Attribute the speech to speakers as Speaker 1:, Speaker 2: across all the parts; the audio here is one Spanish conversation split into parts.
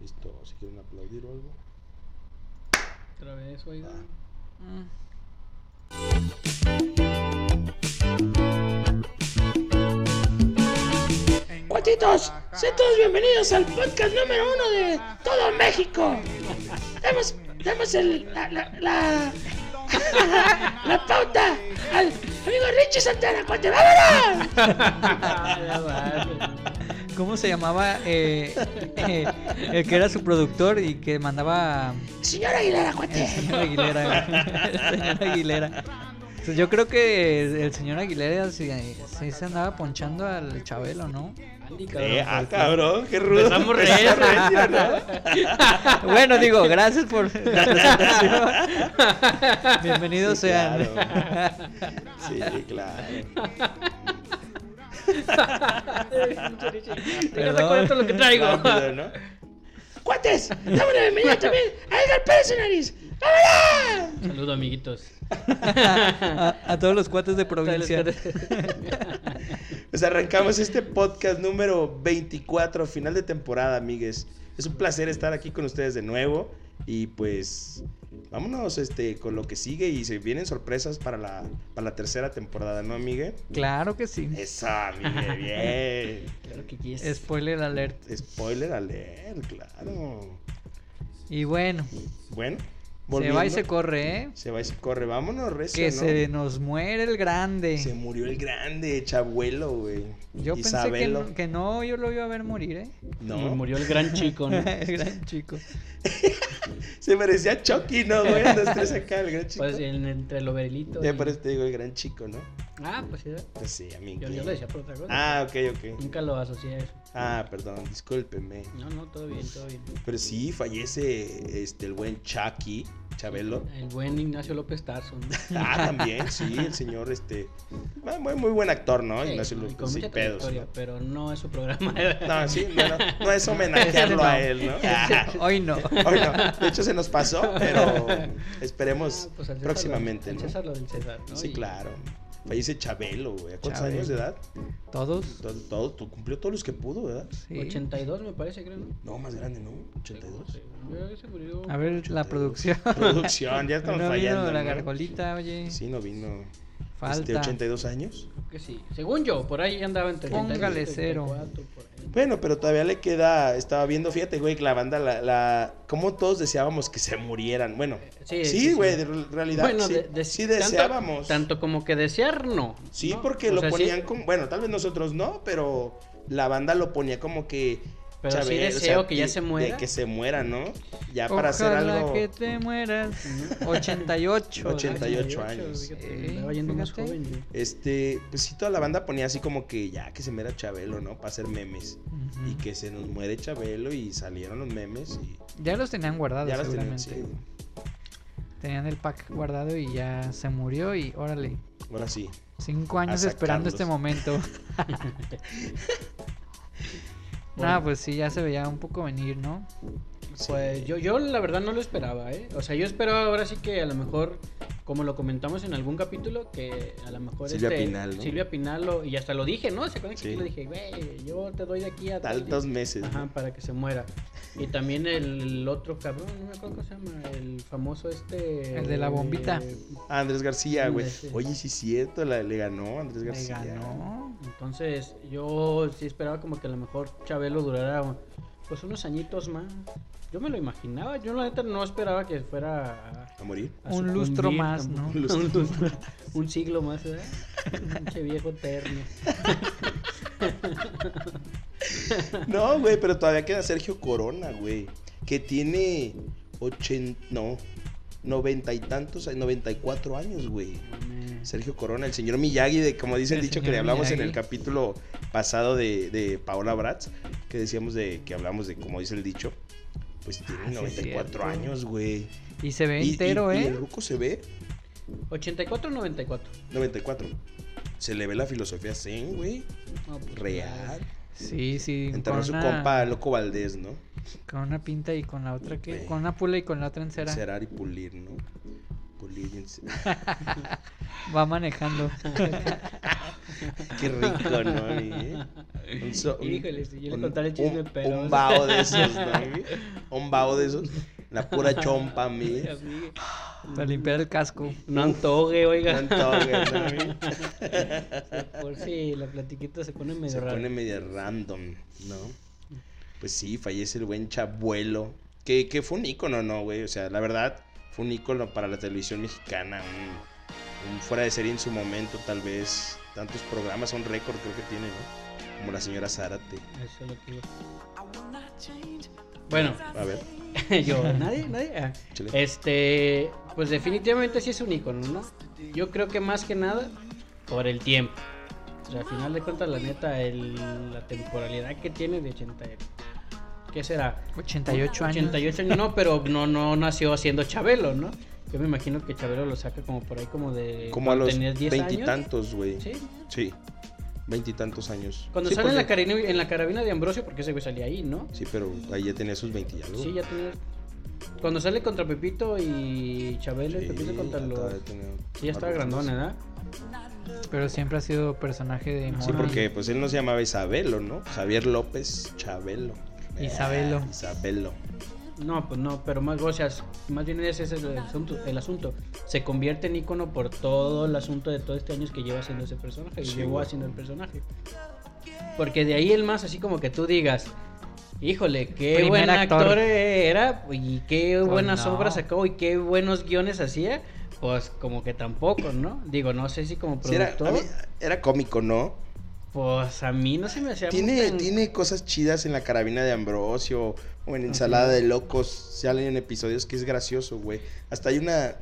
Speaker 1: Listo, si quieren aplaudir o algo.
Speaker 2: Otra vez, oiga.
Speaker 1: Ah.
Speaker 3: Mm.
Speaker 4: Cuatitos, sean todos bienvenidos al podcast número uno de todo México. Demos, demos el, la, la, la, la pauta al amigo Richie Santana, cuate, vámonos.
Speaker 2: Ah, Ya vale.
Speaker 5: ¿Cómo se llamaba eh, eh, el que era su productor y que mandaba
Speaker 4: Señora Aguilera,
Speaker 5: el
Speaker 4: cuate.
Speaker 5: señor Aguilera? güey? El señor Aguilera. Entonces, yo creo que el señor Aguilera sí, sí se andaba ponchando al Chabelo, ¿no?
Speaker 2: Andy, cabrón.
Speaker 1: Eh, ah, cabrón, qué rudo.
Speaker 6: Empezamos recio.
Speaker 1: Está recio, ¿no?
Speaker 5: Bueno, digo, gracias por la presentación. Bienvenidos
Speaker 1: Sí,
Speaker 5: sean.
Speaker 1: claro. Sí, claro.
Speaker 2: Ya te cuento lo que traigo.
Speaker 1: Rápido, ¿no?
Speaker 4: Cuates, damos la bienvenida también a Edgar Pérez de Nariz. ¡Vámonos!
Speaker 2: Saludos, amiguitos.
Speaker 5: A, a todos los cuates de provincia.
Speaker 1: Pues arrancamos este podcast número 24, final de temporada, amigues. Es un placer estar aquí con ustedes de nuevo. Y pues vámonos este, con lo que sigue y se vienen sorpresas para la, para la tercera temporada, ¿no, amigue?
Speaker 5: Claro que sí.
Speaker 1: Esa, amigue,
Speaker 2: Claro que quieres.
Speaker 5: Spoiler alert.
Speaker 1: bien. Spoiler alert, claro.
Speaker 5: Y bueno,
Speaker 1: Bueno,
Speaker 5: se va y se
Speaker 1: corre.
Speaker 5: corre, ¿eh?
Speaker 1: Se va y se corre, vámonos, recio,
Speaker 5: Que
Speaker 1: ¿no?
Speaker 5: se nos muere el grande.
Speaker 1: Se murió el grande Chabuelo, güey.
Speaker 5: Yo pensé que
Speaker 1: Isabelo.
Speaker 5: no, que no, yo lo iba a ver morir, ¿eh?
Speaker 1: No,
Speaker 2: Y Murió el gran chico. ¿no?
Speaker 5: el gran chico.
Speaker 1: se merecía a Chucky, ¿no, güey? Los tres acá, el gran chico.
Speaker 2: Pues en- entre el oberelito.
Speaker 1: Ya
Speaker 2: y-
Speaker 1: por eso te digo el gran chico, ¿no?
Speaker 2: Ah, pues era.
Speaker 1: Pues sí, a mí.
Speaker 2: Yo,
Speaker 1: que-
Speaker 2: yo lo decía por otra cosa.
Speaker 1: Ah, ok, ok.
Speaker 2: Nunca lo asocié a eso.
Speaker 1: Ah, perdón, discúlpeme.
Speaker 2: No, no, todo bien, todo bien.
Speaker 1: Pero sí, fallece este, el buen Chucky, Chabelo.
Speaker 2: El buen Ignacio López Tarso. ¿no?
Speaker 1: Ah, también, sí, el señor, este. ah, Muy, muy buen actor, ¿no?
Speaker 2: Sí,
Speaker 1: Ignacio
Speaker 2: y
Speaker 1: López,
Speaker 2: con
Speaker 1: sin
Speaker 2: mucha
Speaker 1: pedos.
Speaker 2: trayectoria,
Speaker 1: ¿no?
Speaker 2: Pero no es su programa. Ah,
Speaker 1: No, sí, no, no, no es homenajearlo
Speaker 5: No.
Speaker 1: a él, ¿no? Ah,
Speaker 5: Hoy no.
Speaker 1: hoy no. De hecho, se nos pasó, pero esperemos
Speaker 2: Ah, pues al César lo-
Speaker 1: próximamente,
Speaker 2: al
Speaker 1: ¿no?
Speaker 2: César lo del César, ¿no?
Speaker 1: Sí,
Speaker 2: Y-
Speaker 1: claro. Fallece Chabelo, güey. ¿A cuántos
Speaker 5: Chabelo.
Speaker 1: años de edad?
Speaker 5: Todos.
Speaker 1: Todo, todo- tú- cumplió todos los que pudo, ¿verdad?
Speaker 5: Sí.
Speaker 2: 82 me parece, creo, ¿no?
Speaker 1: No, más grande, ¿no? 82.
Speaker 2: Yo creo que se murió.
Speaker 5: A ver, la producción.
Speaker 1: Producción, ya estamos
Speaker 5: no
Speaker 1: fallando.
Speaker 5: vino la
Speaker 1: ¿no?
Speaker 5: gargolita, oye.
Speaker 1: Sí, no vino. Este,
Speaker 5: Falta.
Speaker 1: 82 años.
Speaker 2: que sí. Según yo, por ahí andaba entre
Speaker 5: Póngale
Speaker 2: 32,
Speaker 5: cero.
Speaker 2: 34, por ahí.
Speaker 1: Bueno, pero todavía le queda. Estaba viendo, fíjate, güey, que la banda, la, la. Como todos deseábamos que se murieran. Bueno,
Speaker 2: Eh,
Speaker 1: sí,
Speaker 2: Sí, sí, sí.
Speaker 1: güey, de re- realidad.
Speaker 2: Bueno,
Speaker 1: sí,
Speaker 2: de- de-
Speaker 1: sí
Speaker 2: tanto-
Speaker 1: deseábamos.
Speaker 2: Tanto como que desear, no.
Speaker 1: Sí,
Speaker 2: ¿no?
Speaker 1: porque
Speaker 2: O
Speaker 1: lo
Speaker 2: sea, sí,
Speaker 1: ponían como. Bueno, tal vez nosotros no, pero la banda lo ponía como que.
Speaker 2: Pero sí
Speaker 1: Chabelo, o sea,
Speaker 2: deseo que ya
Speaker 1: de-
Speaker 2: se muera.
Speaker 1: De que se muera, ¿no? Ya para
Speaker 5: Ojalá
Speaker 1: hacer algo.
Speaker 5: que te mueras. 88.
Speaker 1: 88 años.
Speaker 2: fíjate,
Speaker 5: Eh,
Speaker 2: Estaba yendo más
Speaker 5: fíjate.
Speaker 2: joven. güey.
Speaker 1: Este, pues sí, toda la banda ponía así como que ya que se muera Chabelo, ¿no? Para hacer memes.
Speaker 5: Ujú.
Speaker 2: Mm.
Speaker 1: Y que se nos muere Chabelo y salieron los memes y
Speaker 5: Ya los tenían guardados,
Speaker 1: ya las tenían.
Speaker 5: Ah, seguramente.
Speaker 1: Sí.
Speaker 5: Tenían el pack guardado y ya se murió. Y órale,
Speaker 1: Ahora sí.
Speaker 5: cinco años
Speaker 1: sacarlos.
Speaker 5: esperando este momento. Ah, pues sí, ya se veía un poco venir, ¿no?
Speaker 2: Pues
Speaker 1: Sí.
Speaker 2: yo, yo la verdad no lo esperaba, ¿eh? O sea, yo esperaba ahora sí que a lo mejor, como lo comentamos en algún capítulo, que a lo mejor
Speaker 1: Silvia
Speaker 2: este,
Speaker 1: Pinal, ¿no?
Speaker 2: Silvia Pinal lo- y hasta lo dije, ¿no? Se acuerdan que
Speaker 1: Sí.
Speaker 2: aquí lo dije, güey, yo te doy de aquí a tal
Speaker 1: Tantos
Speaker 2: día".
Speaker 1: meses.
Speaker 2: Ajá,
Speaker 1: ¿no?
Speaker 2: para que se muera. Y también el otro cabrón, no me acuerdo cómo se llama, el famoso este...
Speaker 5: El de la bombita.
Speaker 2: eh,
Speaker 1: Ah, Andrés García, güey.
Speaker 2: Sí.
Speaker 1: Oye, sí es cierto, la- le ganó Andrés
Speaker 5: Le
Speaker 1: García.
Speaker 5: ganó.
Speaker 2: Entonces, yo sí esperaba como que a lo mejor Chabelo durara pues unos añitos más. Yo me lo imaginaba, yo la neta no esperaba que fuera a-
Speaker 1: A morir.
Speaker 2: a
Speaker 5: Un lustro
Speaker 2: sucumbir
Speaker 5: más,
Speaker 2: tampoco.
Speaker 5: ¿no?
Speaker 1: Un lustro
Speaker 2: Un lustro- un siglo más, ¿verdad? Pinche viejo terno.
Speaker 1: No, güey, pero todavía queda Sergio Corona, güey. Que tiene 80, no, noventa y tantos, eh, 94 años, güey. Sergio Corona, el señor Miyagi, de como dice el
Speaker 5: El
Speaker 1: dicho que
Speaker 5: señor
Speaker 1: le hablamos en el
Speaker 5: Miyagi.
Speaker 1: capítulo pasado de, de Paola Bratz, que decíamos de que hablamos de como dice el dicho, pues tiene
Speaker 5: Ah, sí,
Speaker 1: 94
Speaker 5: cierto.
Speaker 1: años, güey.
Speaker 5: Y se ve
Speaker 1: Y- y-
Speaker 5: entero,
Speaker 1: y
Speaker 5: ¿eh?
Speaker 1: el ruco se ve
Speaker 2: 84 94.
Speaker 1: 94. Se le ve la filosofía zen, güey,
Speaker 2: No, pues,
Speaker 1: real.
Speaker 5: Sí, sí.
Speaker 1: Enterró
Speaker 5: con
Speaker 1: a su
Speaker 5: una-
Speaker 1: compa Loco Valdés, ¿no?
Speaker 5: Con una pinta y con la otra que.
Speaker 1: Sí.
Speaker 5: Con una pula y con la otra en cera.
Speaker 1: Cerar y pulir, ¿no? Pulir y ens-
Speaker 5: Va manejando.
Speaker 1: Qué rico, ¿no? güey? Un, so- un-
Speaker 2: Híjole, si yo le
Speaker 1: un-
Speaker 2: contara el chisme,
Speaker 1: un-
Speaker 2: pero-
Speaker 1: Un vaho de esos, ¿no? güey? un vaho de esos. La pura chompa, amigue.
Speaker 2: Así,
Speaker 5: Para limpiar el casco.
Speaker 2: No antoje, oiga.
Speaker 1: Tanto, güey, ¿no, amigo?
Speaker 2: Por si la platiquita se pone medio
Speaker 1: Se
Speaker 2: rara.
Speaker 1: pone media random, ¿no? Pues sí, fallece el buen Chabuelo. Que, que fue un ícono, ¿no, güey? O sea, la verdad, fue un ícono para la televisión mexicana. Un, un fuera de serie en su momento, tal vez. Tantos programas, un récord creo que tiene, ¿no? Como la señora Zárate.
Speaker 2: Eso es lo que iba. Bueno,
Speaker 1: A ver,
Speaker 2: yo, nadie, nadie. Ah,
Speaker 1: chile.
Speaker 2: Este, pues definitivamente sí es un icono, ¿no? Yo creo que más que nada por el tiempo. O sea, al final de cuentas, la neta, el, la temporalidad que tiene de 80. y- ¿Qué será?
Speaker 5: 88 años.
Speaker 2: 88 años, no, pero no, no nació siendo Chabelo, ¿no? Yo me imagino que Chabelo lo saca como por ahí, como de.
Speaker 1: Como a
Speaker 2: Eh, cuando
Speaker 1: los
Speaker 2: tenías 10 años.
Speaker 1: veintitantos, güey.
Speaker 2: Sí.
Speaker 1: Sí, veintitantos años.
Speaker 2: Cuando
Speaker 1: Sí,
Speaker 2: sale en la,
Speaker 1: porque-
Speaker 2: carina- en la carabina de Ambrosio, porque ese güey salía ahí, ¿no?
Speaker 1: Sí, pero ahí ya tenía sus veinti y algo.
Speaker 2: Sí, ya tenía. Cuando sale contra Pepito y Chabelo, y
Speaker 1: Sí,
Speaker 2: Pepito contra
Speaker 1: ya
Speaker 2: los.
Speaker 1: estaba- tenía
Speaker 2: Sí, ya estaba
Speaker 1: varios años.
Speaker 2: grandón, ¿verdad?
Speaker 5: Pero siempre ha sido personaje de
Speaker 1: Sí,
Speaker 5: moda.
Speaker 1: porque pues él no se llamaba Isabelo, ¿no? Javier López Chabelo. Ah,
Speaker 5: Isabelo.
Speaker 1: Isabelo.
Speaker 2: No, pues no, pero más, o sea, más bien ese es el asunto, el asunto. Se convierte en ícono por todo el asunto de todo este año que lleva haciendo ese personaje. Y
Speaker 1: Sí,
Speaker 2: llevó
Speaker 1: güey.
Speaker 2: haciendo el personaje. Porque de ahí el más, así como que tú digas, híjole, qué
Speaker 5: Primer
Speaker 2: buen actor.
Speaker 5: actor.
Speaker 2: era, y qué
Speaker 5: Pues
Speaker 2: buenas
Speaker 5: no.
Speaker 2: obras sacó, y qué buenos guiones hacía. Pues como que tampoco, ¿no? Digo, no sé si como
Speaker 1: Sí, era,
Speaker 2: productor,
Speaker 1: a mí- era cómico, ¿no?
Speaker 2: pues a mí no se me hacía muy
Speaker 1: Tiene,
Speaker 2: tan-
Speaker 1: tiene cosas chidas en la carabina de Ambrosio o en Ensalada de Locos. Salen en episodios que es gracioso, güey. Hasta hay una,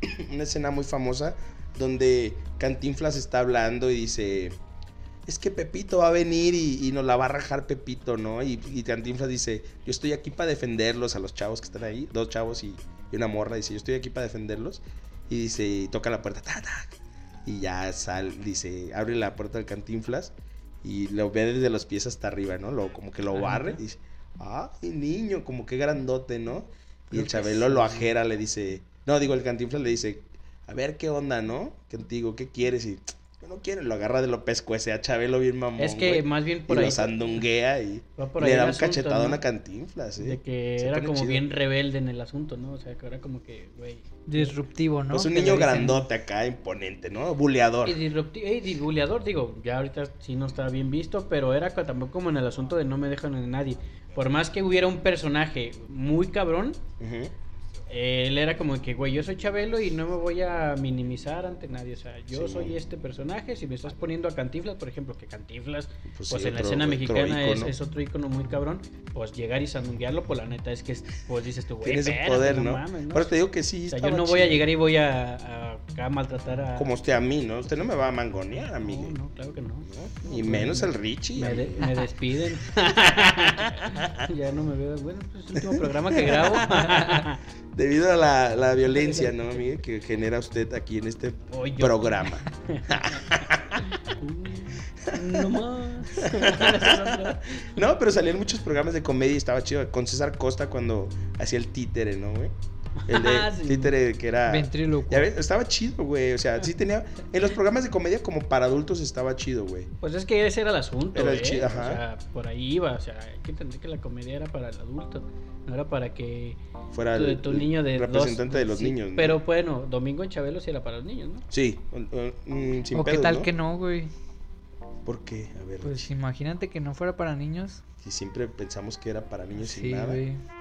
Speaker 1: una escena muy famosa donde Cantinflas está hablando y dice... Es que Pepito va a venir y, y nos la va a rajar Pepito, ¿no? Y, y Cantinflas dice, yo estoy aquí para defenderlos a los chavos que están ahí. Dos chavos y, y una morra. Dice, yo estoy aquí para defenderlos. Y dice, y toca la puerta, ta, ta. Y ya sal, dice, abre la puerta del Cantinflas y lo ve desde los pies hasta arriba, ¿no? Lo, como que lo
Speaker 2: Ajá.
Speaker 1: barre y dice, ¡ay, niño! Como que grandote, ¿no? Y
Speaker 2: Creo
Speaker 1: el
Speaker 2: que
Speaker 1: Chabelo
Speaker 2: sí.
Speaker 1: lo ajera, le dice, no, digo, el Cantinflas le dice, a ver qué onda, ¿no? Contigo, ¿qué quieres? Y yo no quiero, lo agarra de lo pescuece a Chabelo bien mamón.
Speaker 2: Es que
Speaker 1: güey,
Speaker 2: más bien
Speaker 1: y
Speaker 2: por ahí.
Speaker 1: lo sandunguea y
Speaker 2: va por ahí
Speaker 1: le
Speaker 2: el
Speaker 1: da un
Speaker 2: asunto,
Speaker 1: cachetadón
Speaker 2: ¿no?
Speaker 1: a Cantinflas, ¿eh?
Speaker 2: De que
Speaker 1: Se
Speaker 2: era
Speaker 1: pone
Speaker 2: como
Speaker 1: chido.
Speaker 2: bien rebelde en el asunto, ¿no? O sea, que era como que, güey.
Speaker 5: Disruptivo, ¿no?
Speaker 1: Pues un
Speaker 5: Que le
Speaker 1: niño
Speaker 5: dicen.
Speaker 1: grandote acá, imponente, ¿no? Buleador.
Speaker 2: Y disruptivo, y disbuleador, digo, ya ahorita sí no está bien visto, pero era co- tampoco como en el asunto de no me dejan en nadie. Por más que hubiera un personaje muy cabrón,
Speaker 1: Ujú.
Speaker 2: él era como que, güey, yo soy Chabelo y no me voy a minimizar ante nadie. O sea, yo
Speaker 1: Sí,
Speaker 2: soy
Speaker 1: man.
Speaker 2: este personaje. Si me estás poniendo a Cantiflas, por ejemplo, que Cantiflas, pues,
Speaker 1: sí,
Speaker 2: en la
Speaker 1: otro-
Speaker 2: escena
Speaker 1: otro
Speaker 2: mexicana es,
Speaker 1: ícono.
Speaker 2: es otro icono muy cabrón, pues llegar y sandunguearlo, pues la neta es que, es- pues dices tú, güey,
Speaker 1: Tienes un
Speaker 2: espérate,
Speaker 1: poder, ¿no?
Speaker 2: mames,
Speaker 1: Pero te digo que sí.
Speaker 2: O sea, yo
Speaker 1: estaba
Speaker 2: no voy a
Speaker 1: chido.
Speaker 2: llegar y voy a, a acá maltratar a.
Speaker 1: Como usted a mí, ¿no? Usted no me va a mangonear, amigo.
Speaker 2: No, no, claro que no.
Speaker 1: ¿no? Y menos el Richie.
Speaker 2: Me, de-
Speaker 1: amigo.
Speaker 2: me despiden. ya no me veo. Bueno, pues es el último programa que grabo.
Speaker 1: Debido a la, la violencia, ¿no, amigo? Que genera usted aquí en este
Speaker 2: Oh, yo-
Speaker 1: programa.
Speaker 2: Uh, no más.
Speaker 1: No, pero salían muchos programas de comedia y estaba chido. Con César Costa cuando hacía el títere, ¿no, güey? El de
Speaker 2: Ah, sí.
Speaker 1: títere que era...
Speaker 5: Ventrílocuo.
Speaker 1: Ya ves, estaba chido, güey. O sea, sí tenía... En los programas de comedia como para adultos estaba chido, güey.
Speaker 2: Pues es que ese era el asunto.
Speaker 1: Era el
Speaker 2: ¿eh?
Speaker 1: chi-
Speaker 2: O
Speaker 1: ajá.
Speaker 2: sea, por ahí iba. O sea, hay que entender que la comedia era para el adulto. No era para que
Speaker 1: Fuera
Speaker 2: tu,
Speaker 1: el
Speaker 2: tu niño de. dos-
Speaker 1: representante de los
Speaker 2: sí,
Speaker 1: niños. ¿no?
Speaker 2: Pero bueno, Domingo en Chabelo sí era para los niños, ¿no?
Speaker 1: Sí, un- un- un- sin
Speaker 5: o qué
Speaker 1: pedos,
Speaker 5: tal
Speaker 1: ¿no?
Speaker 5: que no, güey.
Speaker 1: ¿Por qué? A ver,
Speaker 5: Pues imagínate que no fuera para niños.
Speaker 1: si siempre pensamos que era para niños sin
Speaker 5: sí,
Speaker 1: nada.
Speaker 5: güey.
Speaker 2: Que-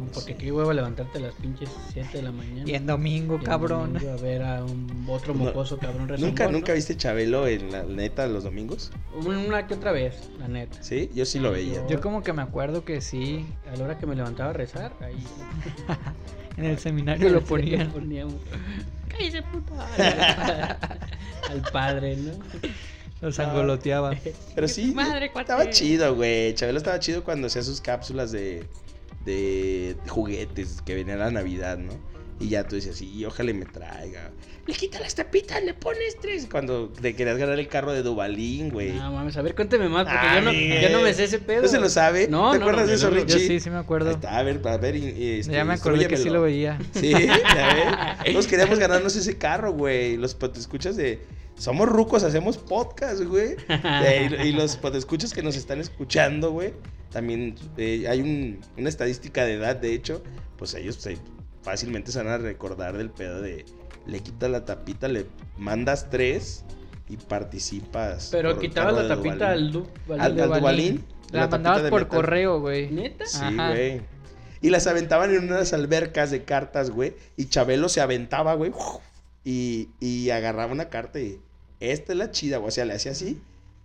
Speaker 1: No
Speaker 2: Porque
Speaker 1: sé.
Speaker 2: qué huevo levantarte a las pinches 7 de la mañana.
Speaker 5: Y en domingo,
Speaker 2: Y el
Speaker 5: cabrón.
Speaker 2: domingo A ver a un otro
Speaker 1: No.
Speaker 2: mocoso cabrón
Speaker 1: ¿Nunca,
Speaker 2: rezongón, ¿no?
Speaker 1: nunca viste Chabelo en la neta los domingos?
Speaker 2: Una que otra vez, la neta.
Speaker 1: Sí, yo sí lo veía.
Speaker 5: Yo como que me acuerdo que sí.
Speaker 2: A la hora que me levantaba a rezar, ahí.
Speaker 5: En
Speaker 1: Ah,
Speaker 5: el seminario lo ponían.
Speaker 2: poníamos. ¡Cállese, puto! Al padre, ¿no?
Speaker 5: Los angoloteaba.
Speaker 1: Pero Ah. sí,
Speaker 2: Madre, cuate.
Speaker 1: estaba chido, güey. Chabelo estaba chido cuando hacía sus cápsulas de, de juguetes que venía la Navidad, ¿no? Y ya tú decías, sí, ojalá y me traiga. Le quita las tapitas, le pones tres. Cuando te querías ganar el carro de Dubalín, güey.
Speaker 2: No mames, a ver, cuénteme más, porque yo, no,
Speaker 1: Ay,
Speaker 2: yo no me sé ese pedo.
Speaker 1: ¿No se lo sabe?
Speaker 2: No,
Speaker 1: ¿Te
Speaker 2: no,
Speaker 1: acuerdas
Speaker 2: no,
Speaker 1: de eso,
Speaker 2: no, no,
Speaker 5: Yo
Speaker 1: Richie?
Speaker 5: sí, sí me
Speaker 1: Ahí
Speaker 5: acuerdo.
Speaker 1: está, a ver, a ver. y- este,
Speaker 5: Ya me acordé que sí
Speaker 1: instrúyamelo.
Speaker 5: lo veía.
Speaker 1: Sí, ya ves. Nos queríamos ganarnos ese carro, güey. Los escuchas de. Somos rucos, hacemos podcast, güey. Eh, Y, y los escuchas que nos están escuchando, güey. También eh, hay un- una estadística de edad, de hecho, pues ellos se- fácilmente se van a recordar del pedo de le quitas la tapita, le mandas tres y participas.
Speaker 2: Pero
Speaker 1: por
Speaker 2: quitabas
Speaker 1: carro
Speaker 2: la
Speaker 1: de
Speaker 2: tapita
Speaker 1: Duvalín.
Speaker 2: al, du
Speaker 1: al,
Speaker 2: al,
Speaker 1: al
Speaker 2: Duvalín.
Speaker 1: Duvalín.
Speaker 5: La,
Speaker 1: tapita
Speaker 5: mandabas
Speaker 1: de
Speaker 5: por
Speaker 1: metal.
Speaker 5: correo, güey.
Speaker 2: ¿Neta?
Speaker 1: Sí,
Speaker 5: Ajá.
Speaker 1: güey. Y las aventaban en unas albercas de cartas, güey. Y Chabelo se aventaba, güey. Y, y agarraba una carta y... Esta es la chida, güey. O sea, le hacía así.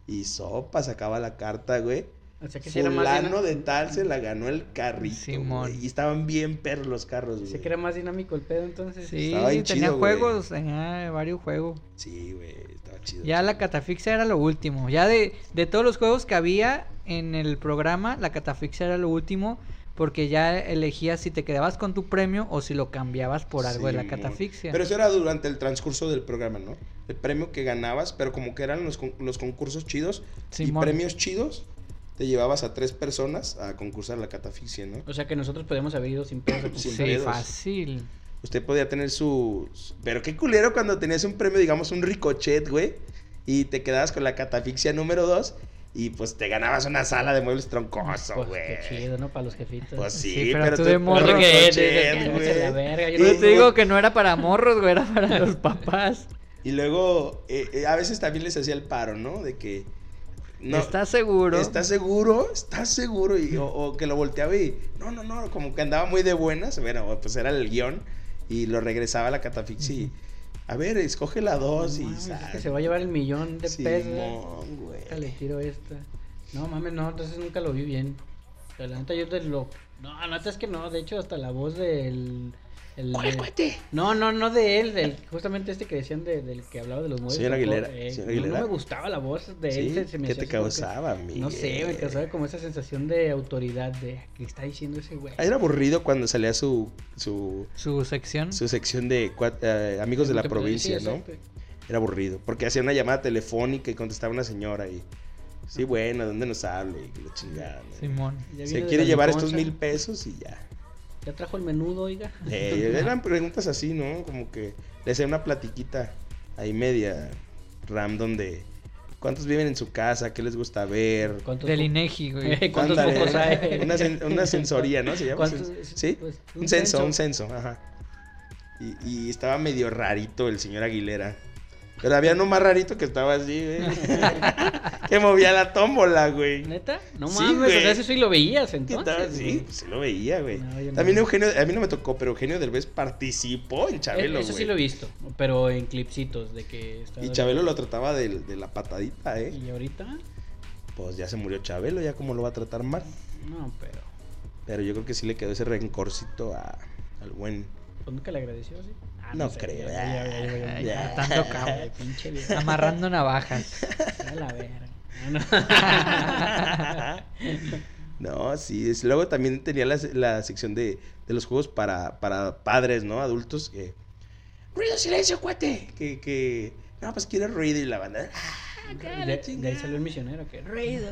Speaker 1: Y sopa, sacaba la carta, güey.
Speaker 2: O sea que sí era más
Speaker 1: Fulano
Speaker 2: dinámico.
Speaker 1: de tal se la ganó el carrito,
Speaker 5: Simón.
Speaker 1: güey. Y estaban bien perros los carros, güey.
Speaker 2: que era más dinámico el pedo entonces. este,
Speaker 5: Sí,
Speaker 1: Estaba bien
Speaker 5: tenía
Speaker 1: chido, güey.
Speaker 5: juegos, tenía varios juegos.
Speaker 1: Sí, güey. Estaba chido.
Speaker 5: Ya la catafixia era lo último. Ya de, de todos los juegos que había en el programa, la catafixia era lo último. Porque ya elegías si te quedabas con tu premio o si lo cambiabas por algo de la
Speaker 1: Simón.
Speaker 5: catafixia.
Speaker 1: Pero eso era durante el transcurso del programa, ¿no? El premio que ganabas, pero como que eran los, con- los concursos chidos
Speaker 5: Simón.
Speaker 1: y premios chidos, te llevabas a tres personas a concursar la catafixia, ¿no?
Speaker 2: O sea que nosotros podíamos haber ido sin pedos.
Speaker 1: Sin
Speaker 2: a
Speaker 5: sí,
Speaker 2: concursar.
Speaker 1: pedos.
Speaker 5: fácil.
Speaker 1: Usted podía tener su... Pero qué culero cuando tenías un premio, digamos, un ricochet, güey, y te quedabas con la catafixia número dos y pues te ganabas una sala de muebles troncoso,
Speaker 2: Pues,
Speaker 1: güey.
Speaker 2: qué chido, ¿no? Para los jefitos.
Speaker 1: Pues sí,
Speaker 5: Sí,
Speaker 1: pero,
Speaker 5: pero tú
Speaker 1: tú
Speaker 5: de
Speaker 1: un
Speaker 5: morro,
Speaker 2: pues,
Speaker 1: ricochet,
Speaker 2: que- que- que- la
Speaker 1: güey.
Speaker 2: verga, yo
Speaker 1: Y-
Speaker 5: Yo te digo que no era para morros, güey, era para los papás.
Speaker 1: Y luego, eh, eh, a veces también les hacía el paro, ¿no? De que...
Speaker 5: ¿Estás seguro?
Speaker 1: ¿Estás seguro? ¿Estás seguro? Y, o, o que lo volteaba y. No, no, no, como que andaba muy de buenas. Bueno, pues era el guión. Y lo regresaba a la catafixia y. A ver, escoge la
Speaker 2: No
Speaker 1: dos y.
Speaker 2: mames, es
Speaker 1: sac".
Speaker 2: que se va a llevar el millón de eh. pesos.
Speaker 1: Simón, güey.
Speaker 2: Ahorita le tiro esta. No mames, no, entonces nunca lo vi bien. Pero la neta yo de lo. No, la neta es que no, de hecho hasta la voz del. El,
Speaker 4: ¡Corre,
Speaker 2: de-
Speaker 4: cuate!
Speaker 2: No, no, no de él, del, justamente este que decían de- del que hablaba de los muebles.
Speaker 1: Señor
Speaker 2: tampoco,
Speaker 1: Aguilera,
Speaker 2: eh,
Speaker 1: señor
Speaker 2: no-
Speaker 1: Aguilera.
Speaker 2: No me gustaba la voz de él.
Speaker 1: ¿Sí?
Speaker 2: se- se me
Speaker 1: ¿Qué te
Speaker 2: hacía así como que-
Speaker 1: causaba,
Speaker 2: No sé, me
Speaker 1: Miguel?
Speaker 2: causaba como esa sensación de autoridad, de que está diciendo ese güey.
Speaker 1: Era aburrido cuando salía su, su,
Speaker 5: Su sección.
Speaker 1: su sección de cua- eh, amigos de la
Speaker 2: Sí,
Speaker 1: provincia, ¿no?
Speaker 2: exacto.
Speaker 1: Era aburrido. Porque hacía una llamada telefónica y contestaba una señora y. Sí, bueno, ¿dónde nos hable? Y que la chingada. ¿no?
Speaker 5: Simón.
Speaker 2: Ya viene
Speaker 1: Se
Speaker 2: de
Speaker 1: quiere
Speaker 2: la
Speaker 1: llevar estos
Speaker 2: liconza.
Speaker 1: mil pesos y ya.
Speaker 2: Ya trajo el menudo, oiga.
Speaker 1: Eh, eran preguntas así, ¿no? Como que le hacía una platiquita ahí media random de cuántos viven en su casa, qué les gusta ver.
Speaker 2: ¿Cuántos
Speaker 5: Del
Speaker 2: po-
Speaker 5: Inegi, güey.
Speaker 2: ¿Cuántos
Speaker 1: Ándale,
Speaker 2: focos hay?
Speaker 1: Una, sen- una sensoría, ¿no? Se llama.
Speaker 2: ¿Cuántos-
Speaker 1: sen- ¿Sí?
Speaker 2: pues,
Speaker 1: un censo, un censo, ajá. Y, y estaba medio rarito el señor Aguilera. Pero había uno más rarito que estaba así, güey. que movía la tómbola, güey.
Speaker 2: ¿Neta? No
Speaker 1: Sí,
Speaker 2: mames,
Speaker 1: güey.
Speaker 2: o sea, eso sí lo veías
Speaker 1: Que estaba-
Speaker 2: entonces.
Speaker 1: sí, pues, sí lo veía, güey.
Speaker 2: No, yo no.
Speaker 1: También Eugenio, a mí no me tocó, pero Eugenio Derbez participó en Chabelo,
Speaker 2: E-, Eso sí
Speaker 1: güey.
Speaker 2: lo he visto, pero en clipsitos de que estaba-
Speaker 1: Y Chabelo lo trataba de, de la patadita, ¿eh?
Speaker 2: ¿Y ahorita?
Speaker 1: Pues ya se murió Chabelo, ya cómo lo va a tratar mal.
Speaker 2: No, pero.
Speaker 1: Pero yo creo que sí le quedó ese rencorcito a- al buen.
Speaker 2: Pues nunca le agradeció, ¿sí? Ah,
Speaker 1: No creo.
Speaker 2: ya, ya, ya, ya,
Speaker 5: Ay,
Speaker 2: ya.
Speaker 1: Ya.
Speaker 5: Atando cabos.
Speaker 2: Ay, pinche vieja.
Speaker 5: Amarrando navajas.
Speaker 2: A la verga. Ah,
Speaker 1: No, sí. es- Luego también tenía la, se- la sección de, de los juegos para, para padres, ¿no? Adultos que,
Speaker 4: ¡Ruido, silencio, cuate!
Speaker 1: que, que. No, pues quiere ruido y la banda.
Speaker 2: no. de, de ahí salió el misionero que. Ruido.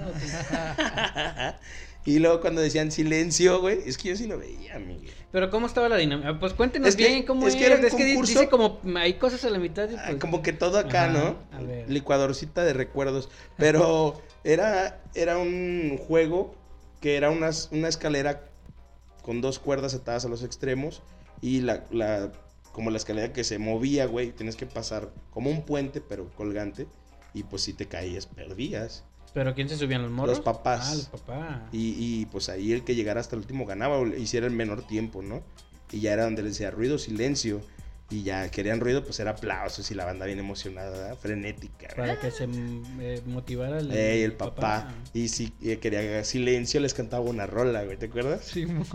Speaker 1: y luego cuando decían silencio, güey. Es que yo sí lo veía, Miguel.
Speaker 2: Pero ¿cómo estaba la dinámica? Pues cuéntenos
Speaker 1: Es que-
Speaker 2: bien cómo
Speaker 1: es
Speaker 2: es.
Speaker 1: que era un
Speaker 2: es que di-
Speaker 1: concurso.
Speaker 2: dice como hay cosas a la mitad. y
Speaker 1: Ah,
Speaker 2: pues-
Speaker 1: como que todo acá,
Speaker 2: Ajá,
Speaker 1: ¿no?
Speaker 2: a ver.
Speaker 1: Licuadorcita de recuerdos. Pero era, era un juego que era unas- una escalera con dos cuerdas atadas a los extremos y la, la- como la escalera que se movía, güey, tienes que pasar como un puente, pero colgante. Y pues si te caías, perdías.
Speaker 2: Pero ¿quién se subían los morros?
Speaker 1: Los papás.
Speaker 2: Ah, los papás.
Speaker 1: Y, y, pues ahí el que llegara hasta el último ganaba o le hiciera el menor tiempo, ¿no? Y ya era donde le decía ruido, silencio. Y ya querían ruido, pues era aplausos y la banda bien emocionada, ¿verdad? frenética. ¿verdad?
Speaker 2: Para que se mm, eh, motivara el,
Speaker 1: Ey, el papá. Y si eh, quería silencio, les cantaba una rola, güey, ¿te acuerdas?
Speaker 5: Simón.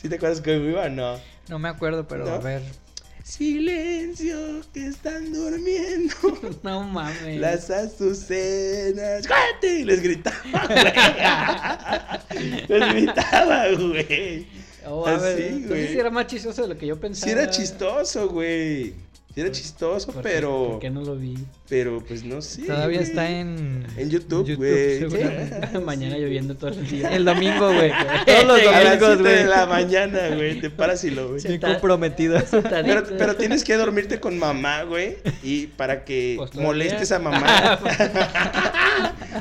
Speaker 1: ¿Sí te acuerdas que iba? No.
Speaker 5: No me acuerdo, pero
Speaker 1: No.
Speaker 5: a ver.
Speaker 1: Silencio, que están durmiendo
Speaker 2: No mames.
Speaker 1: las azucenas. ¡Cállate! Y les gritaba, güey. les gritaba, güey.
Speaker 2: Oh, a ver,
Speaker 1: Así,
Speaker 2: entonces
Speaker 1: pues güey.
Speaker 2: sí era más chistoso de lo que yo pensaba.
Speaker 1: Sí era chistoso, güey. Sí Sí era chistoso,
Speaker 2: Ah. ¿Por qué-
Speaker 1: pero.
Speaker 2: ¿Por qué no lo vi?
Speaker 1: Pero pues no sé.
Speaker 5: Todavía
Speaker 1: güey.
Speaker 5: está en...
Speaker 1: En YouTube, güey.
Speaker 5: seguramente.
Speaker 2: Mañana lloviendo todo el día.
Speaker 5: El domingo, güey. Todos los
Speaker 1: A las
Speaker 5: domingos,
Speaker 1: siete de la
Speaker 5: güey.
Speaker 1: mañana, güey. Te paras y lo ves.
Speaker 5: Bien comprometido.
Speaker 1: Pero, pero tienes que dormirte con mamá, güey. Y para que
Speaker 2: Pues todavía. Pues,
Speaker 1: molestes a mamá.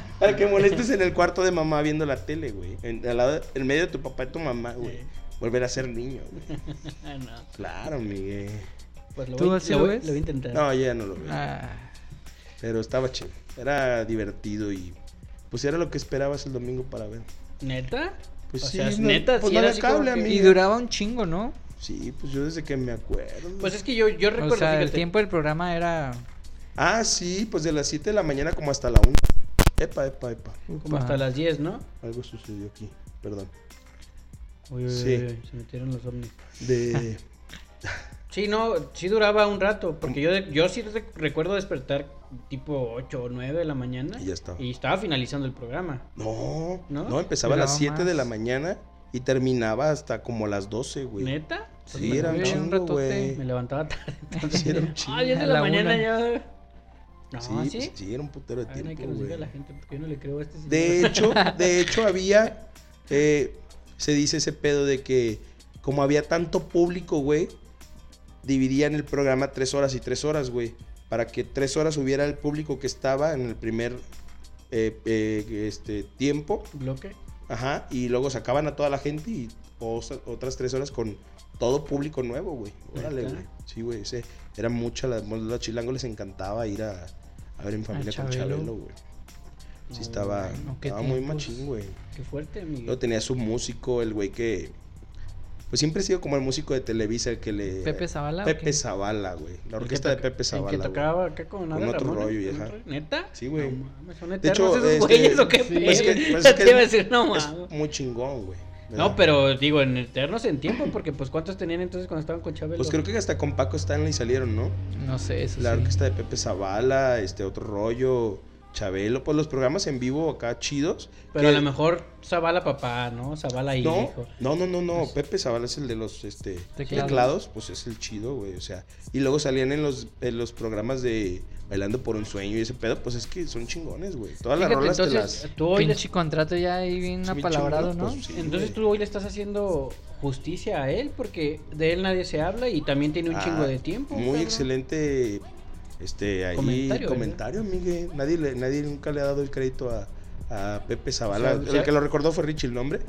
Speaker 1: para que molestes en el cuarto de mamá viendo la tele, güey. En, al lado- en medio de tu papá y tu mamá, güey. Volver a ser niño, güey.
Speaker 2: Ah, no.
Speaker 1: Claro, Miguel.
Speaker 2: Pues lo
Speaker 5: ¿Tú
Speaker 2: voy,
Speaker 5: así
Speaker 2: lo
Speaker 5: lo
Speaker 2: voy-
Speaker 5: ves?
Speaker 2: lo voy a intentar.
Speaker 1: No, yo ya no lo veo.
Speaker 5: Ah,
Speaker 1: Pero estaba chido. Era divertido y. Pues era lo que esperabas el domingo para ver.
Speaker 2: ¿Neta?
Speaker 1: Pues
Speaker 2: O
Speaker 1: sí,
Speaker 2: sea,
Speaker 1: no-
Speaker 2: neta,
Speaker 1: pues
Speaker 2: sí
Speaker 1: no había
Speaker 2: era así como
Speaker 1: cable,
Speaker 2: que-
Speaker 1: amigo.
Speaker 5: y duraba un chingo, ¿no?
Speaker 1: Sí, pues yo desde que me acuerdo.
Speaker 2: Pues es que yo, yo recuerdo,
Speaker 5: O sea, el
Speaker 2: fíjate,
Speaker 5: tiempo del programa era...
Speaker 1: Ah, sí, pues de las 7 de la mañana como hasta la 1. Epa, epa, epa.
Speaker 2: como
Speaker 5: Upa.
Speaker 2: hasta las 10, ¿no?
Speaker 1: Algo sucedió aquí, perdón.
Speaker 2: Uy, uy,
Speaker 1: Sí.
Speaker 2: uy, uy, se metieron los ovnis.
Speaker 1: De.
Speaker 2: Sí, no, sí duraba un rato, porque yo, yo sí rec- recuerdo despertar tipo 8 o 9 de la mañana.
Speaker 1: Y ya estaba.
Speaker 2: Y estaba finalizando el programa.
Speaker 1: No,
Speaker 2: ¿No?
Speaker 1: no, empezaba a
Speaker 5: Duraba
Speaker 1: las 7 de la
Speaker 5: más.
Speaker 1: mañana y terminaba hasta como las 12, güey.
Speaker 2: ¿Neta? Pues
Speaker 1: Sí,
Speaker 2: me-
Speaker 1: era un
Speaker 5: Güey, un
Speaker 1: chingo,
Speaker 5: ratote.
Speaker 1: güey.
Speaker 2: Me levantaba tarde. entonces.
Speaker 1: Sí, era un chingo.
Speaker 2: Ah, 10 de
Speaker 5: A
Speaker 2: la,
Speaker 5: la
Speaker 2: mañana
Speaker 5: una.
Speaker 2: ya. No,
Speaker 1: Sí,
Speaker 2: ¿Ah, sí.
Speaker 1: pues sí, era un putero de
Speaker 2: Ah, no hay
Speaker 1: tiempo,
Speaker 2: que nos diga
Speaker 1: güey.
Speaker 2: la gente, porque yo no le creo a este señor.
Speaker 1: De hecho, de hecho había, eh, se dice ese pedo de que como había tanto público, güey, dividían el programa tres horas y tres horas, güey, para que tres horas hubiera el público que estaba en el primer eh, eh, este tiempo,
Speaker 2: bloque.
Speaker 1: ajá, y luego sacaban a toda la gente y osa- otras tres horas con todo público nuevo, güey. Órale,
Speaker 2: Neta.
Speaker 1: güey. Sí, güey, ese- era mucha, la, los chilangos les encantaba ir a, a ver en familia con
Speaker 5: Chabelo.
Speaker 1: Chabelo, güey. Sí
Speaker 2: No,
Speaker 1: estaba,
Speaker 5: bueno, qué
Speaker 1: estaba muy
Speaker 5: tiempos.
Speaker 1: machín, güey.
Speaker 2: Qué fuerte, amigo.
Speaker 1: Luego tenía su músico, el güey que... Pues siempre ha sido como el músico de Televisa, el que le...
Speaker 5: ¿Pepe Zavala o
Speaker 1: Pepe
Speaker 5: qué?
Speaker 1: Zavala, güey. La
Speaker 2: El que
Speaker 1: orquesta de
Speaker 2: toca-
Speaker 1: Pepe Zavala,
Speaker 2: El que
Speaker 1: güey.
Speaker 2: tocaba acá con Adal
Speaker 1: otro
Speaker 2: Ramones,
Speaker 1: rollo y
Speaker 2: con
Speaker 1: ajá.
Speaker 2: otro- ¿Neta?
Speaker 1: Sí, güey.
Speaker 2: No mames, son
Speaker 1: De hecho,
Speaker 2: eternos esos
Speaker 1: este,
Speaker 2: güeyes o qué
Speaker 1: pues
Speaker 2: pedo?
Speaker 1: que- pues
Speaker 2: Te
Speaker 1: que
Speaker 2: iba a
Speaker 1: es-
Speaker 2: decir, no
Speaker 1: es
Speaker 2: mames.
Speaker 1: muy chingón, güey. ¿verdad?
Speaker 2: No, pero digo, en eternos en tiempo, porque pues ¿cuántos tenían entonces cuando estaban con Chabelo?
Speaker 1: Pues creo que hasta con Paco Stanley salieron, ¿no?
Speaker 5: No sé, eso
Speaker 1: La
Speaker 5: sí.
Speaker 1: orquesta de Pepe Zavala, este otro rollo, Chabelo, pues los programas en vivo acá chidos.
Speaker 2: Pero a
Speaker 1: que-
Speaker 2: lo mejor Zavala papá, ¿no? Zavala y
Speaker 1: No,
Speaker 2: hijo.
Speaker 1: no, no, no,
Speaker 2: Pues
Speaker 1: no. Pepe Zavala es el de los este,
Speaker 5: Teclados.
Speaker 1: teclados. pues es el chido, güey. O sea, y luego salían en los, en los programas de Bailando por un Sueño y ese pedo, pues es que son chingones, güey. Todas las
Speaker 2: Fíjate,
Speaker 1: rolas te las.
Speaker 2: entonces, tú hoy le-
Speaker 5: Pinche contrato ya ahí bien
Speaker 1: Sí, mi
Speaker 5: apalabrado,
Speaker 1: chingón,
Speaker 5: ¿no?
Speaker 1: pues, sí,
Speaker 2: entonces
Speaker 1: güey.
Speaker 2: tú hoy le estás haciendo justicia a él, porque de él nadie se habla y también tiene un
Speaker 1: Ah,
Speaker 2: chingo de tiempo.
Speaker 1: Muy
Speaker 2: cabrón.
Speaker 1: excelente. Este, ahí
Speaker 2: Comentario, ¿eh?
Speaker 1: comentario, Miguel. Nadie, le- nadie nunca le ha dado el crédito a, a Pepe Zavala.
Speaker 2: O sea,
Speaker 1: el
Speaker 2: o sea-
Speaker 1: que lo recordó fue Richie el nombre,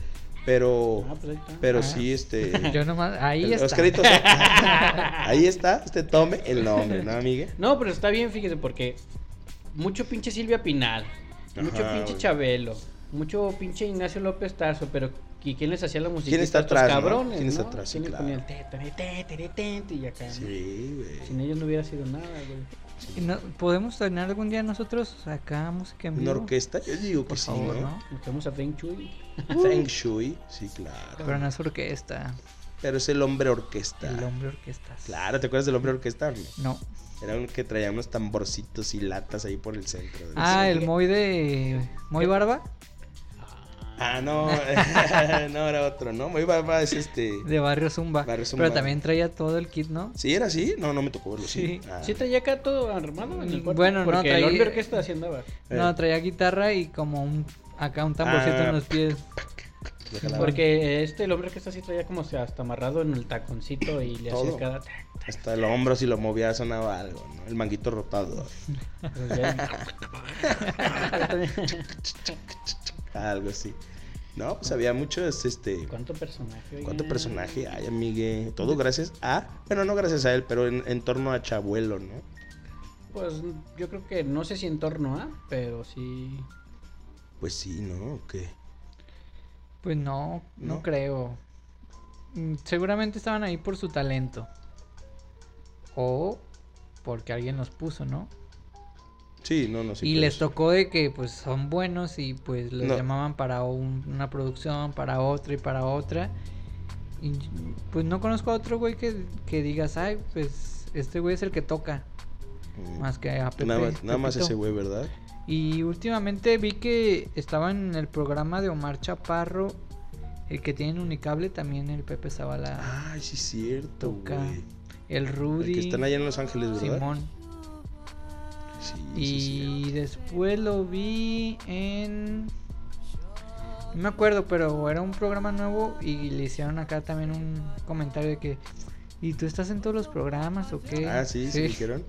Speaker 1: pero.
Speaker 2: Ah, pues ahí está.
Speaker 1: Pero
Speaker 5: Ah.
Speaker 1: sí, este.
Speaker 5: Yo nomás, ahí
Speaker 1: el-
Speaker 5: está.
Speaker 1: Oscarito, ahí está, usted tome el nombre, ¿no, Miguel?
Speaker 2: No, pero está bien, fíjese, porque mucho pinche Silvia Pinal, mucho
Speaker 1: Ajá,
Speaker 2: pinche
Speaker 1: güey.
Speaker 2: Chabelo, mucho pinche Ignacio López Tarso, pero ¿y quién les hacía la música?
Speaker 1: está atrás, no?
Speaker 2: cabrones,
Speaker 1: ¿Quién está
Speaker 2: no?
Speaker 1: atrás? Sí,
Speaker 2: ¿Quién les
Speaker 1: claro.
Speaker 2: ponía el te, te, te, te, te, te, te, y acá? ¿no?
Speaker 1: Sí, güey.
Speaker 2: Sin ellos no hubiera sido nada, güey.
Speaker 5: Y no- ¿Podemos tener algún día nosotros acá música en vivo?
Speaker 1: Una orquesta, yo digo que
Speaker 5: Por
Speaker 1: sí,
Speaker 5: favor,
Speaker 1: ¿no?
Speaker 5: ¿no?
Speaker 2: Nos quedamos a Feng Chuy.
Speaker 1: Feng Shui, sí, claro.
Speaker 5: Pero no es orquesta,
Speaker 1: Pero es el hombre orquesta.
Speaker 5: el hombre orquesta.
Speaker 1: Claro, ¿te acuerdas del hombre orquesta? o no?
Speaker 5: No.
Speaker 1: Era un que traía unos tamborcitos y latas ahí por el centro. del
Speaker 5: Ah,
Speaker 1: centro.
Speaker 5: el Moy de... Moy Barba,
Speaker 1: Ah, no. no, era otro, ¿no? Muy barba es este.
Speaker 5: de Barrio Zumba.
Speaker 1: Barrio Zumba.
Speaker 5: Pero también traía todo el kit, ¿no?
Speaker 1: ¿Sí era así? No, no me tocó verlo. Sí.
Speaker 5: Sí. Mm,
Speaker 1: Ah.
Speaker 2: ¿Sí traía acá todo armado en el cuarto?
Speaker 5: Bueno, no,
Speaker 2: Porque el
Speaker 5: traía-
Speaker 2: hombre orquesta así andaba.
Speaker 5: No,
Speaker 1: Eh.
Speaker 5: traía guitarra y como un... Acá un tamborcito
Speaker 1: Ah.
Speaker 5: en los pies.
Speaker 1: Déjala.
Speaker 2: Porque este, el hombre orquesta sí traía como se hasta amarrado en el taconcito y le hacía
Speaker 1: Todo.
Speaker 2: cada...
Speaker 1: Hasta el hombro, si lo movía, sonaba algo, ¿no? El manguito rotado.
Speaker 2: Pero ya-
Speaker 1: Algo así. No, pues había muchos, este.
Speaker 2: ¿Cuánto personaje? oiga?
Speaker 1: ¿Cuánto personaje hay, amigue? Todo gracias a. Bueno, no gracias a él, pero en, en torno a Chabuelo, ¿no?
Speaker 2: Pues yo creo que no sé si en torno a, pero sí.
Speaker 1: Pues sí, ¿no? ¿O ¿Qué?
Speaker 5: Pues no, no,
Speaker 1: ¿No?
Speaker 5: creo. Mm, Seguramente estaban ahí por su talento. O porque alguien los puso, ¿no?
Speaker 1: Sí, no, no sé.
Speaker 5: y les tocó de que pues son buenos y pues los
Speaker 1: No.
Speaker 5: llamaban para un- una producción, para otra y para otra. Y pues no conozco a otro güey que, que digas, ay, pues este güey es el que toca. Más que a Pepe.
Speaker 1: Mm. nada más, nada más
Speaker 5: Pepito".
Speaker 1: ese güey, ¿verdad?
Speaker 5: Y últimamente vi que estaba en el programa de Omar Chaparro, el que tiene en Unicable, también el Pepe Zavala.
Speaker 1: Ay, sí, es cierto,
Speaker 5: Toca.
Speaker 1: güey.
Speaker 5: el Rudy,
Speaker 1: Ah, Que están allá en Los Ángeles, ¿verdad?
Speaker 5: Simón.
Speaker 1: Sí, sí, sí.
Speaker 5: Y después lo vi en... No me acuerdo, pero era un programa nuevo y le hicieron acá también un comentario de que... ¿Y tú estás en todos los programas o qué?
Speaker 1: Ah, sí, sí, dijeron.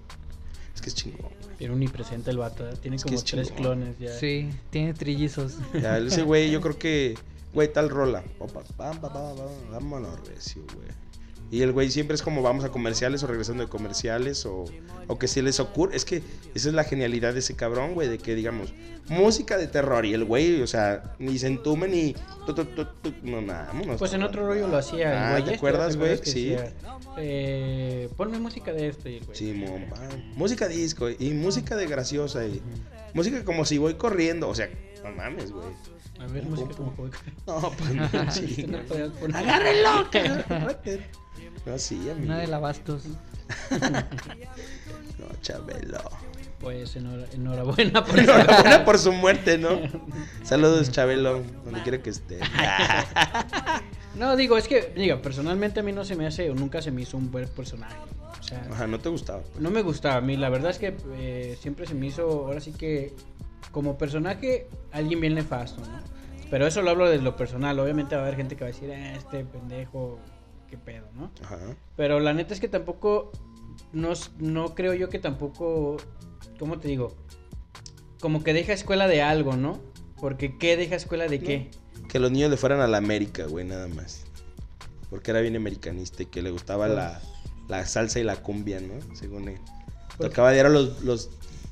Speaker 1: Es que es chingón.
Speaker 2: Era unipresente el vato, ¿eh? tiene
Speaker 1: Es que
Speaker 2: como
Speaker 1: es
Speaker 2: tres
Speaker 1: chingón.
Speaker 2: clones ya.
Speaker 5: Sí, tiene trillizos.
Speaker 1: Ya, ese güey, yo creo que, güey, tal rola. Opa, pam, pa, pa, pa, vámonos, recio, güey. Y el güey siempre es como vamos a comerciales o regresando de comerciales o, o que se les ocurre. Es que esa es la genialidad de ese cabrón, güey, de que digamos, música de terror y el güey, o sea, ni se entume ni... tu, tu, tu, tu, no, nada, vámonos.
Speaker 2: Pues en otro rollo lo hacía. el
Speaker 1: Ah,
Speaker 2: güey
Speaker 1: ¿te
Speaker 2: este,
Speaker 1: acuerdas, güey?
Speaker 2: que
Speaker 1: Sí.
Speaker 2: decía, eh, ponme música de este, y
Speaker 1: pues,
Speaker 2: el güey.
Speaker 1: Simón, pam. eh, música disco y música de graciosa y música como si voy corriendo, o sea, no mames, güey.
Speaker 2: A ver,
Speaker 1: Pum,
Speaker 2: música
Speaker 1: pum,
Speaker 2: como juego.
Speaker 1: No, pues no,
Speaker 2: Este no
Speaker 1: chingas.
Speaker 2: podías poner.
Speaker 4: ¡Agárrenlo!
Speaker 1: No, sí, amigo.
Speaker 5: Una de la Bastos.
Speaker 1: No, Chabelo.
Speaker 2: Pues enhora- enhorabuena por eso.
Speaker 1: Enhorabuena por su muerte, ¿no? Saludos, Chabelo, donde quiera que esté.
Speaker 2: No, digo, es que, diga, personalmente a mí no se me hace, o nunca se me hizo un buen personaje. O sea,
Speaker 1: Ajá, no te gustaba. pues.
Speaker 2: no me gustaba a mí. La verdad es que eh, siempre se me hizo, ahora sí que, como personaje, alguien bien nefasto, ¿no? Pero eso lo hablo desde lo personal. Obviamente va a haber gente que va a decir, "Ah, este pendejo, qué pedo, ¿no?
Speaker 1: Ajá.
Speaker 2: Pero la neta es que tampoco, no, s- no creo yo que tampoco, ¿cómo te digo? Como que deja escuela de algo, ¿no? Porque ¿qué deja escuela de qué?
Speaker 1: Que los niños le fueran a la América, güey, nada más. Porque era bien americanista y que le gustaba
Speaker 5: Pues.
Speaker 1: la, la salsa y la cumbia, ¿no? Según él.
Speaker 2: Pues-
Speaker 1: Tocaba diario los, los,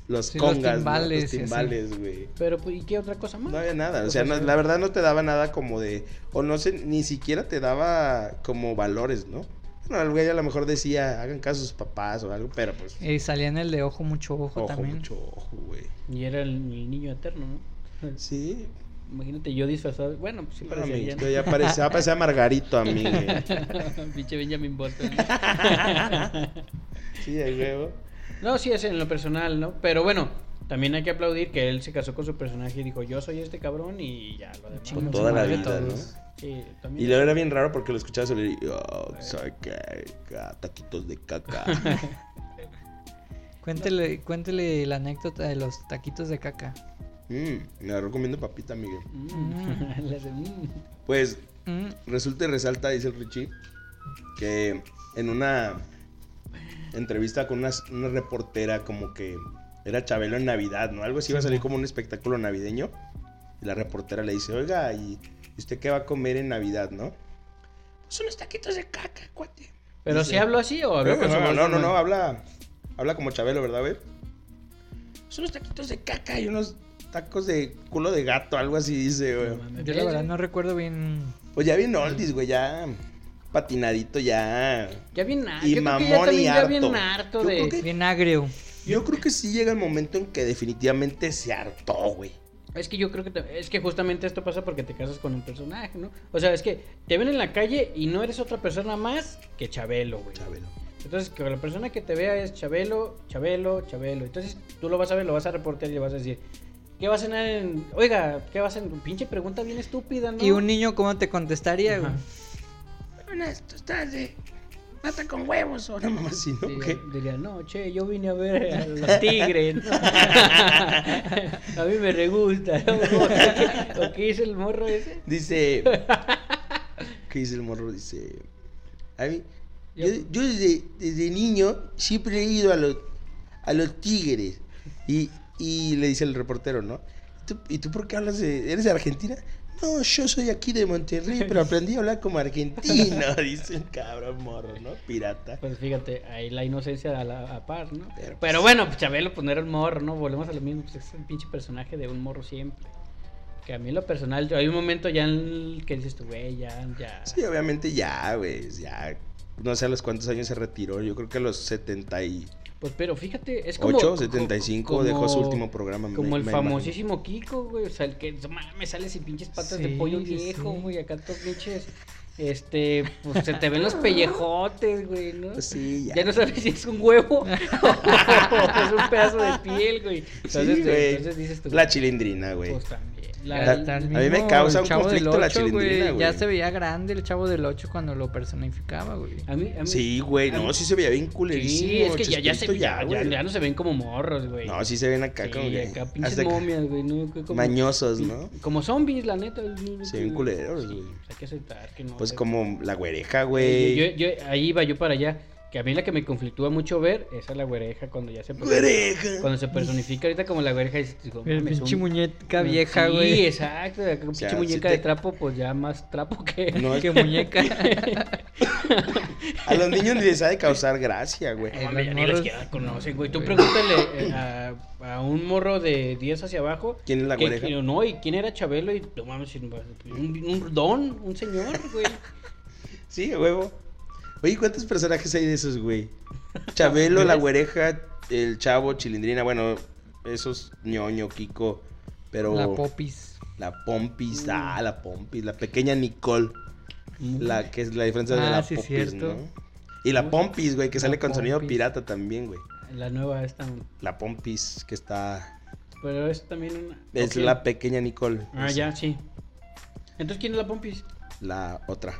Speaker 1: los
Speaker 5: Sí, los
Speaker 1: congas, ¿no?
Speaker 5: timbales y
Speaker 1: los
Speaker 5: así.
Speaker 1: timbales, güey.
Speaker 2: Pero, pues, ¿y qué otra cosa más?
Speaker 1: No había nada, o sea, no- la verdad no te daba nada como de, o no sé, ni siquiera te daba como valores, ¿no? Bueno, el güey a lo mejor decía, hagan caso a sus papás o algo, pero pues,
Speaker 5: Y salía en el de Ojo Mucho Ojo,
Speaker 1: ojo,
Speaker 5: también.
Speaker 1: mucho ojo, güey.
Speaker 2: Y era el, el niño eterno, ¿no?
Speaker 1: Sí,
Speaker 2: Imagínate yo disfrazado. Bueno, pues sí
Speaker 1: pero
Speaker 2: parecía
Speaker 1: amigo, ya
Speaker 2: ya,
Speaker 1: parecía, va a parecer a Margarito a mí, güey.
Speaker 2: ¿no? Pinche Benjamin Button.
Speaker 1: Sí, de huevo.
Speaker 2: no, sí es en lo personal, ¿no? Pero bueno, también hay que aplaudir que él se casó con su personaje y dijo, yo soy este cabrón y ya lo demás.
Speaker 5: Con
Speaker 2: ¿no?
Speaker 1: toda la
Speaker 2: Madre
Speaker 1: vida,
Speaker 2: todos. Sí, también.
Speaker 1: Y luego era bien raro porque lo escuchabas y le decía, oh, soy que, ca- taquitos de caca.
Speaker 5: Cuéntele, cuéntele la anécdota de los taquitos de caca.
Speaker 1: Mm, me agarró comiendo papita, Miguel.
Speaker 2: Mm, le hace, mm.
Speaker 1: Pues,
Speaker 5: Mm,
Speaker 1: Resulta y resalta, dice el Richie, que en una entrevista con una, una reportera como que era Chabelo en Navidad, ¿no? Algo así iba a salir como un espectáculo navideño. Y la reportera le dice, oiga, ¿y usted qué va a comer en Navidad, no? "Pues,
Speaker 4: Son los taquitos de caca, cuate.
Speaker 2: Pero si habló así o habló
Speaker 1: Eh,
Speaker 2: con su
Speaker 1: no,
Speaker 2: voz
Speaker 1: no, no, no,
Speaker 2: normal?
Speaker 1: habla, habla como Chabelo, ¿verdad, güey?
Speaker 4: Son los taquitos de caca.
Speaker 1: Hay unos tacos de culo de gato, algo así dice,
Speaker 2: No
Speaker 1: güey.
Speaker 2: mames,
Speaker 5: Yo la
Speaker 2: ¿ves?
Speaker 5: verdad no recuerdo bien.
Speaker 1: Pues ya bien oldies, güey, ya patinadito, ya...
Speaker 2: Ya bien harto.
Speaker 1: Y
Speaker 2: yo creo que ya
Speaker 1: mamón y
Speaker 2: también ya
Speaker 1: harto.
Speaker 2: bien harto
Speaker 1: Yo
Speaker 2: de.
Speaker 1: creo que-
Speaker 5: Bien agrio.
Speaker 1: Yo creo que sí llega el momento en que definitivamente se hartó, güey.
Speaker 2: Es que yo creo que te- es que justamente esto pasa porque te casas con un personaje, ¿no? O sea, es que te ven en la calle y no eres otra persona más que Chabelo, güey.
Speaker 1: Chabelo.
Speaker 2: Entonces, que la persona que te vea es Chabelo, Chabelo, Chabelo. Entonces, tú lo vas a ver, lo vas a reportear y le vas a decir, ¿qué vas a cenar en...? Oiga, ¿qué vas a cenar? Pinche pregunta bien estúpida, ¿no?
Speaker 5: ¿Y un niño cómo te contestaría?
Speaker 2: Ajá.
Speaker 5: güey?
Speaker 4: Unas tostadas de pata con huevos. O
Speaker 1: Una
Speaker 4: no.
Speaker 1: mamá así, ¿no?
Speaker 2: Diría,
Speaker 1: Que-
Speaker 2: diría, no, che, yo vine a ver a los tigres. ¿no? a mí me re gusta. ¿no? ¿O qué hizo el morro ese?
Speaker 1: Dice. ¿Qué dice el morro? Dice. A mí. Yo,
Speaker 2: Yo-
Speaker 1: yo desde, desde niño siempre he ido a los, a los tigres. Y, y le dice el reportero, ¿no? ¿Tú- ¿Y tú por qué hablas de.? ¿Eres de Argentina? No, yo soy aquí de Monterrey, pero aprendí a hablar como argentino, dice el cabrón morro, ¿no? Pirata.
Speaker 2: Pues fíjate, ahí la inocencia a, la, a par, ¿no?
Speaker 1: Pero,
Speaker 2: Pero,
Speaker 1: pues,
Speaker 2: bueno, pues, Chabelo pues no era un morro, ¿no? Volvemos a lo mismo, pues es el pinche personaje de un morro siempre. Que a mí en lo personal, yo- hay un momento ya en el que dices tú, güey, ya, ya.
Speaker 1: Sí, obviamente ya, güey, ya. No sé a los cuántos años se retiró, yo creo que a los 78,
Speaker 2: Pues pero fíjate, es como... co-
Speaker 1: 75
Speaker 2: como-
Speaker 1: dejó su último programa. me-
Speaker 2: Como el
Speaker 1: me
Speaker 2: famosísimo Kiko, güey, o sea, el que no mames, sale sin pinches patas de pollo
Speaker 5: Sí,
Speaker 2: viejo,
Speaker 5: sí.
Speaker 2: güey, acá todos pinches, este, pues se te ven los pellejotes, güey, ¿no?
Speaker 1: imagino. Pues sí, ya.
Speaker 2: Ya no sabes si es un huevo o es un pedazo de piel, güey.
Speaker 1: Sí,
Speaker 2: Entonces, te-
Speaker 1: güey.
Speaker 2: entonces dices tú.
Speaker 1: La chilindrina, güey.
Speaker 2: Pues también. La-
Speaker 5: Hasta el
Speaker 1: a mí
Speaker 5: mismo
Speaker 1: me causa un
Speaker 5: Chavo del
Speaker 1: conflicto la
Speaker 5: Ocho,
Speaker 1: chilindrina, güey.
Speaker 5: Ya se veía grande el chavo del 8 cuando lo personificaba, güey.
Speaker 1: Ah,
Speaker 2: A mí, a mí-
Speaker 1: Sí, güey, no, sí se veía bien culerísimo.
Speaker 2: Sí, es que ya, ya, se,
Speaker 1: Chespirito
Speaker 2: ya, ya-
Speaker 1: güey.
Speaker 2: ya no se ven como morros, güey.
Speaker 1: No, sí se ven acá como
Speaker 2: Sí,
Speaker 1: que-
Speaker 2: acá
Speaker 1: hasta
Speaker 2: pinches
Speaker 1: que
Speaker 2: momias, güey. ¿no? Que como-
Speaker 1: mañosos, ¿no?
Speaker 2: Como zombies, la neta.
Speaker 1: Se ven culeros, güey.
Speaker 2: Hay que aceptar que no.
Speaker 1: Pues
Speaker 2: se-
Speaker 1: como la güereja,
Speaker 2: Yo,
Speaker 1: güey.
Speaker 2: yo- ahí iba yo para allá. Que a mí la que me conflictúa mucho ver es a la güereja cuando ya se
Speaker 1: ¡Güereja!
Speaker 2: Cuando se personifica ahorita como la güereja. dices, digo,
Speaker 5: El
Speaker 2: mames,
Speaker 5: pinche
Speaker 2: un-
Speaker 5: muñeca vieja,
Speaker 2: sí,
Speaker 5: güey.
Speaker 2: exacto. acá con
Speaker 1: O sea,
Speaker 2: pinche muñeca
Speaker 1: sí te-
Speaker 2: de trapo, pues ya más trapo que.
Speaker 1: No,
Speaker 5: Qué muñeca.
Speaker 1: a los niños ni les ha de causar gracia, güey.
Speaker 5: Eh,
Speaker 2: Hombre,
Speaker 5: los
Speaker 2: ya ni las
Speaker 5: morros-
Speaker 2: que ya conocen, güey. Tú
Speaker 1: Güey.
Speaker 2: pregúntale eh, a, a un morro de 10 hacia abajo.
Speaker 1: ¿Quién es la
Speaker 2: que-
Speaker 1: güereja?
Speaker 2: que no, y quién era Chabelo. Y no mames, un, un don, un señor, güey.
Speaker 1: Sí, a huevo. Oye, ¿cuántos personajes hay de esos, güey? Chabelo, la
Speaker 2: ¿Ves?
Speaker 1: güereja, el chavo, Chilindrina, bueno, esos ñoño, Kiko, pero
Speaker 5: La popis.
Speaker 1: la Pompis,
Speaker 2: Mm.
Speaker 1: ah, la Pompis, la pequeña Nicole, la que es la diferencia de
Speaker 5: Ah,
Speaker 1: la
Speaker 5: sí,
Speaker 1: Popis,
Speaker 5: cierto.
Speaker 1: ¿no? Y la Pompis, güey, que
Speaker 5: La
Speaker 1: sale con sonido
Speaker 5: Pompis.
Speaker 1: pirata también, güey.
Speaker 2: La nueva esta.
Speaker 1: La Pompis, que está...
Speaker 2: Pero es también una.
Speaker 1: Es
Speaker 2: ok.
Speaker 1: la pequeña Nicole.
Speaker 2: Ah,
Speaker 1: es
Speaker 2: ya, sí. Entonces, ¿quién es la Pompis?
Speaker 1: La otra.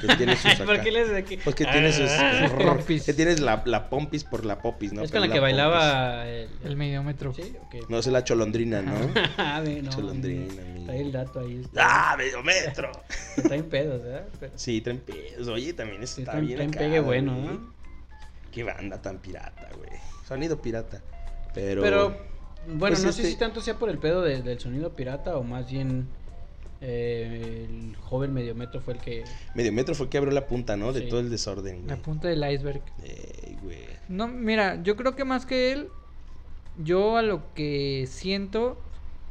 Speaker 1: Que tiene sus acá.
Speaker 2: ¿Por qué le haces aquí?
Speaker 1: Pues que tiene sus...
Speaker 2: Ah,
Speaker 5: Pompis.
Speaker 1: Que tienes la, la Pompis por la Popis, ¿no?
Speaker 2: es
Speaker 1: Pero
Speaker 2: con la que bailaba. El,
Speaker 5: El mediómetro.
Speaker 2: Sí, ok.
Speaker 1: No sé la cholondrina, ¿no?
Speaker 2: Ah, ve, no.
Speaker 1: Cholondrina,
Speaker 2: mami.
Speaker 1: mi.
Speaker 2: Trae el dato ahí.
Speaker 1: ¡Ah, medio metro!
Speaker 2: Está en pedos, ¿verdad? Pero-
Speaker 1: Sí, traen pedos. Oye, también eso
Speaker 2: Sí,
Speaker 1: está
Speaker 2: traen-
Speaker 1: bien
Speaker 2: traen
Speaker 1: acá,
Speaker 2: pegue bueno,
Speaker 1: güey.
Speaker 2: ¿no?
Speaker 1: Qué banda tan pirata, güey. Sonido pirata. Pero...
Speaker 2: Pero, bueno,
Speaker 1: Pues
Speaker 2: no sé
Speaker 1: este-
Speaker 2: si tanto sea por el pedo de- del sonido pirata o más bien eh, el joven mediometro fue el que...
Speaker 1: Medio metro fue que abrió la punta, ¿no? De
Speaker 2: Sí.
Speaker 1: todo el desorden,
Speaker 5: La
Speaker 1: güey.
Speaker 5: punta del iceberg.
Speaker 1: Ey, güey.
Speaker 5: No, mira, yo creo que más que él, yo a lo que siento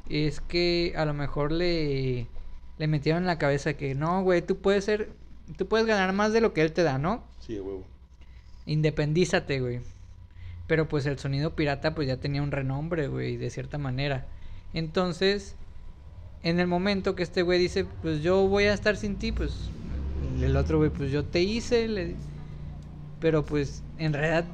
Speaker 5: es que a lo mejor le, le metieron en la cabeza que no, güey, tú puedes ser, tú puedes ganar más de lo que él te da, ¿no?
Speaker 1: Sí, de huevo.
Speaker 5: Independízate, güey. Pero pues el sonido pirata pues ya tenía un renombre, güey, de cierta manera. Entonces, en el momento que este güey dice, pues yo voy a estar sin ti, pues el otro güey, pues yo te hice, le- pero pues en realidad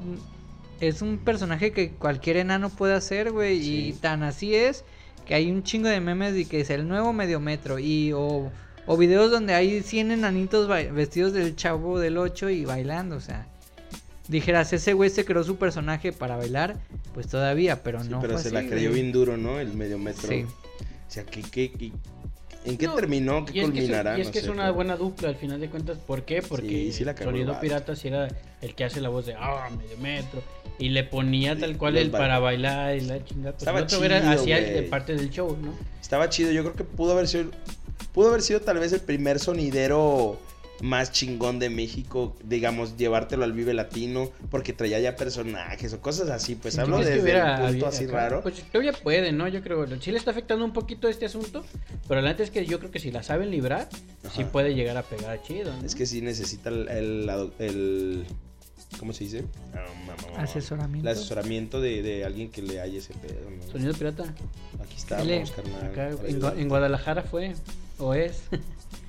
Speaker 5: es un personaje que cualquier enano puede hacer, güey, y
Speaker 1: Sí.
Speaker 5: tan así es que hay un chingo de memes de que es el nuevo mediometro y o, o videos donde hay 100 enanitos ba- vestidos del chavo del 8 y bailando, o sea, dijeras ese güey se creó su personaje para bailar, pues todavía, pero
Speaker 1: Sí,
Speaker 5: no
Speaker 1: pero
Speaker 5: fue
Speaker 1: se la
Speaker 5: así,
Speaker 1: creyó
Speaker 5: güey.
Speaker 1: bien duro, ¿no? El medio metro.
Speaker 5: Sí.
Speaker 1: O sea, ¿qué, qué, qué- en qué
Speaker 2: No,
Speaker 1: terminó? ¿Qué
Speaker 2: y es que, es,
Speaker 1: culminará?
Speaker 2: y es
Speaker 1: No
Speaker 2: que es
Speaker 1: sé,
Speaker 2: una
Speaker 1: pero-
Speaker 2: buena dupla al final de cuentas. ¿Por qué? Porque
Speaker 1: Sí, sí la
Speaker 2: el
Speaker 1: cagó el
Speaker 2: sonido
Speaker 1: vato.
Speaker 2: pirata sí era el que hace la voz de ah, mediometro. Y le ponía
Speaker 1: Sí,
Speaker 2: tal cual
Speaker 1: los
Speaker 2: el para bailar y la chingada. Pues
Speaker 1: Estaba
Speaker 2: el otro era-
Speaker 1: chido,
Speaker 2: hacía el-
Speaker 1: güey.
Speaker 2: parte del show, ¿no?
Speaker 1: Estaba chido, yo creo que pudo haber sido pudo haber sido tal vez el primer sonidero más chingón de México, digamos, llevártelo al Vive Latino porque traía ya personajes o cosas así, pues
Speaker 2: ¿Tú
Speaker 1: hablo
Speaker 2: crees que
Speaker 1: desde
Speaker 2: hubiera
Speaker 1: un punto
Speaker 2: habido
Speaker 1: así
Speaker 2: acá?
Speaker 1: raro.
Speaker 2: Pues todavía puede, ¿no? Yo creo. el Chile está afectando un poquito este asunto, pero la neta es que yo creo que si la saben librar, sí
Speaker 1: Ajá.
Speaker 2: puede llegar a pegar chido. ¿no?
Speaker 1: Es que sí necesita el, el, ado- el- ¿cómo se dice? Ah, mamá, mamá.
Speaker 5: Asesoramiento.
Speaker 1: El asesoramiento de, de alguien que le haya ese pedo, ¿no?
Speaker 2: Sonido pirata.
Speaker 1: Aquí estamos,
Speaker 5: Dale,
Speaker 1: carnal.
Speaker 2: Acá
Speaker 1: para
Speaker 2: en, Gua-
Speaker 1: ayudarte.
Speaker 2: en Guadalajara fue, o es.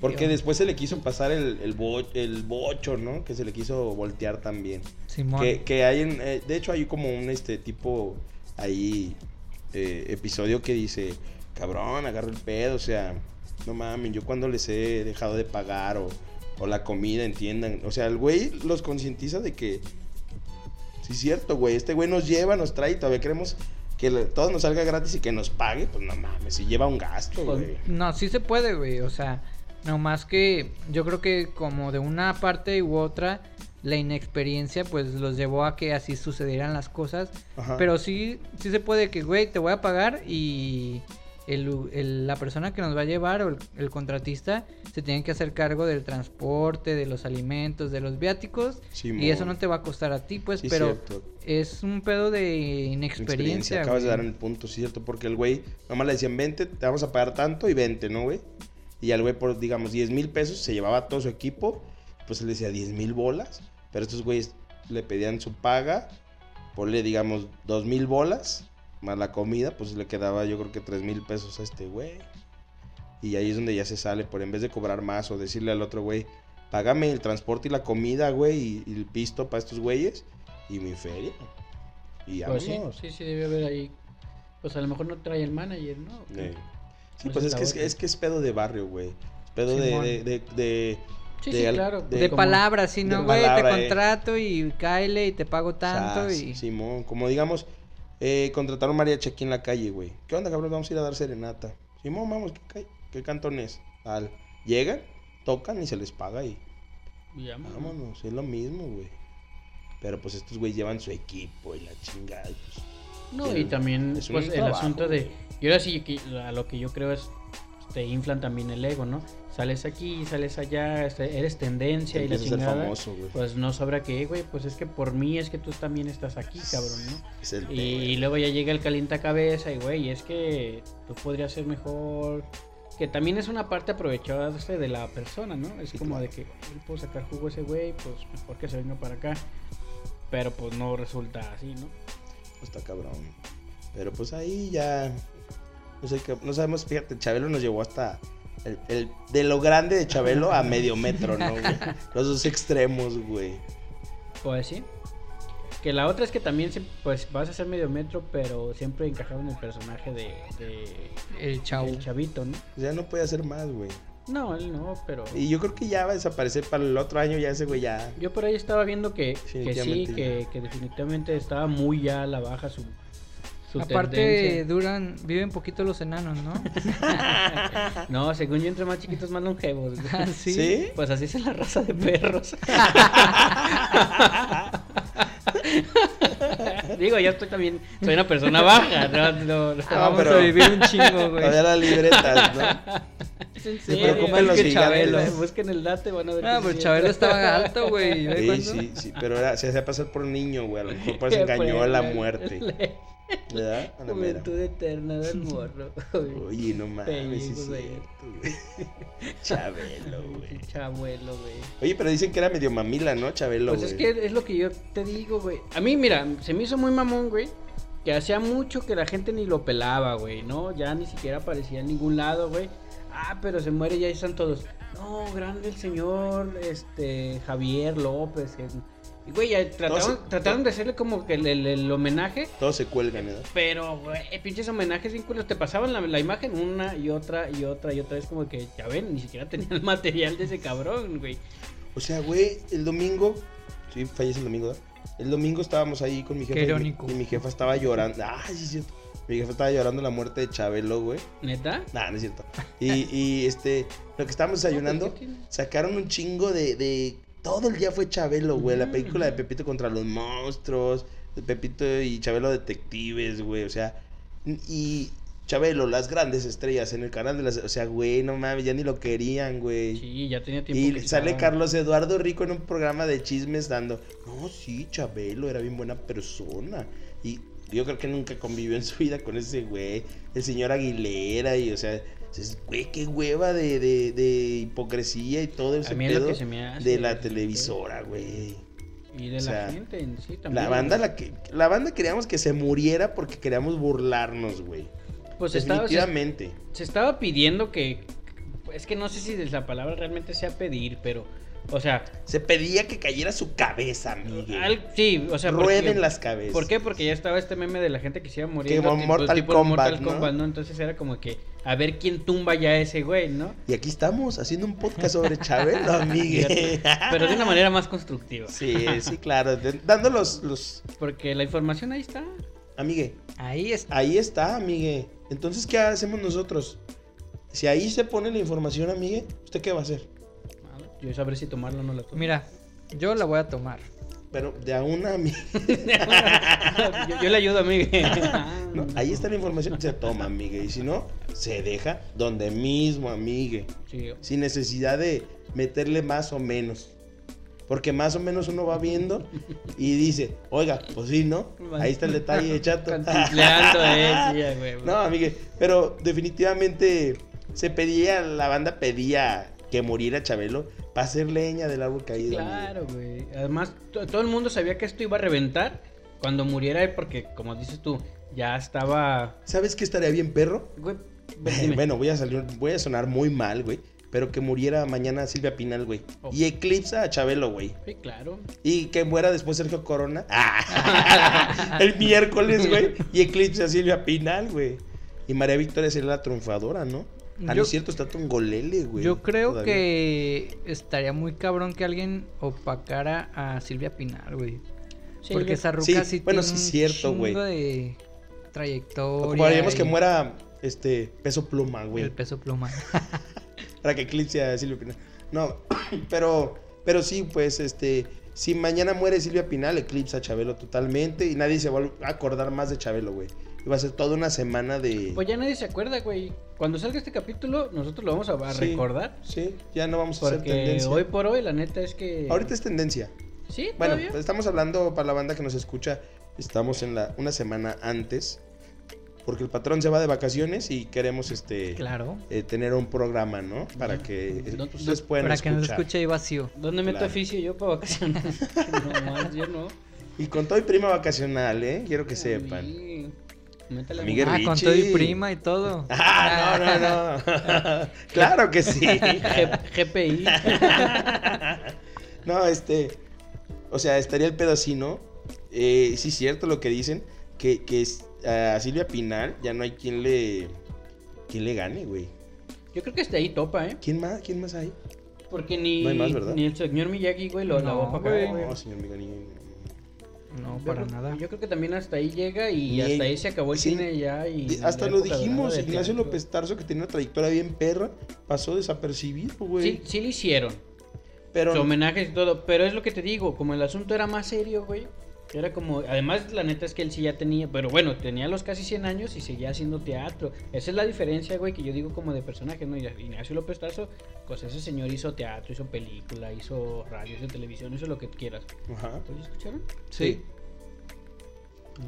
Speaker 1: Porque después se le quiso pasar el, el, bo- el bocho, ¿no? Que se le quiso voltear también.
Speaker 5: Simón.
Speaker 1: Que, que hay en, eh, de hecho hay como un este tipo ahí eh, episodio que dice, cabrón, agarro el pedo, o sea, no mames, yo cuando les he dejado de pagar o, o la comida, entiendan. O sea, el güey los concientiza de que, sí es cierto, güey, este güey nos lleva, nos trae y todavía queremos que le- todo nos salga gratis y que nos pague, pues no mames, si lleva un gasto,
Speaker 2: Pues,
Speaker 1: güey.
Speaker 5: No, sí se puede, güey. O sea, nomás que yo creo que como de una parte u otra, la inexperiencia pues los llevó a que así sucedieran las cosas.
Speaker 1: Ajá.
Speaker 5: Pero sí, sí se puede que, güey, te voy a pagar y el- el- la persona que nos va a llevar o el, el contratista se tiene que hacer cargo del transporte, de los alimentos, de los viáticos.
Speaker 1: Simón.
Speaker 5: Y eso no te va a costar a ti, pues,
Speaker 1: Sí,
Speaker 5: pero
Speaker 1: cierto.
Speaker 5: es un pedo de inexperiencia.
Speaker 1: Acabas de
Speaker 5: güey.
Speaker 1: dar en el punto, sí, cierto, porque el güey nomás le decían 20, te vamos a pagar tanto y 20, ¿no, güey? Y al güey por, digamos, 10 mil pesos se llevaba todo su equipo, pues le decía 10 mil bolas, pero estos güeyes le pedían su paga, ponle, digamos, 2 mil bolas, más la comida, pues le quedaba yo creo que 3 mil pesos a este güey. Y ahí es donde ya se sale, por en vez de cobrar más o decirle al otro güey, págame el transporte y la comida, güey, y, y el pisto para estos güeyes, y mi feria. Y ya
Speaker 2: Pues sí, sí, sí, debe haber ahí. Pues a lo mejor no trae el manager, ¿no?
Speaker 1: Eh, Sí, pues es que, es, es que es pedo de barrio, güey. Es pedo de,
Speaker 5: Simón.
Speaker 1: de, de, de-
Speaker 2: Sí,
Speaker 1: de
Speaker 2: sí,
Speaker 1: al-
Speaker 2: claro.
Speaker 5: De,
Speaker 1: de
Speaker 2: como-
Speaker 5: palabras, si
Speaker 1: de
Speaker 5: no, güey, te
Speaker 1: palabra, eh.
Speaker 5: contrato y cáele y te pago tanto
Speaker 1: Sas,
Speaker 5: y...
Speaker 1: Simón, como digamos, eh, contratar un mariachi aquí en la calle, güey. ¿Qué onda, cabrón? Vamos a ir a dar serenata. Simón, vamos, ¿qué, ca- qué cantón es? Tal. Llegan, tocan y se les paga y
Speaker 2: Y ya, mano.
Speaker 1: vámonos, es lo mismo, güey. Pero pues estos güey llevan su equipo y la chingada. y, pues,
Speaker 2: No, y también
Speaker 1: Es un
Speaker 2: pues, el
Speaker 1: trabajo,
Speaker 2: asunto de.
Speaker 1: güey.
Speaker 2: Y ahora sí, que- a lo que yo creo es. Te inflan también el ego, ¿no? Sales aquí, sales allá, este, eres tendencia y la
Speaker 1: empiezas a ser
Speaker 2: chingada.
Speaker 1: famoso, güey.
Speaker 2: Pues no sabrá que, güey, pues es que por mí es que tú también estás aquí, cabrón, ¿no?
Speaker 1: Es el
Speaker 2: Y, y
Speaker 1: pedo.
Speaker 2: luego ya llega el calienta cabeza y, güey, es que tú podrías ser mejor. Que también es una parte aprovecharse de la persona, ¿no? Es
Speaker 1: Sí,
Speaker 2: como
Speaker 1: claro.
Speaker 2: de que "Güey, puedo sacar jugo a ese güey, pues mejor que se venga para acá. Pero pues no resulta así, ¿no?
Speaker 1: pues, Está cabrón. Pero pues ahí ya. No, sé qué- no sabemos, fíjate, Chabelo nos llevó hasta. El, el- de lo grande de Chabelo a medio metro, ¿no, güey? Los dos extremos, güey.
Speaker 2: Pues sí. Que la otra es que también se- pues vas a ser medio metro, pero siempre encajado en el personaje de, de-
Speaker 5: El chavo.
Speaker 2: el chavito, ¿no?
Speaker 1: O sea, no puede hacer más, güey.
Speaker 2: No, él no, pero
Speaker 1: Y yo creo que ya va a desaparecer para el otro año, ya ese güey ya.
Speaker 2: yo por ahí estaba viendo que, que sí,
Speaker 1: Definitivamente.
Speaker 2: que, que definitivamente estaba muy ya a la baja su, su
Speaker 5: Aparte
Speaker 2: tendencia.
Speaker 5: duran, viven poquito los enanos, ¿no?
Speaker 2: No, según yo entre más chiquitos más longevos. güey.
Speaker 5: Así.
Speaker 1: ¿Sí?
Speaker 2: Pues así es la raza de perros. Digo, yo estoy también, soy una persona baja, no, no, no.
Speaker 5: Ah, vamos
Speaker 1: pero-
Speaker 5: a vivir un chingo, güey.
Speaker 1: Todavía las libretas, ¿no?
Speaker 2: Se
Speaker 1: preocupan los gigantes.
Speaker 2: Busquen el date, van a ver.
Speaker 5: Pues Ah,
Speaker 2: que
Speaker 5: pero
Speaker 2: sí.
Speaker 5: Chabelo estaba alto, güey. ¿y ve
Speaker 1: Sí,
Speaker 5: cuánto?
Speaker 1: sí, sí. Pero era- se hacía pasar por un niño, güey. A lo mejor por eso
Speaker 2: Fue
Speaker 1: Pues engañó a la
Speaker 2: la-
Speaker 1: muerte. ¿Verdad? A la mera.
Speaker 2: Juventud eterna del morro. güey.
Speaker 1: Oye, no mames, sí es
Speaker 2: Pellejo, güey.
Speaker 1: cierto, güey. Chabelo, güey.
Speaker 2: Chabuelo, güey.
Speaker 1: Oye, pero dicen que era medio mamila, ¿no? Chabelo,
Speaker 2: Pues
Speaker 1: güey.
Speaker 2: es que es lo que yo te digo, güey. A mí, mira, se me hizo muy mamón, güey. Que hacía mucho que la gente ni lo pelaba, güey, ¿no? Ya ni siquiera aparecía en ningún lado, güey. Ah, pero se muere y ahí están todos. No, grande el señor, este, Javier López. que- Y, güey, ya trataron,
Speaker 1: Todos-
Speaker 2: trataron de hacerle como que el- el- el homenaje.
Speaker 1: Todos se cuelgan, ¿verdad?
Speaker 2: Pero, güey, pinches homenajes bien culos. Te pasaban la, la imagen una y otra y otra y otra vez, como que ya ven, ni siquiera tenía el material de ese cabrón, güey.
Speaker 1: O sea, güey, el domingo. Sí, fallece el domingo, ¿verdad? El domingo estábamos ahí con mi jefa.
Speaker 5: Qué
Speaker 1: y mi-
Speaker 5: irónico.
Speaker 1: Y mi, jefa estaba llorando. Ah, sí, es cierto. Mi jefa estaba llorando la muerte de Chabelo, güey.
Speaker 2: Neta.
Speaker 1: Nah, no es cierto. Y, y este, lo que estábamos
Speaker 2: No,
Speaker 1: desayunando,
Speaker 2: pues, ¿qué tiene?
Speaker 1: sacaron un chingo de. de- todo el día fue Chabelo, güey. La
Speaker 2: Ujú,
Speaker 1: película de
Speaker 2: ujú.
Speaker 1: Pepito contra los monstruos. de Pepito y Chabelo detectives, güey. O sea, y Chabelo, las grandes estrellas en el canal de las. O sea, güey, no mames, ya ni lo querían, güey.
Speaker 2: Sí, ya tenía tiempo.
Speaker 1: Y
Speaker 2: que
Speaker 1: sale
Speaker 2: estaba-
Speaker 1: Carlos Eduardo Rico en un programa de chismes dando, no, sí, Chabelo era bien buena persona. Y yo creo que nunca convivió en su vida con ese güey, el señor Aguilera, y o sea, es, güey, qué hueva de, de, de hipocresía y todo ese
Speaker 2: A mí es lo
Speaker 1: pedo
Speaker 2: que se me hace.
Speaker 1: de la
Speaker 2: güey,
Speaker 1: televisora, güey.
Speaker 2: Y de
Speaker 1: O sea,
Speaker 2: la gente en sí también.
Speaker 1: La banda, la, que, la banda queríamos que se muriera porque queríamos burlarnos, güey.
Speaker 2: Pues estaba, se,
Speaker 1: Definitivamente.
Speaker 2: se estaba pidiendo que. Es que no sé si la palabra realmente sea pedir, pero. O sea,
Speaker 1: Se pedía que cayera su cabeza, Miguel.
Speaker 2: al- sí, o sea. porque-
Speaker 1: Rueden las cabezas.
Speaker 2: ¿Por qué? Porque ya estaba este meme de la gente que se iba muriendo.
Speaker 1: Que Mortal Kombat, ¿no?
Speaker 2: Entonces era como que a ver quién tumba ya a ese güey, ¿no?
Speaker 1: Y aquí estamos haciendo un podcast sobre Chabelo, amigue.
Speaker 2: Pero de una manera más constructiva.
Speaker 1: Ah. Sí, sí, claro. de- Dando los, los.
Speaker 2: Porque la información ahí está.
Speaker 1: Amigue,
Speaker 5: Ahí está.
Speaker 1: ahí está, amigue. Entonces, ¿qué hacemos nosotros? Si ahí se pone la información, amigue, ¿usted qué va a hacer?
Speaker 2: Yo sabré si tomarla o no la tomo.
Speaker 5: Mira, yo la voy a tomar.
Speaker 1: Pero de a una, amigue.
Speaker 2: yo, yo le ayudo a mí.
Speaker 1: ¿no? Ahí está la información, se toma, amigue. Y si no, se deja donde mismo, amigue.
Speaker 2: Sí.
Speaker 1: Sin necesidad de meterle más o menos. Porque más o menos uno va viendo y dice, oiga, pues sí, ¿no? Ahí está el detalle, chato.
Speaker 2: Cantinfleando, eh, sí, a huevo.
Speaker 1: No, amigue, pero definitivamente se pedía, la banda pedía que muriera Chabelo para hacer leña del árbol caído. amigue.
Speaker 2: Claro, güey. Además, to- todo el mundo sabía que esto iba a reventar cuando muriera, él, porque como dices tú, ya estaba.
Speaker 1: ¿Sabes qué estaría bien, perro?
Speaker 2: Güey, dime.
Speaker 1: Bueno, voy a salir, voy a sonar muy mal, güey. Pero que muriera mañana Silvia Pinal, güey.
Speaker 2: Oh.
Speaker 1: Y eclipsa a Chabelo, güey.
Speaker 2: Sí, claro.
Speaker 1: Y que muera después Sergio Corona. el miércoles, güey. Y eclipsa a Silvia Pinal, güey. Y María Victoria sería la triunfadora, ¿no? Ah, no
Speaker 5: Yo-
Speaker 1: es cierto, está Tongolele, güey.
Speaker 5: Yo creo
Speaker 1: todavía.
Speaker 5: que estaría muy cabrón que alguien opacara a Silvia Pinar, güey.
Speaker 2: Sí,
Speaker 5: Porque
Speaker 2: yo-
Speaker 5: esa ruca
Speaker 1: Sí,
Speaker 5: sí
Speaker 1: bueno,
Speaker 5: tiene
Speaker 1: sí,
Speaker 5: un
Speaker 1: cierto, güey.
Speaker 5: chingo de trayectoria.
Speaker 1: Ocuparíamos que
Speaker 5: y
Speaker 1: muera este peso pluma, güey.
Speaker 5: El peso pluma.
Speaker 1: Para que eclipse a Silvia Pinal. No, pero, pero sí, pues, este. Si mañana muere Silvia Pinal, eclipsa a Chabelo totalmente. Y nadie se va a acordar más de Chabelo, güey. Y va a ser toda una semana de.
Speaker 2: Pues ya nadie se acuerda, güey. Cuando salga este capítulo, nosotros lo vamos a, a
Speaker 1: Sí.
Speaker 2: recordar.
Speaker 1: Sí, ya no vamos a hacer
Speaker 2: Porque
Speaker 1: tendencia.
Speaker 2: hoy por hoy, la neta es que.
Speaker 1: Ahorita es tendencia.
Speaker 2: Sí,
Speaker 1: Bueno,
Speaker 2: todavía.
Speaker 1: pues estamos hablando para la banda que nos escucha. Estamos en la una semana antes. Porque el patrón se va de vacaciones y queremos este
Speaker 5: claro.
Speaker 1: eh, tener un programa, ¿no? Para que eh,
Speaker 2: No-
Speaker 1: ustedes
Speaker 2: no-
Speaker 1: puedan
Speaker 5: Para que nos
Speaker 1: escuchar.
Speaker 5: escuche ahí vacío.
Speaker 2: ¿Dónde meto
Speaker 1: Claro.
Speaker 2: oficio yo para vacaciones? no más, yo no.
Speaker 1: Y con todo y prima vacacional, ¿eh? Quiero que sepan.
Speaker 2: Uy, métele
Speaker 1: Amiga
Speaker 2: un-
Speaker 5: Ah, con todo
Speaker 1: Richie.
Speaker 5: y prima y todo.
Speaker 1: Ah, no, no, no. claro que sí.
Speaker 2: G- GPI.
Speaker 1: No, este. O sea, estaría el pedo así, ¿no? Eh, sí, cierto lo que dicen. Que, que es- a Silvia Pinal ya no hay quien le. Quien le gane, güey.
Speaker 2: Yo creo que hasta ahí topa, ¿eh?
Speaker 1: ¿Quién más? ¿Quién más hay?
Speaker 2: Porque ni,
Speaker 1: No hay más, ¿verdad?
Speaker 2: ni el señor Miyagi, güey, lo
Speaker 5: No,
Speaker 2: lavó para acá,
Speaker 5: güey.
Speaker 2: güey.
Speaker 1: No, señor Migoni.
Speaker 5: No,
Speaker 2: Yo
Speaker 5: para
Speaker 2: creo-
Speaker 5: nada.
Speaker 2: Yo creo que también hasta ahí llega y
Speaker 1: Ni
Speaker 2: hasta
Speaker 1: el-
Speaker 2: ahí se acabó el
Speaker 1: sí.
Speaker 2: cine ya. Y
Speaker 1: Di- Hasta
Speaker 2: la
Speaker 1: lo
Speaker 2: época
Speaker 1: dijimos,
Speaker 2: dorada de
Speaker 1: Ignacio
Speaker 2: teatro.
Speaker 1: López Tarso, que tenía una trayectoria bien perra, pasó desapercibido, güey.
Speaker 2: Sí, sí lo hicieron.
Speaker 1: pero
Speaker 2: Su homenajes y todo. Pero es lo que te digo, como el asunto era más serio, güey. Era como, además la neta es que él sí ya tenía, pero bueno, tenía los casi 100 años y seguía haciendo teatro. Esa es la diferencia, güey, que yo digo como de personaje, ¿no? Ignacio López Tarso, pues ese señor hizo teatro, hizo película, hizo radio, hizo televisión, hizo lo que quieras.
Speaker 1: Ajá.
Speaker 2: ¿Lo escucharon?
Speaker 5: Sí.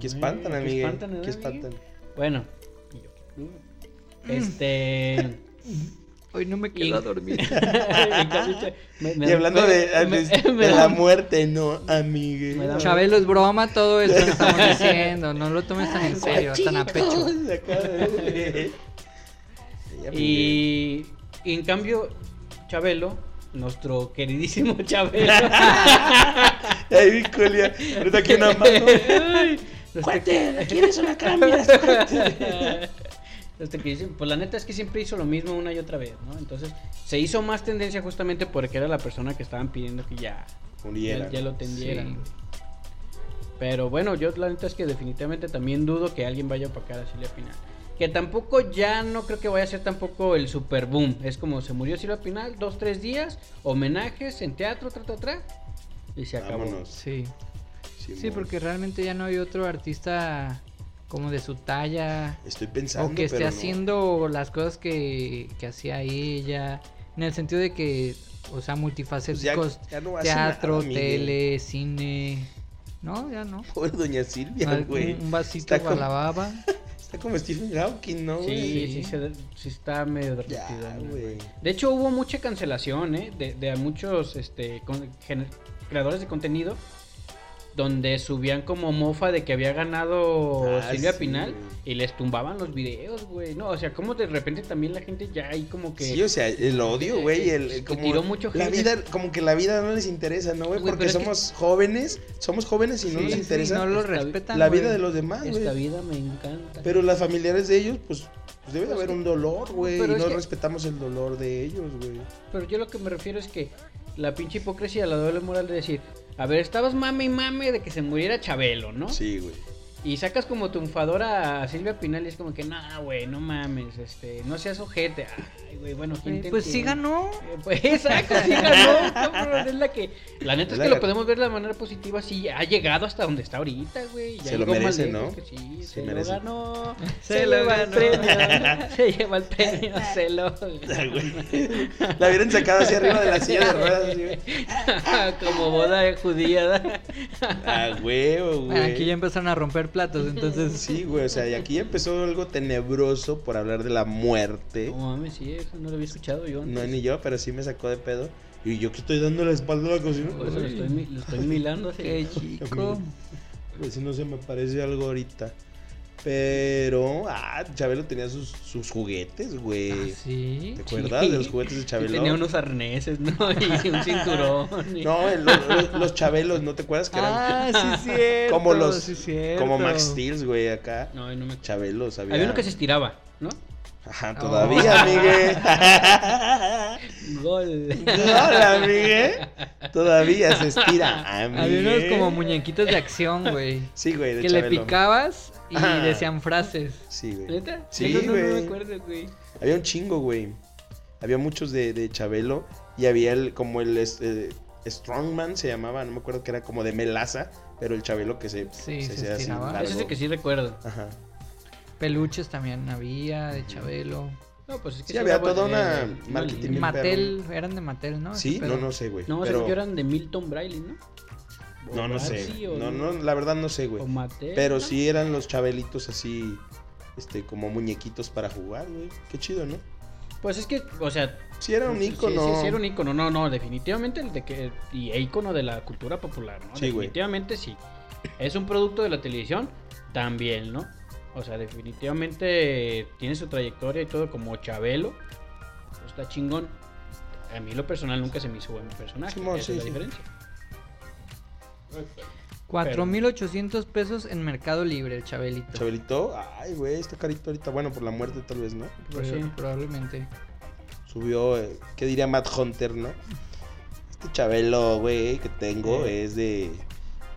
Speaker 1: Que espantan,
Speaker 2: Ay,
Speaker 1: amiga.
Speaker 2: ¿verdad,
Speaker 1: Que
Speaker 2: amiga?
Speaker 1: espantan.
Speaker 2: Bueno. y yo, mm, Este.
Speaker 5: Hoy no me
Speaker 2: quedo
Speaker 5: quedo
Speaker 2: a
Speaker 5: a dormir.
Speaker 2: me- me-
Speaker 1: Y hablando
Speaker 2: me-
Speaker 1: de,
Speaker 2: me-
Speaker 1: de-
Speaker 2: me
Speaker 1: de
Speaker 2: da-
Speaker 1: la muerte, no,
Speaker 2: me da-
Speaker 1: amiga.
Speaker 5: Chabelo, es broma todo esto que estamos diciendo. No lo tomes tan en serio, tan a pecho.
Speaker 1: Ah, Se acaba de- Sí, amiga.
Speaker 2: Y, y en cambio, Chabelo, nuestro queridísimo Chabelo.
Speaker 1: Ay, mi colia. Ahorita aquí una mano.
Speaker 2: Ay, nuestro-
Speaker 4: ¡Cuate! ¿Quieres una caramela? ¡Cuate!
Speaker 2: nuestro queridísimo- pues la neta es que siempre hizo lo mismo una y otra vez, ¿no? Entonces se hizo más tendencia justamente porque era la persona que estaban pidiendo que ya, ya,
Speaker 1: Muriera.
Speaker 2: ya lo tendieran.
Speaker 5: Sí.
Speaker 2: güey. Pero bueno, yo la neta es que definitivamente también dudo que alguien vaya a opacar a Silvia Pinal. Que tampoco ya no creo que vaya a ser tampoco el super boom. Es como se murió Silvia Pinal, dos, tres días, homenajes en teatro, tra, tra, tra, y se acabó.
Speaker 1: Vámonos.
Speaker 5: Sí. Sí,
Speaker 1: Simón.
Speaker 5: porque realmente ya no hay otro artista como de su talla.
Speaker 1: Estoy pensando.
Speaker 5: O que esté
Speaker 1: pero no.
Speaker 5: haciendo las cosas que, que hacía ella. En el sentido de que, o sea,
Speaker 1: Pues ya-
Speaker 5: multifacéticos.
Speaker 1: ya no hace
Speaker 5: teatro,
Speaker 1: nada, amiga.
Speaker 5: tele, cine. No, ya no.
Speaker 1: Pobre doña Silvia, güey.
Speaker 5: un, un vasito
Speaker 1: Está
Speaker 5: para
Speaker 1: con-
Speaker 5: la baba.
Speaker 1: Está como Stephen Hawking, ¿no,
Speaker 2: Sí,
Speaker 1: güey?
Speaker 2: sí, se- sí está medio
Speaker 1: Ya,
Speaker 2: derretido, ¿no?
Speaker 1: güey.
Speaker 2: De hecho, hubo mucha cancelación ¿eh? de, de a muchos este, con- gener- creadores de contenido donde subían como mofa de que había ganado
Speaker 1: Ah,
Speaker 2: Silvia
Speaker 1: sí,
Speaker 2: Pinal
Speaker 1: güey.
Speaker 2: y les tumbaban los videos, güey. No, o sea, como de repente también la gente ya ahí como que...
Speaker 1: Sí, o sea, el odio, güey, el, el
Speaker 2: Que
Speaker 1: como
Speaker 2: tiró mucho
Speaker 1: la
Speaker 2: hate.
Speaker 1: vida, como que la vida no les interesa, ¿no, güey?
Speaker 2: Güey,
Speaker 1: Porque
Speaker 2: pero es que-
Speaker 1: somos jóvenes, somos jóvenes y no
Speaker 5: Sí,
Speaker 1: nos
Speaker 5: sí,
Speaker 1: interesa Pues
Speaker 5: no lo
Speaker 2: esta-
Speaker 5: respetan.
Speaker 1: la vida
Speaker 5: güey.
Speaker 1: de los demás,
Speaker 2: Esta
Speaker 1: güey.
Speaker 2: vida me encanta.
Speaker 1: Pero las familiares de ellos, pues, pues debe de
Speaker 2: Pues
Speaker 1: haber
Speaker 2: que-
Speaker 1: un dolor, güey, y
Speaker 2: pero es
Speaker 1: no
Speaker 2: que-
Speaker 1: respetamos el dolor de ellos, güey.
Speaker 2: Pero yo lo que me refiero es que la pinche hipocresía, la doble moral de decir, a ver, estabas mame y mame de que se muriera Chabelo, ¿no?
Speaker 1: Sí, güey.
Speaker 2: Y sacas como triunfadora a Silvia Pinal y es como que, no, güey, no mames, este, no seas ojete. Ay, güey, bueno, ¿quién
Speaker 5: Eh,
Speaker 2: te
Speaker 5: Pues sí
Speaker 2: entiende?
Speaker 5: ganó.
Speaker 2: Eh, Pues exacto, sí ganó, cabrón, es la que... La neta es
Speaker 1: La
Speaker 2: que lo
Speaker 1: ga-
Speaker 2: podemos ver de la manera positiva, sí, ha llegado hasta donde está ahorita, güey. ya
Speaker 1: Se lo
Speaker 2: llegó más
Speaker 1: merece,
Speaker 2: lejos
Speaker 1: ¿no?
Speaker 2: que Sí,
Speaker 1: Se
Speaker 2: se, lo
Speaker 1: merece.
Speaker 2: ganó,
Speaker 5: Se
Speaker 2: se,
Speaker 5: lo
Speaker 2: lleva el
Speaker 5: ganó.
Speaker 2: premio, se lleva el premio, se lo...
Speaker 1: Ah, La hubieran sacado así arriba de la silla de ruedas, así, güey.
Speaker 2: como boda de judía, ¿verdad?
Speaker 1: Ah, huevo, güey.
Speaker 5: Bueno, aquí ya empezaron a romper platos, entonces.
Speaker 1: Sí, güey, o sea, y aquí empezó algo tenebroso por hablar de la muerte.
Speaker 2: No mames, sí, eso no lo había escuchado yo antes.
Speaker 1: No ni yo, pero sí me sacó de pedo. Y yo que estoy dando la espalda a la cocina.
Speaker 5: Pues.
Speaker 2: Por eso lo estoy, mi- lo estoy milando así.
Speaker 5: Qué chico.
Speaker 1: Pues si no se me parece algo ahorita. Pero, ah, Chabelo tenía sus, sus juguetes,
Speaker 2: Ah,
Speaker 1: güey.
Speaker 5: Ah,
Speaker 1: Eh,
Speaker 5: Sí.
Speaker 1: ¿Te acuerdas de los juguetes de Chabelo?
Speaker 2: Tenía unos arneses, ¿no? Y un cinturón. y-
Speaker 1: No, el- los, los- los Chabelos, ¿no te acuerdas que eran
Speaker 5: Ah, sí, cierto.
Speaker 1: como los
Speaker 5: sí, cierto.
Speaker 1: como Max Steels, güey, acá?
Speaker 2: No, no me acuerdo.
Speaker 1: Chabelos, había.
Speaker 2: Había uno que se estiraba, ¿no?
Speaker 1: Ajá, todavía,
Speaker 5: Oh.
Speaker 1: amigue.
Speaker 2: Gol.
Speaker 1: Hola, amigue. Todavía se estira, amigue.
Speaker 5: Había unos como muñequitos de acción, güey.
Speaker 1: Sí, güey, de
Speaker 5: que
Speaker 1: Chabelo.
Speaker 5: le picabas y
Speaker 1: Ajá.
Speaker 5: decían frases.
Speaker 1: Sí, güey.
Speaker 2: ¿Neta?
Speaker 1: Sí,
Speaker 2: No, no, no me
Speaker 1: güey.
Speaker 2: acuerdo, güey.
Speaker 1: Había un chingo, güey. Había muchos de, de Chabelo y había el, como el es- eh, Strongman se llamaba, no me acuerdo que era como de melaza, pero el Chabelo que se
Speaker 5: Sí, se
Speaker 1: hacía así
Speaker 5: estiraba.
Speaker 1: largo.
Speaker 2: Ah, Ese es el que sí recuerdo.
Speaker 1: Ajá.
Speaker 5: Peluches también había, de Chabelo.
Speaker 2: No, pues es que
Speaker 1: Sí, había
Speaker 2: era
Speaker 1: toda
Speaker 2: bueno,
Speaker 1: una
Speaker 2: era- era
Speaker 1: marketing
Speaker 2: lindo.
Speaker 1: bien Ma-
Speaker 5: Mattel, eran de Mattel, ¿no?
Speaker 1: Sí,
Speaker 5: Ese
Speaker 1: no,
Speaker 5: pedo.
Speaker 1: no sé, güey.
Speaker 2: No,
Speaker 1: pero-
Speaker 2: según yo eran de Milton Briley, ¿no?
Speaker 1: no, no sé.
Speaker 2: Barsi o-
Speaker 1: No, no, la verdad no sé, güey.
Speaker 2: O Mattel.
Speaker 1: Pero
Speaker 2: ¿no?
Speaker 1: sí eran los Chabelitos así, este, como muñequitos para jugar, güey. Qué chido, ¿no?
Speaker 2: Pues es que, o sea,
Speaker 1: Sí era un
Speaker 2: Sí,
Speaker 1: ícono.
Speaker 2: Sí, sí, era un ícono. No, no, definitivamente el de que y ícono de la cultura popular, ¿no?
Speaker 1: Sí, güey.
Speaker 2: definitivamente sí. Es un producto de la televisión también, ¿no? O sea, definitivamente tiene su trayectoria y todo como Chabelo. pues, está chingón. A mí lo personal nunca se me hizo buen personaje.
Speaker 1: Simón,
Speaker 2: esa
Speaker 1: sí,
Speaker 2: es la
Speaker 1: sí.
Speaker 2: diferencia.
Speaker 5: 4.800 pesos en Mercado Libre, el Chabelito.
Speaker 1: Chabelito, ay, güey, está carito ahorita. Bueno, por la muerte tal vez, ¿no?
Speaker 5: Pues
Speaker 2: Sí.
Speaker 5: sí, probablemente.
Speaker 1: Subió, eh, ¿qué diría Matt Hunter, no? Este Chabelo, güey, que tengo
Speaker 2: Sí.
Speaker 1: es de,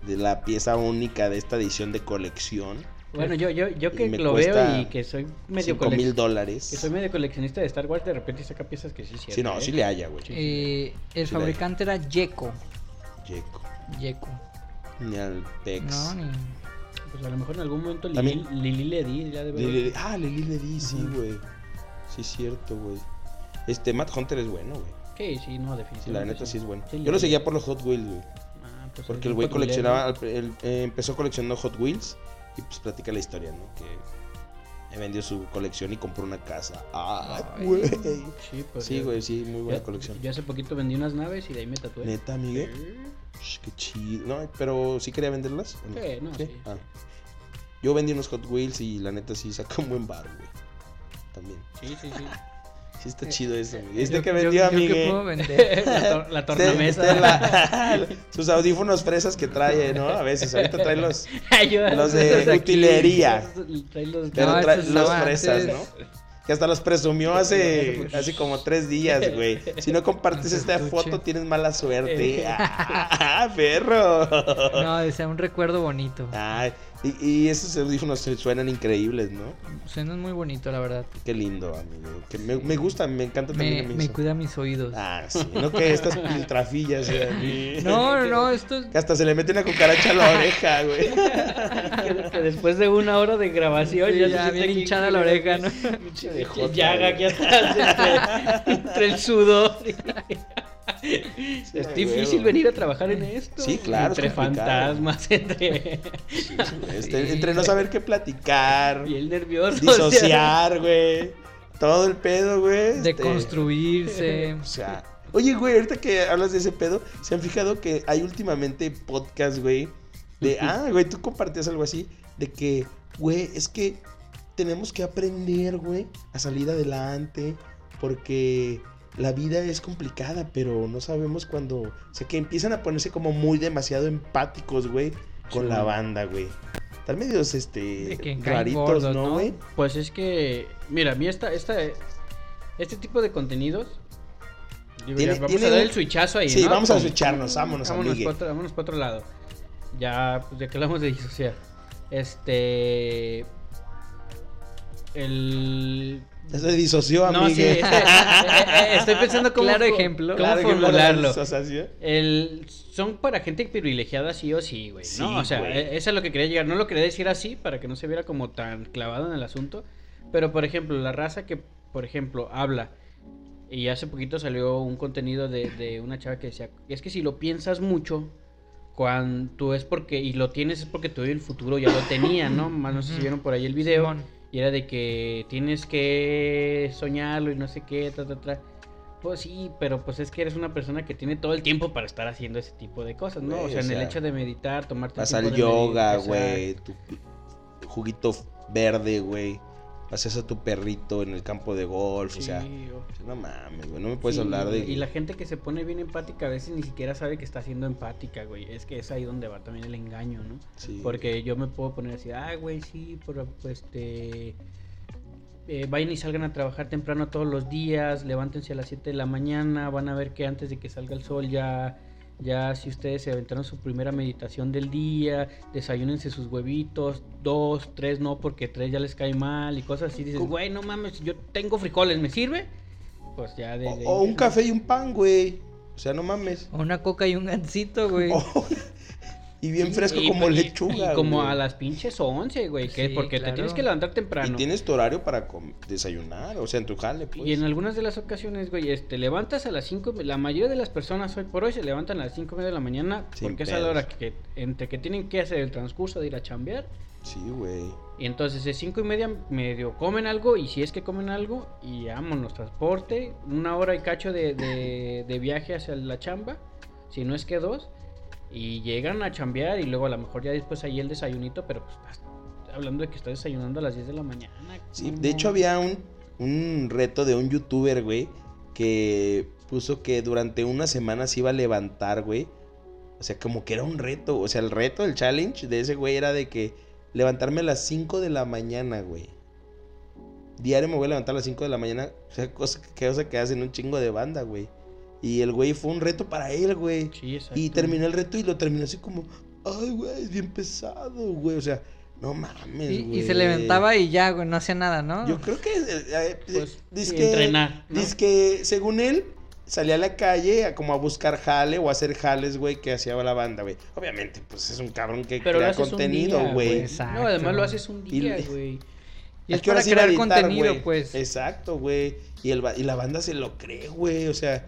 Speaker 1: de la pieza única de esta edición de colección.
Speaker 2: Bueno, yo, yo, yo que
Speaker 1: Y me
Speaker 2: lo
Speaker 1: cuesta
Speaker 2: veo y que soy medio
Speaker 1: Cinco mil
Speaker 2: coleccionista.
Speaker 1: dólares.
Speaker 2: Que soy medio coleccionista de Star Wars, de repente saca piezas que sí cierto,
Speaker 1: Sí, no,
Speaker 2: ¿eh?
Speaker 1: sí le haya, güey.
Speaker 2: Sí.
Speaker 5: Eh, el
Speaker 1: Sí, la-
Speaker 5: fabricante era Yeco.
Speaker 1: Yeco,
Speaker 5: Yeco.
Speaker 1: Ni al Tex.
Speaker 5: No, ni.
Speaker 2: Pues a lo mejor en algún momento Lili,
Speaker 1: También-
Speaker 2: Lili le di. Ya de verdad.
Speaker 1: Lili- ah, Lili le di, sí, güey. Sí, cierto, güey. Este, Matt Hunter es bueno, güey.
Speaker 2: Sí, sí, no,
Speaker 1: Sí,
Speaker 2: definitivamente.
Speaker 1: la neta sí es bueno.
Speaker 2: Sí,
Speaker 1: Yo lo
Speaker 2: sí.
Speaker 1: seguía por los Hot Wheels, güey.
Speaker 2: Ah, pues
Speaker 1: Porque
Speaker 2: es
Speaker 1: el güey
Speaker 2: un patrullero.
Speaker 1: coleccionaba, al- el- eh, empezó coleccionando Hot Wheels y pues platica la historia, ¿no? Que vendió su colección y compró una casa. Ah,
Speaker 5: Ay.
Speaker 1: güey.
Speaker 2: Sí, pues,
Speaker 1: Sí,
Speaker 2: yo-
Speaker 1: güey, sí, muy buena
Speaker 2: yo-
Speaker 1: colección.
Speaker 2: Yo hace poquito vendí unas naves y de ahí me tatué.
Speaker 1: Neta, Miguel.
Speaker 2: Sí.
Speaker 1: Sh, Qué chido. No, pero sí quería venderlas. ¿o
Speaker 2: Sí, no, sí,
Speaker 1: Ah. Yo vendí unos Hot Wheels y la neta sí saca un buen bar, güey. También.
Speaker 2: Sí, sí, sí.
Speaker 1: Sí está
Speaker 5: Eh,
Speaker 1: chido eso, Miguel. Este
Speaker 5: Yo-
Speaker 1: que
Speaker 5: yo-
Speaker 1: vendió,
Speaker 5: yo que
Speaker 1: Miguel.
Speaker 5: puedo vender.
Speaker 2: la, tor- la
Speaker 1: Usted-
Speaker 2: tornamesa.
Speaker 1: usted la- sus audífonos fresas que trae, ¿no? A veces, ahorita trae los.
Speaker 2: Yo-
Speaker 1: los de
Speaker 2: esos aquí,
Speaker 1: utilería.
Speaker 2: esos- trae los-
Speaker 1: Pero
Speaker 5: No,
Speaker 1: trae
Speaker 5: estos
Speaker 1: los
Speaker 5: estaban
Speaker 1: fresas,
Speaker 5: antes.
Speaker 1: ¿no? Que hasta los presumió hace, hace como tres días, güey. Si no compartes
Speaker 5: En su
Speaker 1: esta
Speaker 5: estuche.
Speaker 1: foto, tienes mala suerte.
Speaker 2: Eh.
Speaker 1: ¡Ah, perro!
Speaker 5: No, decía un recuerdo bonito.
Speaker 1: Ay, y, y esos audífonos se- suenan increíbles, ¿no?
Speaker 5: Suenan muy bonito, la verdad.
Speaker 1: Qué lindo, amigo. Que me, me gusta, me encanta
Speaker 5: Me,
Speaker 1: también a mí
Speaker 5: me
Speaker 1: eso.
Speaker 5: cuida mis oídos.
Speaker 1: Ah, sí. No que estas piltrafillas, güey.
Speaker 5: No, no, no, esto.
Speaker 1: Que hasta se le mete una cucaracha a la oreja, güey.
Speaker 2: que, que después de una hora de grabación
Speaker 5: Sí,
Speaker 2: ya, se
Speaker 5: ya
Speaker 2: siente
Speaker 5: bien
Speaker 2: aquí
Speaker 5: hinchada la oreja, ¿no?
Speaker 2: Pinche
Speaker 1: de jota,
Speaker 2: Llaga
Speaker 1: güey.
Speaker 2: aquí atrás entre, entre el sudor.
Speaker 1: a
Speaker 2: Es difícil
Speaker 1: huevo.
Speaker 2: venir a trabajar en esto.
Speaker 1: Sí, claro, es
Speaker 2: Entre
Speaker 1: complicado.
Speaker 2: fantasmas, entre.
Speaker 1: Este, entre no saber qué platicar,
Speaker 2: Bien nervioso. o sea,
Speaker 1: disociar, güey. Todo el pedo, güey.
Speaker 5: De
Speaker 1: este,
Speaker 5: construirse.
Speaker 1: O sea. Oye, güey, ahorita que hablas de ese pedo, ¿se han fijado que hay últimamente podcast, güey? De, ah, güey, tú compartías algo así, de que, güey, es que tenemos que aprender, güey, a salir adelante, porque la vida es complicada, pero no sabemos cuándo. O sea, que empiezan a ponerse como muy demasiado empáticos, güey, con
Speaker 2: Sí.
Speaker 1: la banda, güey. Están medios, este,
Speaker 5: De que caen
Speaker 1: raritos,
Speaker 5: gordos,
Speaker 1: ¿no,
Speaker 5: ¿no?
Speaker 1: güey?
Speaker 2: Pues es que. Mira, a mí esta, esta, este tipo de contenidos. digo,
Speaker 1: Tiene-
Speaker 2: ya vamos
Speaker 1: tiene
Speaker 2: a dar
Speaker 1: un-
Speaker 2: el switchazo ahí.
Speaker 1: Sí,
Speaker 2: ¿no?
Speaker 1: vamos a
Speaker 2: Con-
Speaker 1: switcharnos, vámonos,
Speaker 2: Vámonos
Speaker 1: amigue.
Speaker 2: para otro, vámonos pa' otro lado. Ya, pues ya que hablamos de disociar. Este. El.
Speaker 1: Ya se disoció,
Speaker 2: No, sí,
Speaker 1: amigue.
Speaker 2: es- eh, eh, estoy pensando cómo.
Speaker 5: Claro ejemplo.
Speaker 2: cómo
Speaker 1: Claro que no la
Speaker 2: formularlo.
Speaker 1: disociación.
Speaker 2: El, son para gente privilegiada sí o sí, güey.
Speaker 1: Sí,
Speaker 2: ¿no? O sea,
Speaker 1: güey.
Speaker 2: e- eso es lo que quería llegar. No lo quería decir así para que no se viera como tan clavado en el asunto. Pero, por ejemplo, la raza que, por ejemplo, habla. Y hace poquito salió un contenido de, de una chava que decía, es que si lo piensas mucho, cuando tú es porque, y lo tienes es porque tú el futuro ya lo tenía, ¿no? Más no sé si
Speaker 5: Ujú.
Speaker 2: vieron por ahí el video.
Speaker 5: Simón.
Speaker 2: Y era de que tienes que soñarlo y no sé qué, ta, ta, ta. Pues sí, pero pues es que eres una persona que tiene todo el tiempo para estar haciendo ese tipo de cosas, ¿no?
Speaker 1: Güey,
Speaker 2: o
Speaker 1: o
Speaker 2: sea, en
Speaker 1: sea,
Speaker 2: el hecho de meditar, tomarte el
Speaker 1: Vas
Speaker 2: tiempo
Speaker 1: al
Speaker 2: de
Speaker 1: yoga,
Speaker 2: meditar,
Speaker 1: güey, tu juguito verde, güey. Haces a tu perrito en el campo de golf, o sea.
Speaker 2: Sí, o-
Speaker 1: No mames, güey, no me puedes
Speaker 2: sí,
Speaker 1: hablar de...
Speaker 2: Y la gente que se pone bien empática a veces ni siquiera sabe que está siendo empática, güey. Es que es ahí donde va también el engaño, ¿no?
Speaker 1: Sí.
Speaker 2: Porque yo me puedo poner así, ah, güey, sí, por, pues, este. eh, vayan y salgan a trabajar temprano todos los días, levántense a las 7 de la mañana, van a ver que antes de que salga el sol ya, ya si ustedes se aventaron su primera meditación del día, desayúnense sus huevitos, dos, tres no, porque tres ya les cae mal y cosas así. Dices,
Speaker 1: ¿Cómo?
Speaker 2: güey, no mames, yo tengo frijoles, ¿me sirve? Pues ya de...
Speaker 1: O,
Speaker 2: de-
Speaker 1: o un café y un pan, güey. O sea, no mames.
Speaker 5: O una coca y un gancito, güey.
Speaker 1: O- y bien fresco
Speaker 2: Y-
Speaker 1: como
Speaker 2: y-
Speaker 1: lechuga.
Speaker 2: Y como
Speaker 1: güey.
Speaker 2: a las pinches 11, güey, que
Speaker 5: Sí,
Speaker 2: porque te
Speaker 5: claro.
Speaker 2: tienes que levantar temprano.
Speaker 1: Y tienes tu horario para com- desayunar, o sea, en tu jale, pues.
Speaker 2: Y en algunas de las ocasiones, güey, este, levantas a las 5, la mayoría de las personas hoy por hoy se levantan a las 5 de la mañana
Speaker 1: Sin
Speaker 2: porque es a la
Speaker 1: pedos.
Speaker 2: hora que, entre que tienen que hacer el transcurso de ir a chambear.
Speaker 1: Sí, güey.
Speaker 2: Y entonces de 5 y media medio comen algo y si es que comen algo y vámonos, transporte, una hora y cacho de, de- de viaje hacia la chamba, si no es que dos, y llegan a chambear y luego a lo mejor ya después ahí el desayunito, pero pues estás hablando de que estás desayunando a las 10 de la mañana.
Speaker 1: Sí,
Speaker 2: ¿cómo?
Speaker 1: de hecho había un, un reto de un youtuber, güey, que puso que durante una semana se iba a levantar, güey. O sea, como que era un reto. O sea, el reto, el challenge de ese güey era de que levantarme a las 5 de la mañana, güey. Diario me voy a levantar a las 5 de la mañana. O sea, cosa, cosa que hacen un chingo de banda, güey. Y el güey fue un reto para él, güey.
Speaker 2: Sí, exacto.
Speaker 1: Y terminó el reto y lo terminó así como, ay, güey, es bien pesado, güey. O sea, no mames,
Speaker 5: Y,
Speaker 1: güey.
Speaker 5: y se levantaba y ya, güey, no hacía nada, ¿no?
Speaker 1: Yo creo que. eh, eh,
Speaker 2: Ah. Pues,
Speaker 1: dice
Speaker 2: sí,
Speaker 1: que
Speaker 2: entrenar, ¿no?
Speaker 1: dice que, según él, salía a la calle a, como a buscar jale o a hacer jales, güey, que hacía la banda, güey. Obviamente, pues es un cabrón que
Speaker 2: Pero lo
Speaker 1: crea
Speaker 2: haces un
Speaker 1: contenido,
Speaker 2: día,
Speaker 1: güey.
Speaker 5: pues. Exacto.
Speaker 2: No, además lo haces un
Speaker 1: Y-
Speaker 2: día, güey.
Speaker 5: Y
Speaker 1: ¿A
Speaker 5: es
Speaker 1: qué horas
Speaker 5: para
Speaker 1: ir a
Speaker 5: crear
Speaker 1: editar,
Speaker 5: contenido,
Speaker 1: güey?
Speaker 5: pues.
Speaker 1: Exacto, güey. Y, el ba- y la banda se lo cree, güey. O sea,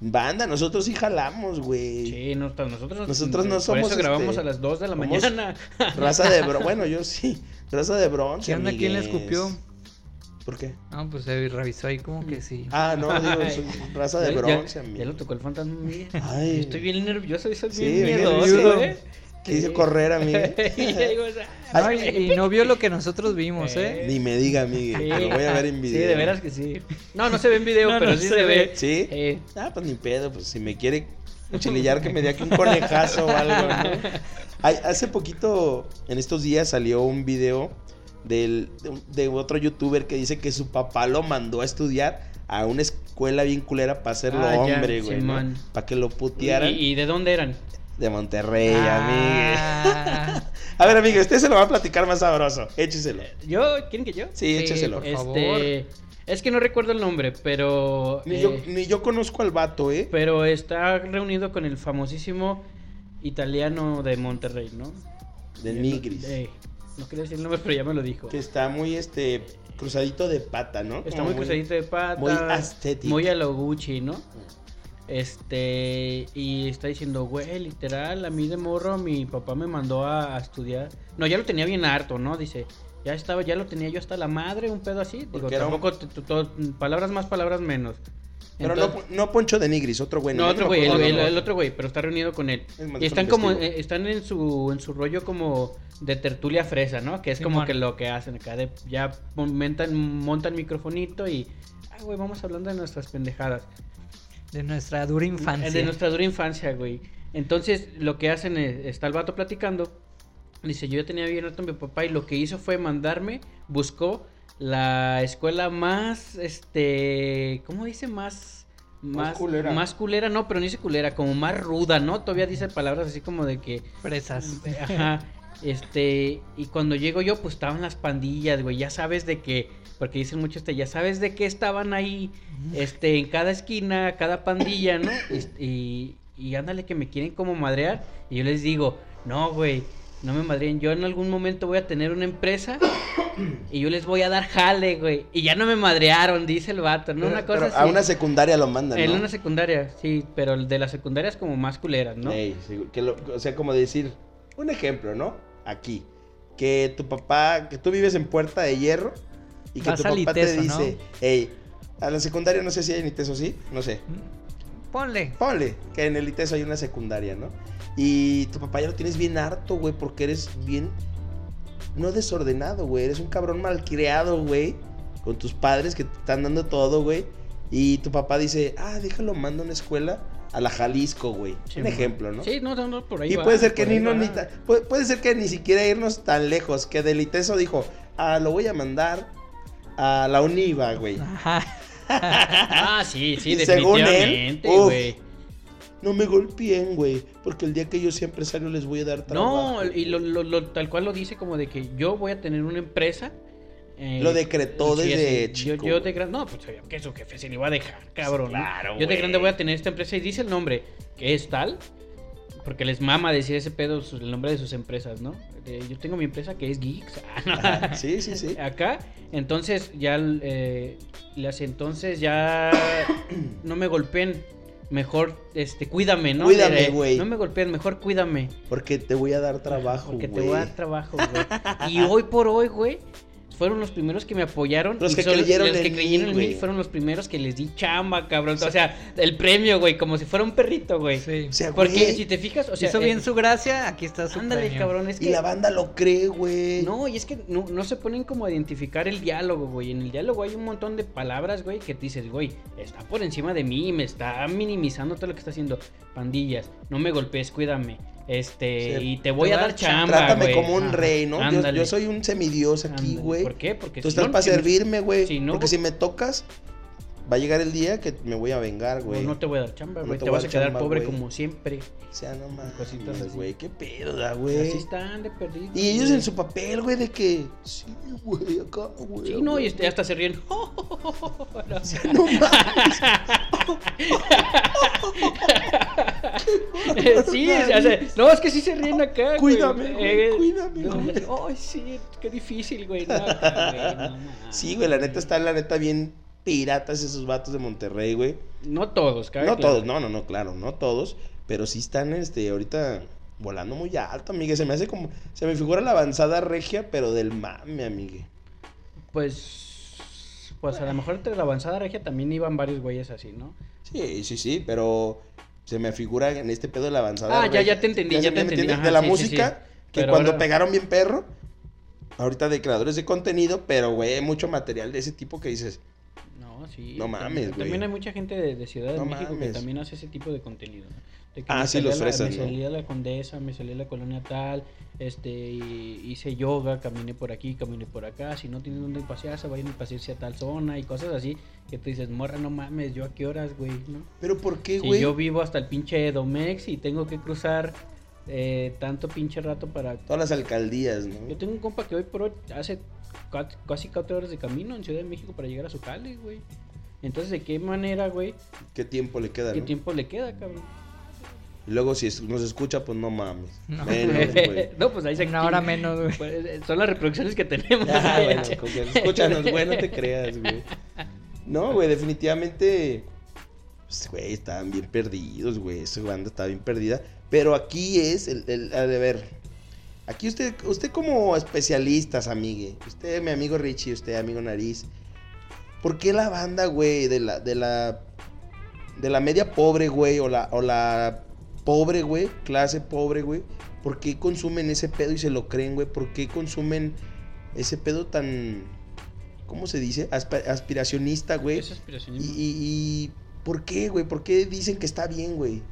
Speaker 1: banda, nosotros sí jalamos, güey.
Speaker 2: Sí, no, t- nosotros,
Speaker 1: Nosotros no
Speaker 2: por
Speaker 1: somos,
Speaker 2: eso grabamos
Speaker 1: este,
Speaker 2: a las 2 de la
Speaker 1: somos-
Speaker 2: mañana.
Speaker 1: Raza de bronce. Bueno, yo sí. Raza de bronce.
Speaker 5: ¿Qué onda? ¿Quién le
Speaker 1: amigues.
Speaker 5: escupió?
Speaker 1: ¿Por qué?
Speaker 5: No, pues se revisó ahí como que sí.
Speaker 1: Ah, no, digo, soy raza de
Speaker 2: Ya- ya-
Speaker 1: bronce,
Speaker 2: ya,
Speaker 1: amigo.
Speaker 2: lo tocó el fantasma. mía.
Speaker 1: Ay.
Speaker 2: Yo estoy bien nervioso, yo soy
Speaker 1: Sí,
Speaker 2: bien
Speaker 1: bien
Speaker 2: miedoso,
Speaker 1: nervioso.
Speaker 2: ¿eh?
Speaker 1: Quise
Speaker 2: Sí.
Speaker 1: correr, amigo.
Speaker 2: Y digo, o sea,
Speaker 5: No, y, y no vio lo que nosotros vimos, ¿eh?
Speaker 1: Ni me diga, Miguel.
Speaker 2: sí.
Speaker 1: Lo voy a ver en video.
Speaker 2: Sí, de veras que sí. No, no se ve en video,
Speaker 5: No,
Speaker 2: pero
Speaker 5: no
Speaker 2: sí
Speaker 5: se
Speaker 2: se ve.
Speaker 5: ve.
Speaker 1: ¿Sí?
Speaker 2: Eh,
Speaker 1: Ah, pues ni pedo. Pues si me quiere chilillar, que me dé aquí un conejazo o algo. ¿no? Ay, hace poquito, en estos días, salió un video del- de, un- de otro youtuber que dice que su papá lo mandó a estudiar a una escuela bien culera para hacerlo
Speaker 2: Ah, ya,
Speaker 1: hombre, güey.
Speaker 2: Simón.
Speaker 1: Para que lo
Speaker 2: y,
Speaker 1: putearan
Speaker 2: y de dónde eran?
Speaker 1: de Monterrey, amigue.
Speaker 5: Ah,
Speaker 1: A ver, amigo, usted se lo va a platicar más sabroso. Écheselo.
Speaker 2: ¿Yo? ¿Quieren que yo?
Speaker 1: Sí,
Speaker 5: Sí,
Speaker 1: écheselo.
Speaker 5: por
Speaker 2: este, es que no recuerdo el nombre, pero.
Speaker 1: Ni,
Speaker 2: eh,
Speaker 1: yo, ni yo conozco al vato, ¿eh?
Speaker 2: Pero está reunido con el famosísimo italiano de Monterrey, ¿no?
Speaker 1: De
Speaker 2: Eh,
Speaker 1: Nigris.
Speaker 2: eh, no quería decir el nombre, pero ya me lo dijo.
Speaker 1: Que está muy este cruzadito de pata, ¿no?
Speaker 2: Está
Speaker 1: Como
Speaker 2: muy cruzadito de pata.
Speaker 1: muy Mm. aesthetic.
Speaker 2: Muy a lo Gucci, ¿no? Este, y está diciendo, güey, literal, a mí de morro mi papá me mandó a, a estudiar. No, ya lo tenía bien harto, ¿no? Dice, ya estaba, ya lo tenía yo hasta la madre, un pedo así. Digo,
Speaker 1: Porque era un-
Speaker 2: tampoco, te- te- todo- palabras más, palabras menos.
Speaker 1: Pero
Speaker 2: Entonces-
Speaker 1: no, no Poncho de Nigris, otro güey.
Speaker 2: no,
Speaker 1: Me
Speaker 2: otro güey, el,
Speaker 1: acuerdo
Speaker 2: el-
Speaker 1: del
Speaker 2: el otro güey, pero está reunido con él.
Speaker 1: Es más,
Speaker 2: Y están
Speaker 1: déjame
Speaker 2: como,
Speaker 1: investigo.
Speaker 2: eh, están en su, en su rollo como de tertulia fresa, ¿no? Que es como
Speaker 5: Simón.
Speaker 2: que lo que hacen acá, de, ya montan, montan microfonito y, ah, güey, vamos hablando de nuestras pendejadas.
Speaker 5: de nuestra dura infancia.
Speaker 2: De nuestra dura infancia, güey. Entonces, lo que hacen es, está el vato platicando. Dice, yo ya tenía bien harto a mi papá y lo que hizo fue mandarme, buscó la escuela más, este, ¿cómo dice? Más,
Speaker 1: Más
Speaker 2: más,
Speaker 1: culera.
Speaker 2: más culera, no, pero no dice culera, como más ruda, ¿no? Todavía dice palabras así como de que,
Speaker 5: Presas.
Speaker 2: Ajá. Este, y cuando llego yo, pues estaban las pandillas, güey. Ya sabes de qué, porque dicen mucho este, ya sabes de qué estaban ahí, este, en cada esquina, cada pandilla, ¿no? Est- Y, y ándale que me quieren como madrear. Y yo les digo, no, güey, no me madreen. Yo en algún momento voy a tener una empresa y yo les voy a dar jale, güey. Y ya no me madrearon, dice el vato, ¿no?
Speaker 1: Pero-
Speaker 2: Una cosa
Speaker 1: pero
Speaker 2: así.
Speaker 1: A una secundaria lo mandan,
Speaker 2: en
Speaker 1: ¿no?
Speaker 2: una secundaria, sí, pero de las secundarias como más culeras, ¿no?
Speaker 1: Ey, sí, que lo- o sea, como decir, un ejemplo, ¿no? Aquí. Que tu papá, que tú vives en Puerta de Hierro y que
Speaker 5: Vas
Speaker 1: tu
Speaker 5: al
Speaker 1: papá te
Speaker 5: ITESO, ¿no?
Speaker 1: dice, hey, a la secundaria no sé si hay en ITESO, sí, no sé.
Speaker 5: Ponle.
Speaker 1: Ponle, que en el ITESO hay una secundaria, ¿no? Y tu papá ya lo tienes bien harto, güey, porque eres bien no desordenado, güey. Eres un cabrón malcriado, güey. Con tus padres que te están dando todo, güey. Y tu papá dice, ah, déjalo, mando a una escuela a la Jalisco, güey.
Speaker 2: Sí,
Speaker 1: un
Speaker 2: güey.
Speaker 1: ejemplo, ¿no?
Speaker 2: Sí, no, no, no, por ahí
Speaker 1: Y
Speaker 2: va,
Speaker 1: puede ser que
Speaker 2: por ahí
Speaker 1: ni, no,
Speaker 2: va.
Speaker 1: ni ta- puede, puede ser que ni siquiera irnos tan lejos. Que Deliteso dijo, ah, lo voy a mandar a la Univa, güey.
Speaker 5: Ajá.
Speaker 2: Ah, sí, sí,
Speaker 1: Y según él,
Speaker 2: definitivamente,
Speaker 1: uf.
Speaker 2: güey.
Speaker 1: No me golpeen, güey. Porque el día que yo sea empresario les voy a dar trabajo.
Speaker 2: No, y lo, lo- lo- tal cual lo dice como de que yo voy a tener una empresa. eh,
Speaker 1: Lo decretó
Speaker 2: sí,
Speaker 1: desde
Speaker 2: así,
Speaker 1: chico.
Speaker 2: Yo, yo de grande, no, pues sabía que su jefe se le iba a dejar, cabrón. ¿no?
Speaker 1: Claro,
Speaker 2: yo de
Speaker 1: güey.
Speaker 2: grande voy a tener esta empresa y dice el nombre, que es tal, porque les mama decir ese pedo, su- el nombre de sus empresas, ¿no? De, yo tengo mi empresa que es Geeks. Ah, no.
Speaker 1: Ajá, sí, sí, sí.
Speaker 2: acá. Entonces ya eh, le hace entonces ya no me golpeen. Mejor, este, cuídame, ¿no?
Speaker 1: Cuídame,
Speaker 2: Le- le-
Speaker 1: güey.
Speaker 2: No me golpeen, mejor cuídame.
Speaker 1: Porque te voy a dar trabajo, güey.
Speaker 2: porque te voy a dar trabajo, güey. Y hoy por hoy, güey, fueron los primeros que me apoyaron.
Speaker 1: Los
Speaker 2: y
Speaker 1: que creyeron
Speaker 2: los
Speaker 1: en
Speaker 2: que
Speaker 1: mí,
Speaker 2: creyeron en mí
Speaker 1: güey.
Speaker 2: fueron los primeros que les di chamba, cabrón. O sea, el premio, güey, como si fuera un perrito, güey.
Speaker 5: Sí.
Speaker 1: O sea,
Speaker 2: Porque
Speaker 1: güey,
Speaker 2: si te fijas, o sea,
Speaker 5: Hizo
Speaker 2: eh,
Speaker 5: bien su gracia, aquí está su
Speaker 2: ándale,
Speaker 5: premio.
Speaker 2: cabrón, es que
Speaker 1: Y la banda lo cree, güey.
Speaker 2: no, y es que no, no se ponen como a identificar el diálogo, güey. En el diálogo hay un montón de palabras, güey, que te dices, güey, está por encima de mí, me está minimizando todo lo que está haciendo. Pandillas, no me golpees, cuídame. Este,
Speaker 1: Sí.
Speaker 2: y te voy a dar chamba,
Speaker 1: Trátame
Speaker 2: güey.
Speaker 1: como un
Speaker 2: Ajá,
Speaker 1: rey, ¿no? Yo- Yo,
Speaker 2: ándale,
Speaker 1: soy un semidios aquí,
Speaker 2: ándale.
Speaker 1: güey.
Speaker 2: ¿Por qué? Porque
Speaker 1: Tú
Speaker 2: si
Speaker 1: estás
Speaker 2: no,
Speaker 1: para
Speaker 2: si no-
Speaker 1: servirme, güey.
Speaker 2: si no,
Speaker 1: porque
Speaker 2: güey.
Speaker 1: si me tocas, va a llegar el día que me voy a vengar, güey.
Speaker 2: No, no te voy a dar chamba,
Speaker 1: No
Speaker 2: güey.
Speaker 1: te
Speaker 2: te,
Speaker 1: voy a
Speaker 2: vas a
Speaker 1: dar
Speaker 2: quedar
Speaker 1: chamba,
Speaker 2: pobre
Speaker 1: güey.
Speaker 2: como siempre.
Speaker 1: O sea, no mames,
Speaker 2: Cositas así.
Speaker 1: güey. Qué pedo, da,
Speaker 2: Así
Speaker 1: güey.
Speaker 2: están de perdido.
Speaker 1: Y ellos
Speaker 2: güey.
Speaker 1: en su papel, güey, de que. Sí, güey, acá, güey.
Speaker 2: Sí, no,
Speaker 1: güey".
Speaker 2: y este- hasta se ríen. No.
Speaker 1: No mames.
Speaker 2: sí, o sea, no, es que sí se ríen acá. güey. Eh,
Speaker 1: Cuídame, güey, cuídame,
Speaker 2: no,
Speaker 1: güey.
Speaker 2: Ay, sí, qué difícil, güey. No, acá, güey, no, mames.
Speaker 1: Sí, güey, la neta están, la neta, bien piratas esos vatos de Monterrey, güey.
Speaker 2: No todos, cabe
Speaker 1: No
Speaker 2: claro.
Speaker 1: todos, no, no, no, claro, no todos, pero sí están este ahorita volando muy alto, amiga, se me hace como se me figura la avanzada regia, pero del mame, amiga.
Speaker 2: Pues, pues a lo mejor entre la avanzada regia también iban varios güeyes así, ¿no?
Speaker 1: Sí, sí, sí, pero se me figura en este pedo de la avanzada.
Speaker 2: Ah, ya,
Speaker 1: regia.
Speaker 2: ya te entendí, ya
Speaker 1: me
Speaker 2: te entendí,
Speaker 1: entiendes?
Speaker 2: ajá,
Speaker 1: De la
Speaker 2: sí, sí,
Speaker 1: música
Speaker 2: sí.
Speaker 1: que
Speaker 2: Pero
Speaker 1: cuando
Speaker 2: ahora-
Speaker 1: pegaron bien perro. Ahorita de creadores de contenido, pero güey, hay mucho material de ese tipo que dices,
Speaker 2: No, sí.
Speaker 1: No
Speaker 2: también-
Speaker 1: mames, güey.
Speaker 2: También hay mucha gente de, de Ciudad de
Speaker 1: No
Speaker 2: México que
Speaker 1: mames.
Speaker 2: también hace ese tipo de contenido. ¿no? De que
Speaker 1: Ah,
Speaker 2: me
Speaker 1: sí, los
Speaker 2: salí a la-
Speaker 1: fresas,
Speaker 2: Me
Speaker 1: ¿no?
Speaker 2: salí a la Condesa, me salí a la colonia tal, este, y hice yoga, caminé por aquí, caminé por acá. Si no tienen dónde pasearse, vayan a pasearse a tal zona y cosas así. Que tú dices, morra, no mames, ¿yo a qué horas, güey? ¿No?
Speaker 1: pero ¿por qué,
Speaker 2: Si
Speaker 1: güey?
Speaker 2: yo vivo hasta el pinche Edomex y tengo que cruzar eh, tanto pinche rato para
Speaker 1: Todas las alcaldías, ¿no?
Speaker 2: yo tengo un compa que hoy por hoy hace cuat- casi cuatro horas de camino en Ciudad de México para llegar a su cale, güey. Entonces, ¿de qué manera, güey?
Speaker 1: ¿Qué tiempo le queda,
Speaker 2: ¿Qué
Speaker 1: no?
Speaker 2: tiempo le queda, cabrón?
Speaker 1: Y luego si es- nos escucha, pues no mames.
Speaker 5: No.
Speaker 1: Menos, güey.
Speaker 2: no, pues ahí se...
Speaker 5: Una hora menos, güey.
Speaker 2: Pues, eh, son las reproducciones que tenemos.
Speaker 1: Ah,
Speaker 2: güey.
Speaker 1: bueno, con que- escúchanos, güey, no te creas, güey. No, güey, definitivamente. Pues, güey, estaban bien perdidos, güey. Esa banda estaba bien perdida. Pero aquí es el, el- a ver. Aquí usted, usted como especialistas, amigue. Usted, mi amigo Richie, usted, amigo Nariz. ¿Por qué la banda, güey, de la, de la. De la media pobre, güey, o la, o la pobre, güey, clase pobre, güey. ¿Por qué consumen ese pedo y se lo creen, güey? ¿Por qué consumen ese pedo tan. ¿Cómo se dice? Aspa- aspiracionista, güey.
Speaker 2: Es
Speaker 1: ¿Y,
Speaker 2: aspiracionismo.
Speaker 1: y, y por qué, güey? ¿Por qué dicen que está bien, güey?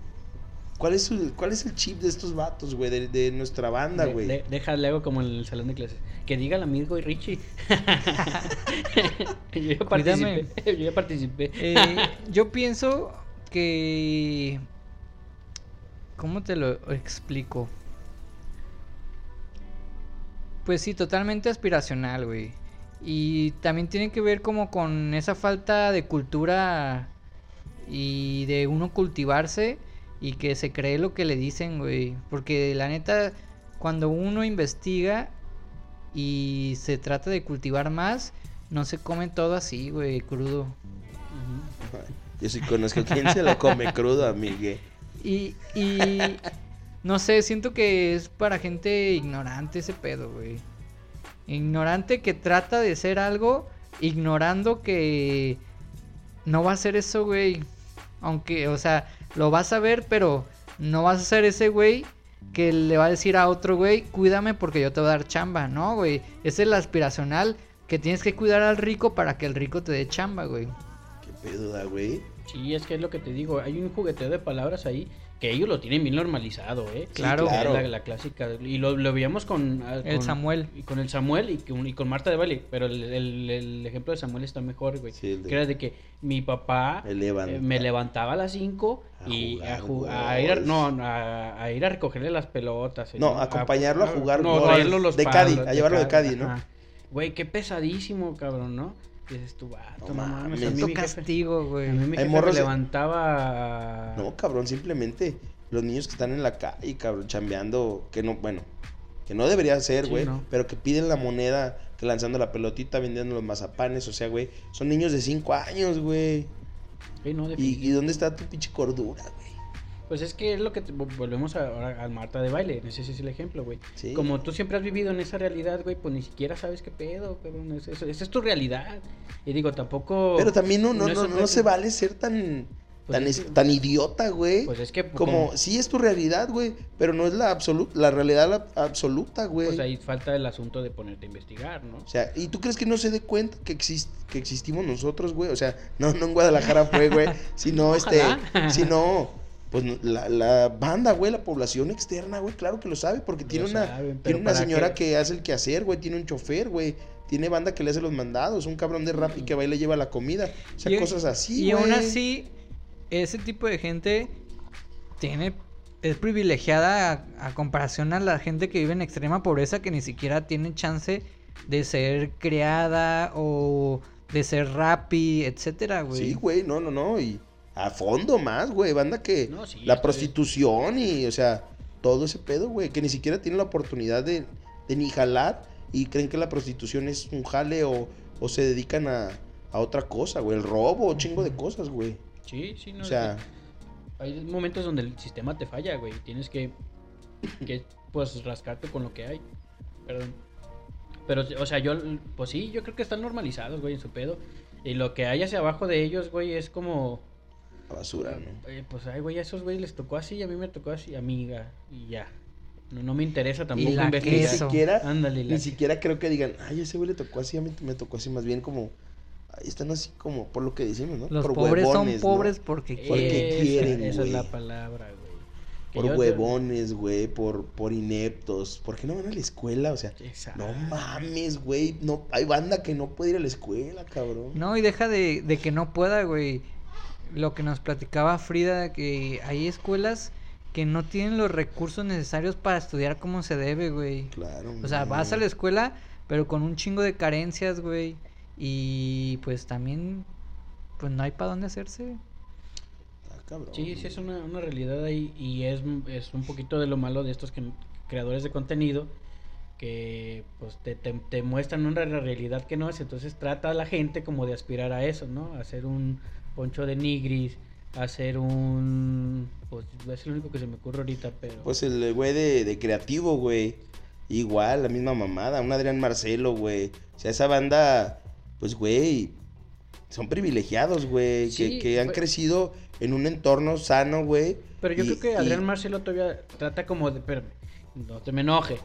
Speaker 1: ¿Cuál es, su- ¿Cuál es el chip de estos vatos, güey? De, de nuestra banda,
Speaker 2: De-
Speaker 1: güey.
Speaker 2: de- déjale algo como en el salón de clases. Que diga el amigo y Richie. yo, ya
Speaker 5: Cuídame.
Speaker 2: participé, yo ya participé.
Speaker 5: Eh, yo pienso que. ¿Cómo te lo explico? Pues sí, totalmente aspiracional, güey. Y también tiene que ver como con esa falta de cultura y de uno cultivarse y que se cree lo que le dicen, güey. Porque la neta, cuando uno investiga y se trata de cultivar más, no se come todo así, güey, crudo.
Speaker 2: Ujú.
Speaker 1: Yo sí conozco quién se lo come crudo, amigue.
Speaker 5: Y, y no sé, siento que es para gente ignorante ese pedo, güey. Ignorante que trata de ser algo, ignorando que no va a ser eso, güey. Aunque, o sea, lo vas a ver, pero no vas a ser ese güey que le va a decir a otro güey, cuídame porque yo te voy a dar chamba, ¿no, güey? Es el aspiracional que tienes que cuidar al rico para que el rico te dé chamba, güey.
Speaker 1: Qué pedo da, güey.
Speaker 2: Sí, es que es lo que te digo, hay un jugueteo de palabras ahí que ellos lo tienen bien normalizado, ¿eh?
Speaker 5: Claro.
Speaker 1: claro.
Speaker 2: La, la clásica. Y lo, lo veíamos con, ah,
Speaker 5: El
Speaker 2: con-
Speaker 5: Samuel.
Speaker 2: Y con el Samuel y con, y con Marta de Baile. Pero el, el- el ejemplo de Samuel está mejor, güey.
Speaker 1: Sí, el de-
Speaker 2: Que era de que mi papá
Speaker 1: Me levanta.
Speaker 2: eh, me levantaba a las 5
Speaker 1: A
Speaker 2: y a,
Speaker 1: jugar
Speaker 2: ju- a ir a,
Speaker 1: golf.
Speaker 2: no, no, a, a ir a recogerle las pelotas. eh,
Speaker 1: No, acompañarlo a jugar
Speaker 2: no,
Speaker 1: golf.
Speaker 2: traerlo los
Speaker 1: De
Speaker 2: palos,
Speaker 1: Cádiz, a llevarlo de Cádiz, ¿no?
Speaker 2: ajá. Güey, qué pesadísimo, cabrón, ¿no? Y dices tú, vato,
Speaker 1: No
Speaker 2: no mames,
Speaker 1: mames.
Speaker 2: a mí
Speaker 5: Tanto
Speaker 2: mi jefe-
Speaker 5: castigo, güey.
Speaker 2: a mí mi
Speaker 1: Hay
Speaker 2: jefe me
Speaker 1: morros de-
Speaker 2: levantaba...
Speaker 1: No, cabrón, simplemente los niños que están en la calle, cabrón, chambeando, que no, bueno, que no debería ser,
Speaker 2: Sí,
Speaker 1: güey,
Speaker 2: no.
Speaker 1: pero que piden la moneda, que lanzando la pelotita, vendiendo los mazapanes, o sea, güey, son niños de 5 años, güey.
Speaker 2: Sí, no,
Speaker 1: ¿Y, y dónde está tu pinche cordura, güey?
Speaker 2: Pues es que es lo que te- vol- volvemos a- ahora al Marta de baile, ese sí es el ejemplo, güey.
Speaker 1: Sí.
Speaker 2: Como tú siempre has vivido en esa realidad, güey, pues ni siquiera sabes qué pedo, cabrón. es- eso- Esa es tu realidad. Y digo, tampoco.
Speaker 1: Pero también no, no,
Speaker 2: Oh, no es
Speaker 1: no,
Speaker 2: otra
Speaker 1: no
Speaker 2: cosa.
Speaker 1: se vale ser tan,
Speaker 2: Pues
Speaker 1: tan,
Speaker 2: es
Speaker 1: es-
Speaker 2: que-
Speaker 1: tan idiota, güey.
Speaker 2: Pues es que.
Speaker 1: como, sí es tu realidad, güey, pero no es la absoluta, la realidad la- absoluta, güey.
Speaker 2: Pues ahí falta el asunto de ponerte a investigar, ¿no?
Speaker 1: O sea, ¿y tú crees que no se dé cuenta que, exist- que existimos nosotros, güey? O sea, no, no en Guadalajara fue, güey, sino este,
Speaker 2: Ojalá.
Speaker 1: sino pues no, la, la banda, güey, la población externa, güey, claro que lo sabe, porque tiene
Speaker 2: Lo
Speaker 1: una,
Speaker 2: saben, pero
Speaker 1: tiene una
Speaker 2: ¿para
Speaker 1: señora
Speaker 2: qué?
Speaker 1: que hace el quehacer, güey, tiene un chofer, güey, tiene banda que le hace los mandados, un cabrón de rap y que va y le lleva la comida, o sea,
Speaker 5: Y-
Speaker 1: cosas así,
Speaker 5: Y aún
Speaker 1: güey.
Speaker 5: así, ese tipo de gente tiene es privilegiada a, a comparación a la gente que vive en extrema pobreza que ni siquiera tiene chance de ser creada o de ser rapi, etcétera, güey.
Speaker 1: Sí, güey, no, no, no, y a fondo más, güey, banda que
Speaker 2: No, sí,
Speaker 1: la
Speaker 2: estoy-
Speaker 1: prostitución y, o sea, todo ese pedo, güey, que ni siquiera tienen la oportunidad de, de ni jalar y creen que la prostitución es un jale o, o se dedican a, a otra cosa, güey, el robo, chingo de cosas, güey.
Speaker 2: Sí, sí, no.
Speaker 1: O
Speaker 2: es
Speaker 1: sea,
Speaker 2: que hay momentos donde el sistema te falla, güey. y Tienes que, que, pues, rascarte con lo que hay. Perdón. Pero, o sea, yo, pues sí, yo creo que están normalizados, güey, en su pedo. Y lo que hay hacia abajo de ellos, güey, es como.
Speaker 1: la basura, ¿no?
Speaker 2: eh, pues, ay, güey, a esos güeyes les tocó así, a mí me tocó así, amiga, y ya. No, no me interesa tampoco
Speaker 5: la
Speaker 1: Ni
Speaker 5: Eso.
Speaker 1: siquiera,
Speaker 2: Ándale, la-
Speaker 1: ni siquiera creo que digan, ay, ese güey le tocó así, a mí me tocó así, más bien como, ay, están así como, por lo que decimos, ¿no?
Speaker 5: Los
Speaker 1: por
Speaker 5: pobres
Speaker 1: huevones,
Speaker 5: son
Speaker 1: ¿no?
Speaker 5: pobres porque quieren.
Speaker 1: Porque
Speaker 2: Esa-
Speaker 1: quieren,
Speaker 2: Esa es
Speaker 1: güey.
Speaker 2: la palabra, güey. Que
Speaker 1: Por
Speaker 2: yo te-
Speaker 1: huevones, güey, por, por ineptos. ¿Por qué no van a la escuela? O sea,
Speaker 2: Exacto.
Speaker 1: no mames, güey. No, hay banda que no puede ir a la escuela, cabrón.
Speaker 5: No, y deja de, de que no pueda, güey. Lo que nos platicaba Frida, que hay escuelas que no tienen los recursos necesarios para estudiar como se debe, güey.
Speaker 1: Claro.
Speaker 5: O sea,
Speaker 1: no.
Speaker 5: vas a la escuela, pero con un chingo de carencias, güey. Y pues también, pues no hay para dónde hacerse.
Speaker 1: Ah, cabrón.
Speaker 2: Sí, sí, es una, una realidad ahí y es, es un poquito de lo malo de estos que- creadores de contenido que pues te, te, te muestran una re- realidad que no es, entonces trata a la gente como de aspirar a eso, ¿no? A ser un poncho de nigris, a ser un... pues es lo único que se me ocurre ahorita, pero...
Speaker 1: Pues el güey de, de creativo, güey. Igual, la misma mamada. Un Adrián Marcelo, güey. O sea, esa banda, pues, güey. Son privilegiados, güey. que,
Speaker 2: Sí,
Speaker 1: que han
Speaker 2: güey.
Speaker 1: crecido en un entorno sano, güey.
Speaker 2: Pero yo
Speaker 1: y-
Speaker 2: creo que
Speaker 1: y-
Speaker 2: Adrián Marcelo todavía trata como de. Espérame, no te me enoje.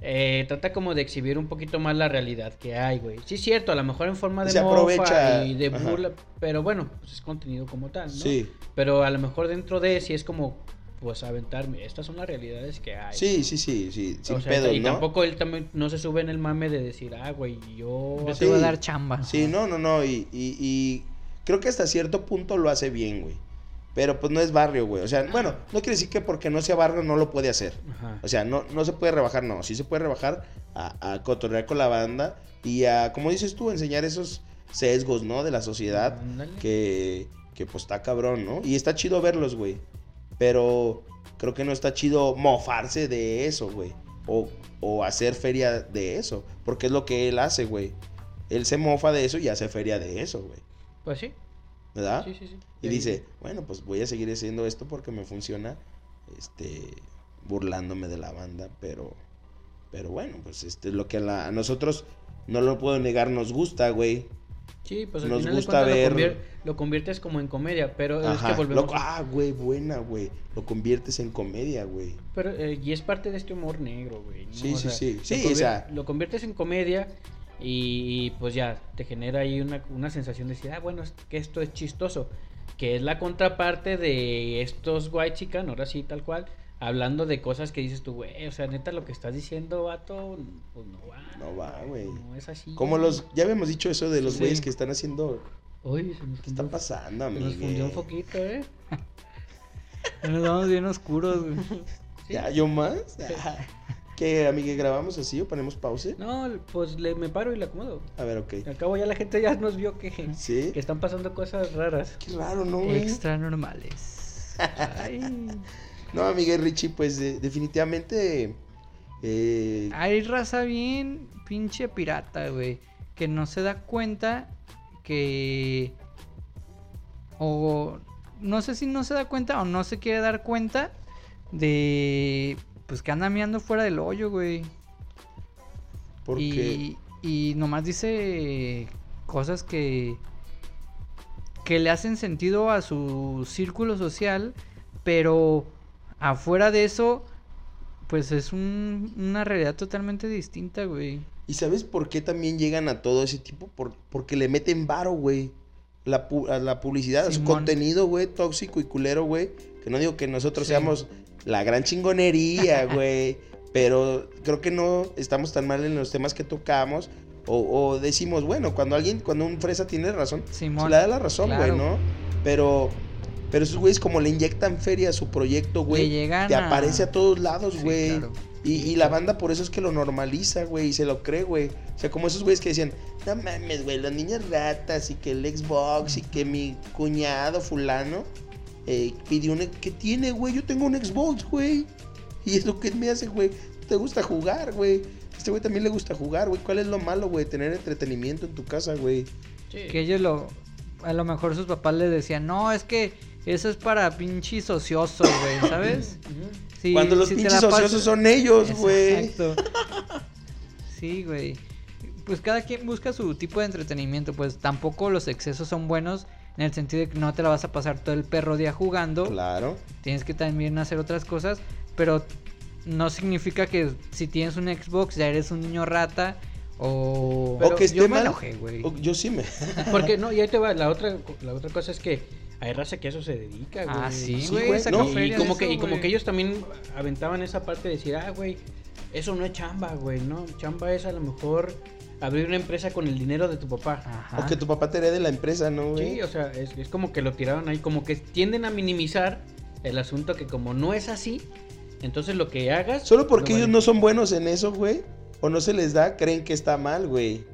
Speaker 2: Eh, trata como de exhibir un poquito más la realidad que hay, güey. Sí, es cierto, a lo mejor en forma de
Speaker 1: Se aprovecha,
Speaker 2: mofa y de
Speaker 1: ajá.
Speaker 2: burla, pero bueno, pues es contenido como tal, ¿no?
Speaker 1: Sí.
Speaker 2: Pero a lo mejor dentro de sí es como, pues aventarme. Estas son las realidades que hay.
Speaker 1: Sí, sí, sí, sí. Sin
Speaker 2: O sea,
Speaker 1: pedos,
Speaker 2: y
Speaker 1: ¿no?
Speaker 2: tampoco él también no se sube en el mame de decir, ah, güey, yo.
Speaker 5: Yo
Speaker 1: Sí.
Speaker 5: te voy a dar chamba.
Speaker 1: Sí, no, no, no. Y, y- y creo que hasta cierto punto lo hace bien, güey. Pero pues no es barrio, güey. O sea, bueno, no quiere decir que porque no sea barrio no lo puede hacer.
Speaker 2: Ajá.
Speaker 1: O sea, no, no se puede rebajar, no. Sí se puede rebajar a, a cotorrear con la banda y a, como dices tú, enseñar esos sesgos, ¿no? De la sociedad
Speaker 2: Ándale.
Speaker 1: que, que pues está cabrón, ¿no? Y está chido verlos, güey. Pero creo que no está chido mofarse de eso, güey. O, o hacer feria de eso. Porque es lo que él hace, güey. Él se mofa de eso y hace feria de eso, güey.
Speaker 2: Pues sí,
Speaker 1: ¿Verdad?
Speaker 2: sí, sí, sí.
Speaker 1: ¿Ah? Y dice, bueno, pues voy a seguir haciendo esto porque me funciona, este, burlándome de la banda, pero, pero bueno, pues este es lo que a la- a nosotros, no lo puedo negar, nos gusta, güey.
Speaker 2: Sí, pues al
Speaker 1: Nos
Speaker 2: final de
Speaker 1: gusta
Speaker 2: cuentas lo,
Speaker 1: ver-
Speaker 2: convier- lo conviertes como en comedia, pero
Speaker 1: Ajá,
Speaker 2: es que volvemos.
Speaker 1: loco- ah, güey, buena, güey. Lo conviertes en comedia, güey.
Speaker 2: Pero, eh, y es parte de este humor negro, güey. ¿no?
Speaker 1: Sí, sí, sí.
Speaker 2: lo
Speaker 1: Sí,
Speaker 2: convier-
Speaker 1: o sea-
Speaker 2: Lo conviertes en comedia y, y, pues ya, te genera ahí una, una sensación de decir, ah, bueno, es que esto es chistoso. Que es la contraparte de estos guay chican, ahora sí, tal cual, hablando de cosas que dices tú, güey, o sea, neta, lo que estás diciendo, vato, pues no va.
Speaker 1: No va, güey.
Speaker 2: No es así.
Speaker 1: Como
Speaker 2: güey.
Speaker 1: los, ya habíamos dicho eso de los
Speaker 2: Sí.
Speaker 1: güeyes que están haciendo.
Speaker 2: Oye, se nos
Speaker 1: ¿Qué está
Speaker 2: fundió-
Speaker 1: pasando,
Speaker 2: se nos fundió
Speaker 1: amigo?
Speaker 2: un poquito, ¿eh?
Speaker 5: Ya Nos vamos bien oscuros, güey.
Speaker 1: ¿Ya yo más? ¿Qué, amigue, grabamos así o ponemos pausa?
Speaker 2: No, pues le, me paro y le acomodo.
Speaker 1: A ver, ok.
Speaker 2: Al cabo ya la gente ya nos vio que, que
Speaker 1: ¿Sí? Qué
Speaker 2: están pasando cosas raras.
Speaker 1: raro, ¿no, güey?
Speaker 5: Extra normales. Ay.
Speaker 1: No, amigue Richie, pues de- definitivamente. eh,
Speaker 2: Ah,
Speaker 5: Hay raza bien pinche pirata, güey. Que no se da cuenta que... O no sé si no se da cuenta o no se quiere dar cuenta de... Pues que anda meando fuera del hoyo, güey.
Speaker 1: porque.
Speaker 5: Y, y nomás dice cosas que... Que le hacen sentido a su círculo social, pero afuera de eso, pues es un- una realidad totalmente distinta, güey.
Speaker 1: ¿Y sabes por qué también llegan a todo ese tipo? Por, porque le meten varo, güey. La, pu- a la publicidad, a su
Speaker 5: Simón.
Speaker 1: contenido, güey, tóxico y culero, güey. Que no digo que nosotros
Speaker 5: Sí.
Speaker 1: seamos la gran chingonería, güey. Pero creo que no estamos tan mal en los temas que tocamos. O, o decimos, bueno, cuando alguien, cuando un fresa tiene razón, se
Speaker 5: Simón.
Speaker 1: le da la razón, güey,
Speaker 5: claro.
Speaker 1: ¿no? Pero, pero esos güeyes como le inyectan feria a su proyecto,
Speaker 5: Le
Speaker 1: güey.
Speaker 5: llegan
Speaker 1: Te
Speaker 5: a-
Speaker 1: aparece a todos lados,
Speaker 5: Sí,
Speaker 1: güey.
Speaker 5: claro.
Speaker 1: Y, y la banda por eso es que lo normaliza, güey, y se lo cree, güey. O sea, como esos güeyes que decían, no mames, güey, las niñas ratas y que el Xbox y que mi cuñado fulano eh, pidió un... ¿Qué tiene, güey? Yo tengo un Xbox, güey. Y es lo que me hace, güey. Te gusta jugar, güey. A Este güey también le gusta jugar, güey. ¿Cuál es lo malo, güey? Tener entretenimiento en tu casa, güey.
Speaker 2: Sí.
Speaker 5: Que ellos lo... A lo mejor sus papás les decían, no, es que eso es para pinches ociosos, güey, ¿sabes?
Speaker 2: Ujú.
Speaker 5: Sí,
Speaker 1: Cuando los
Speaker 5: si te la
Speaker 1: pinches
Speaker 5: pasas-
Speaker 1: ociosos son ellos, güey.
Speaker 5: Exacto. Sí, güey. Pues cada quien busca su tipo de entretenimiento, pues tampoco los excesos son buenos en el sentido de que no te la vas a pasar todo el perro día jugando,
Speaker 1: Claro.
Speaker 5: tienes que también hacer otras cosas, pero no significa que si tienes un Xbox ya eres un niño rata o,
Speaker 1: O que esté
Speaker 5: yo me
Speaker 1: mal.
Speaker 5: enojé, güey.
Speaker 1: O- Yo sí me...
Speaker 2: Porque no, y ahí te va, la otra, la otra cosa es que hay raza que a eso se dedica, güey.
Speaker 5: Ah, sí,
Speaker 1: Sí,
Speaker 5: güey,
Speaker 1: güey,
Speaker 5: saca
Speaker 1: ¿no?
Speaker 2: Y- Y,
Speaker 5: feria de
Speaker 2: como que,
Speaker 5: eso,
Speaker 2: y como
Speaker 5: güey.
Speaker 2: que ellos también aventaban esa parte de decir, ah, güey, eso no es chamba, güey, ¿no? Chamba es a lo mejor abrir una empresa con el dinero de tu papá.
Speaker 5: Ajá.
Speaker 1: O que tu papá te herede la empresa, ¿no, güey?
Speaker 2: Sí, o sea, es, es como que lo tiraron ahí, como que tienden a minimizar el asunto que como no es así, entonces lo que hagas...
Speaker 1: Solo porque
Speaker 2: lo
Speaker 1: ellos
Speaker 2: vale.
Speaker 1: no son buenos en eso, güey, o no se les da, creen que está mal, güey.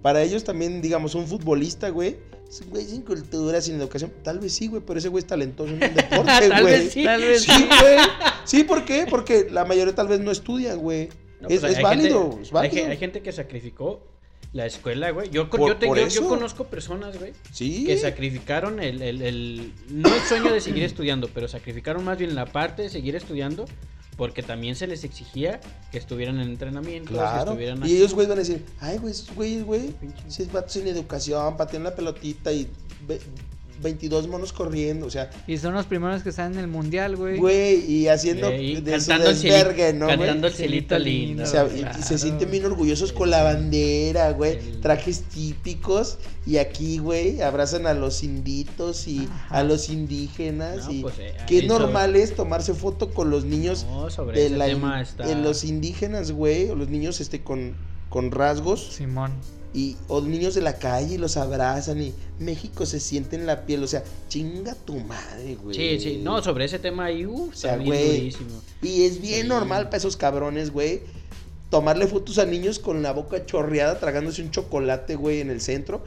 Speaker 1: Para ellos también, digamos, un futbolista, güey, es un güey sin cultura, sin educación, tal vez sí, güey, pero ese güey es talentoso en el deporte,
Speaker 2: Ah, Tal
Speaker 1: güey.
Speaker 2: vez sí.
Speaker 5: Tal vez
Speaker 1: Sí, güey. Sí, ¿por qué? Porque la mayoría tal vez no estudian, güey.
Speaker 2: No,
Speaker 1: es,
Speaker 2: pues,
Speaker 1: es
Speaker 2: hay
Speaker 1: válido,
Speaker 2: gente-
Speaker 1: es
Speaker 2: Hay,
Speaker 1: válido.
Speaker 2: ge- hay gente que sacrificó la escuela, güey. Yo, con-
Speaker 1: Por-
Speaker 2: yo, te-
Speaker 1: por
Speaker 2: yo- yo
Speaker 1: eso.
Speaker 2: conozco personas, güey,
Speaker 1: sí.
Speaker 2: que sacrificaron el, el- el- No el sueño de seguir estudiando, pero sacrificaron más bien la parte de seguir estudiando porque también se les exigía que estuvieran en entrenamientos, que
Speaker 1: Claro.
Speaker 2: estuvieran...
Speaker 1: Y ellos, güey, van a decir, ay, güey, esos güeyes, güey,
Speaker 2: Pinche-
Speaker 1: seis vatos sin educación, patean la pelotita y ve- 22 monos corriendo, o sea,
Speaker 5: Y son los primeros que están en el mundial, güey.
Speaker 1: Güey, y haciendo
Speaker 2: Ey,
Speaker 1: de su
Speaker 2: cantando el cielito,
Speaker 1: desvergue, ¿no, güey?
Speaker 2: cantando el cielito lindo.
Speaker 1: O sea,
Speaker 5: el-
Speaker 1: y- y
Speaker 5: claro.
Speaker 1: se sienten bien orgullosos con la bandera, güey.
Speaker 2: El-
Speaker 1: Trajes típicos. Y aquí, güey, abrazan a los inditos y a los indígenas.
Speaker 2: No,
Speaker 1: y
Speaker 2: pues, eh,
Speaker 1: qué
Speaker 2: ahí
Speaker 1: normal es tomarse foto con los niños
Speaker 2: No, sobre
Speaker 1: de
Speaker 2: ese
Speaker 1: la in-
Speaker 2: tema está...
Speaker 1: de los indígenas, güey. O los niños este con, con rasgos.
Speaker 5: Simón.
Speaker 1: Y, o niños de la calle y los abrazan. Y México se siente en la piel. O sea, chinga tu madre, güey.
Speaker 2: Sí, sí, no, sobre ese tema ahí, uff,
Speaker 1: sea,
Speaker 2: está bien
Speaker 1: güey.
Speaker 2: durísimo.
Speaker 1: Y es bien
Speaker 2: Sí.
Speaker 1: normal para esos cabrones, güey. Tomarle fotos a niños con la boca chorreada, tragándose un chocolate, güey, en el centro.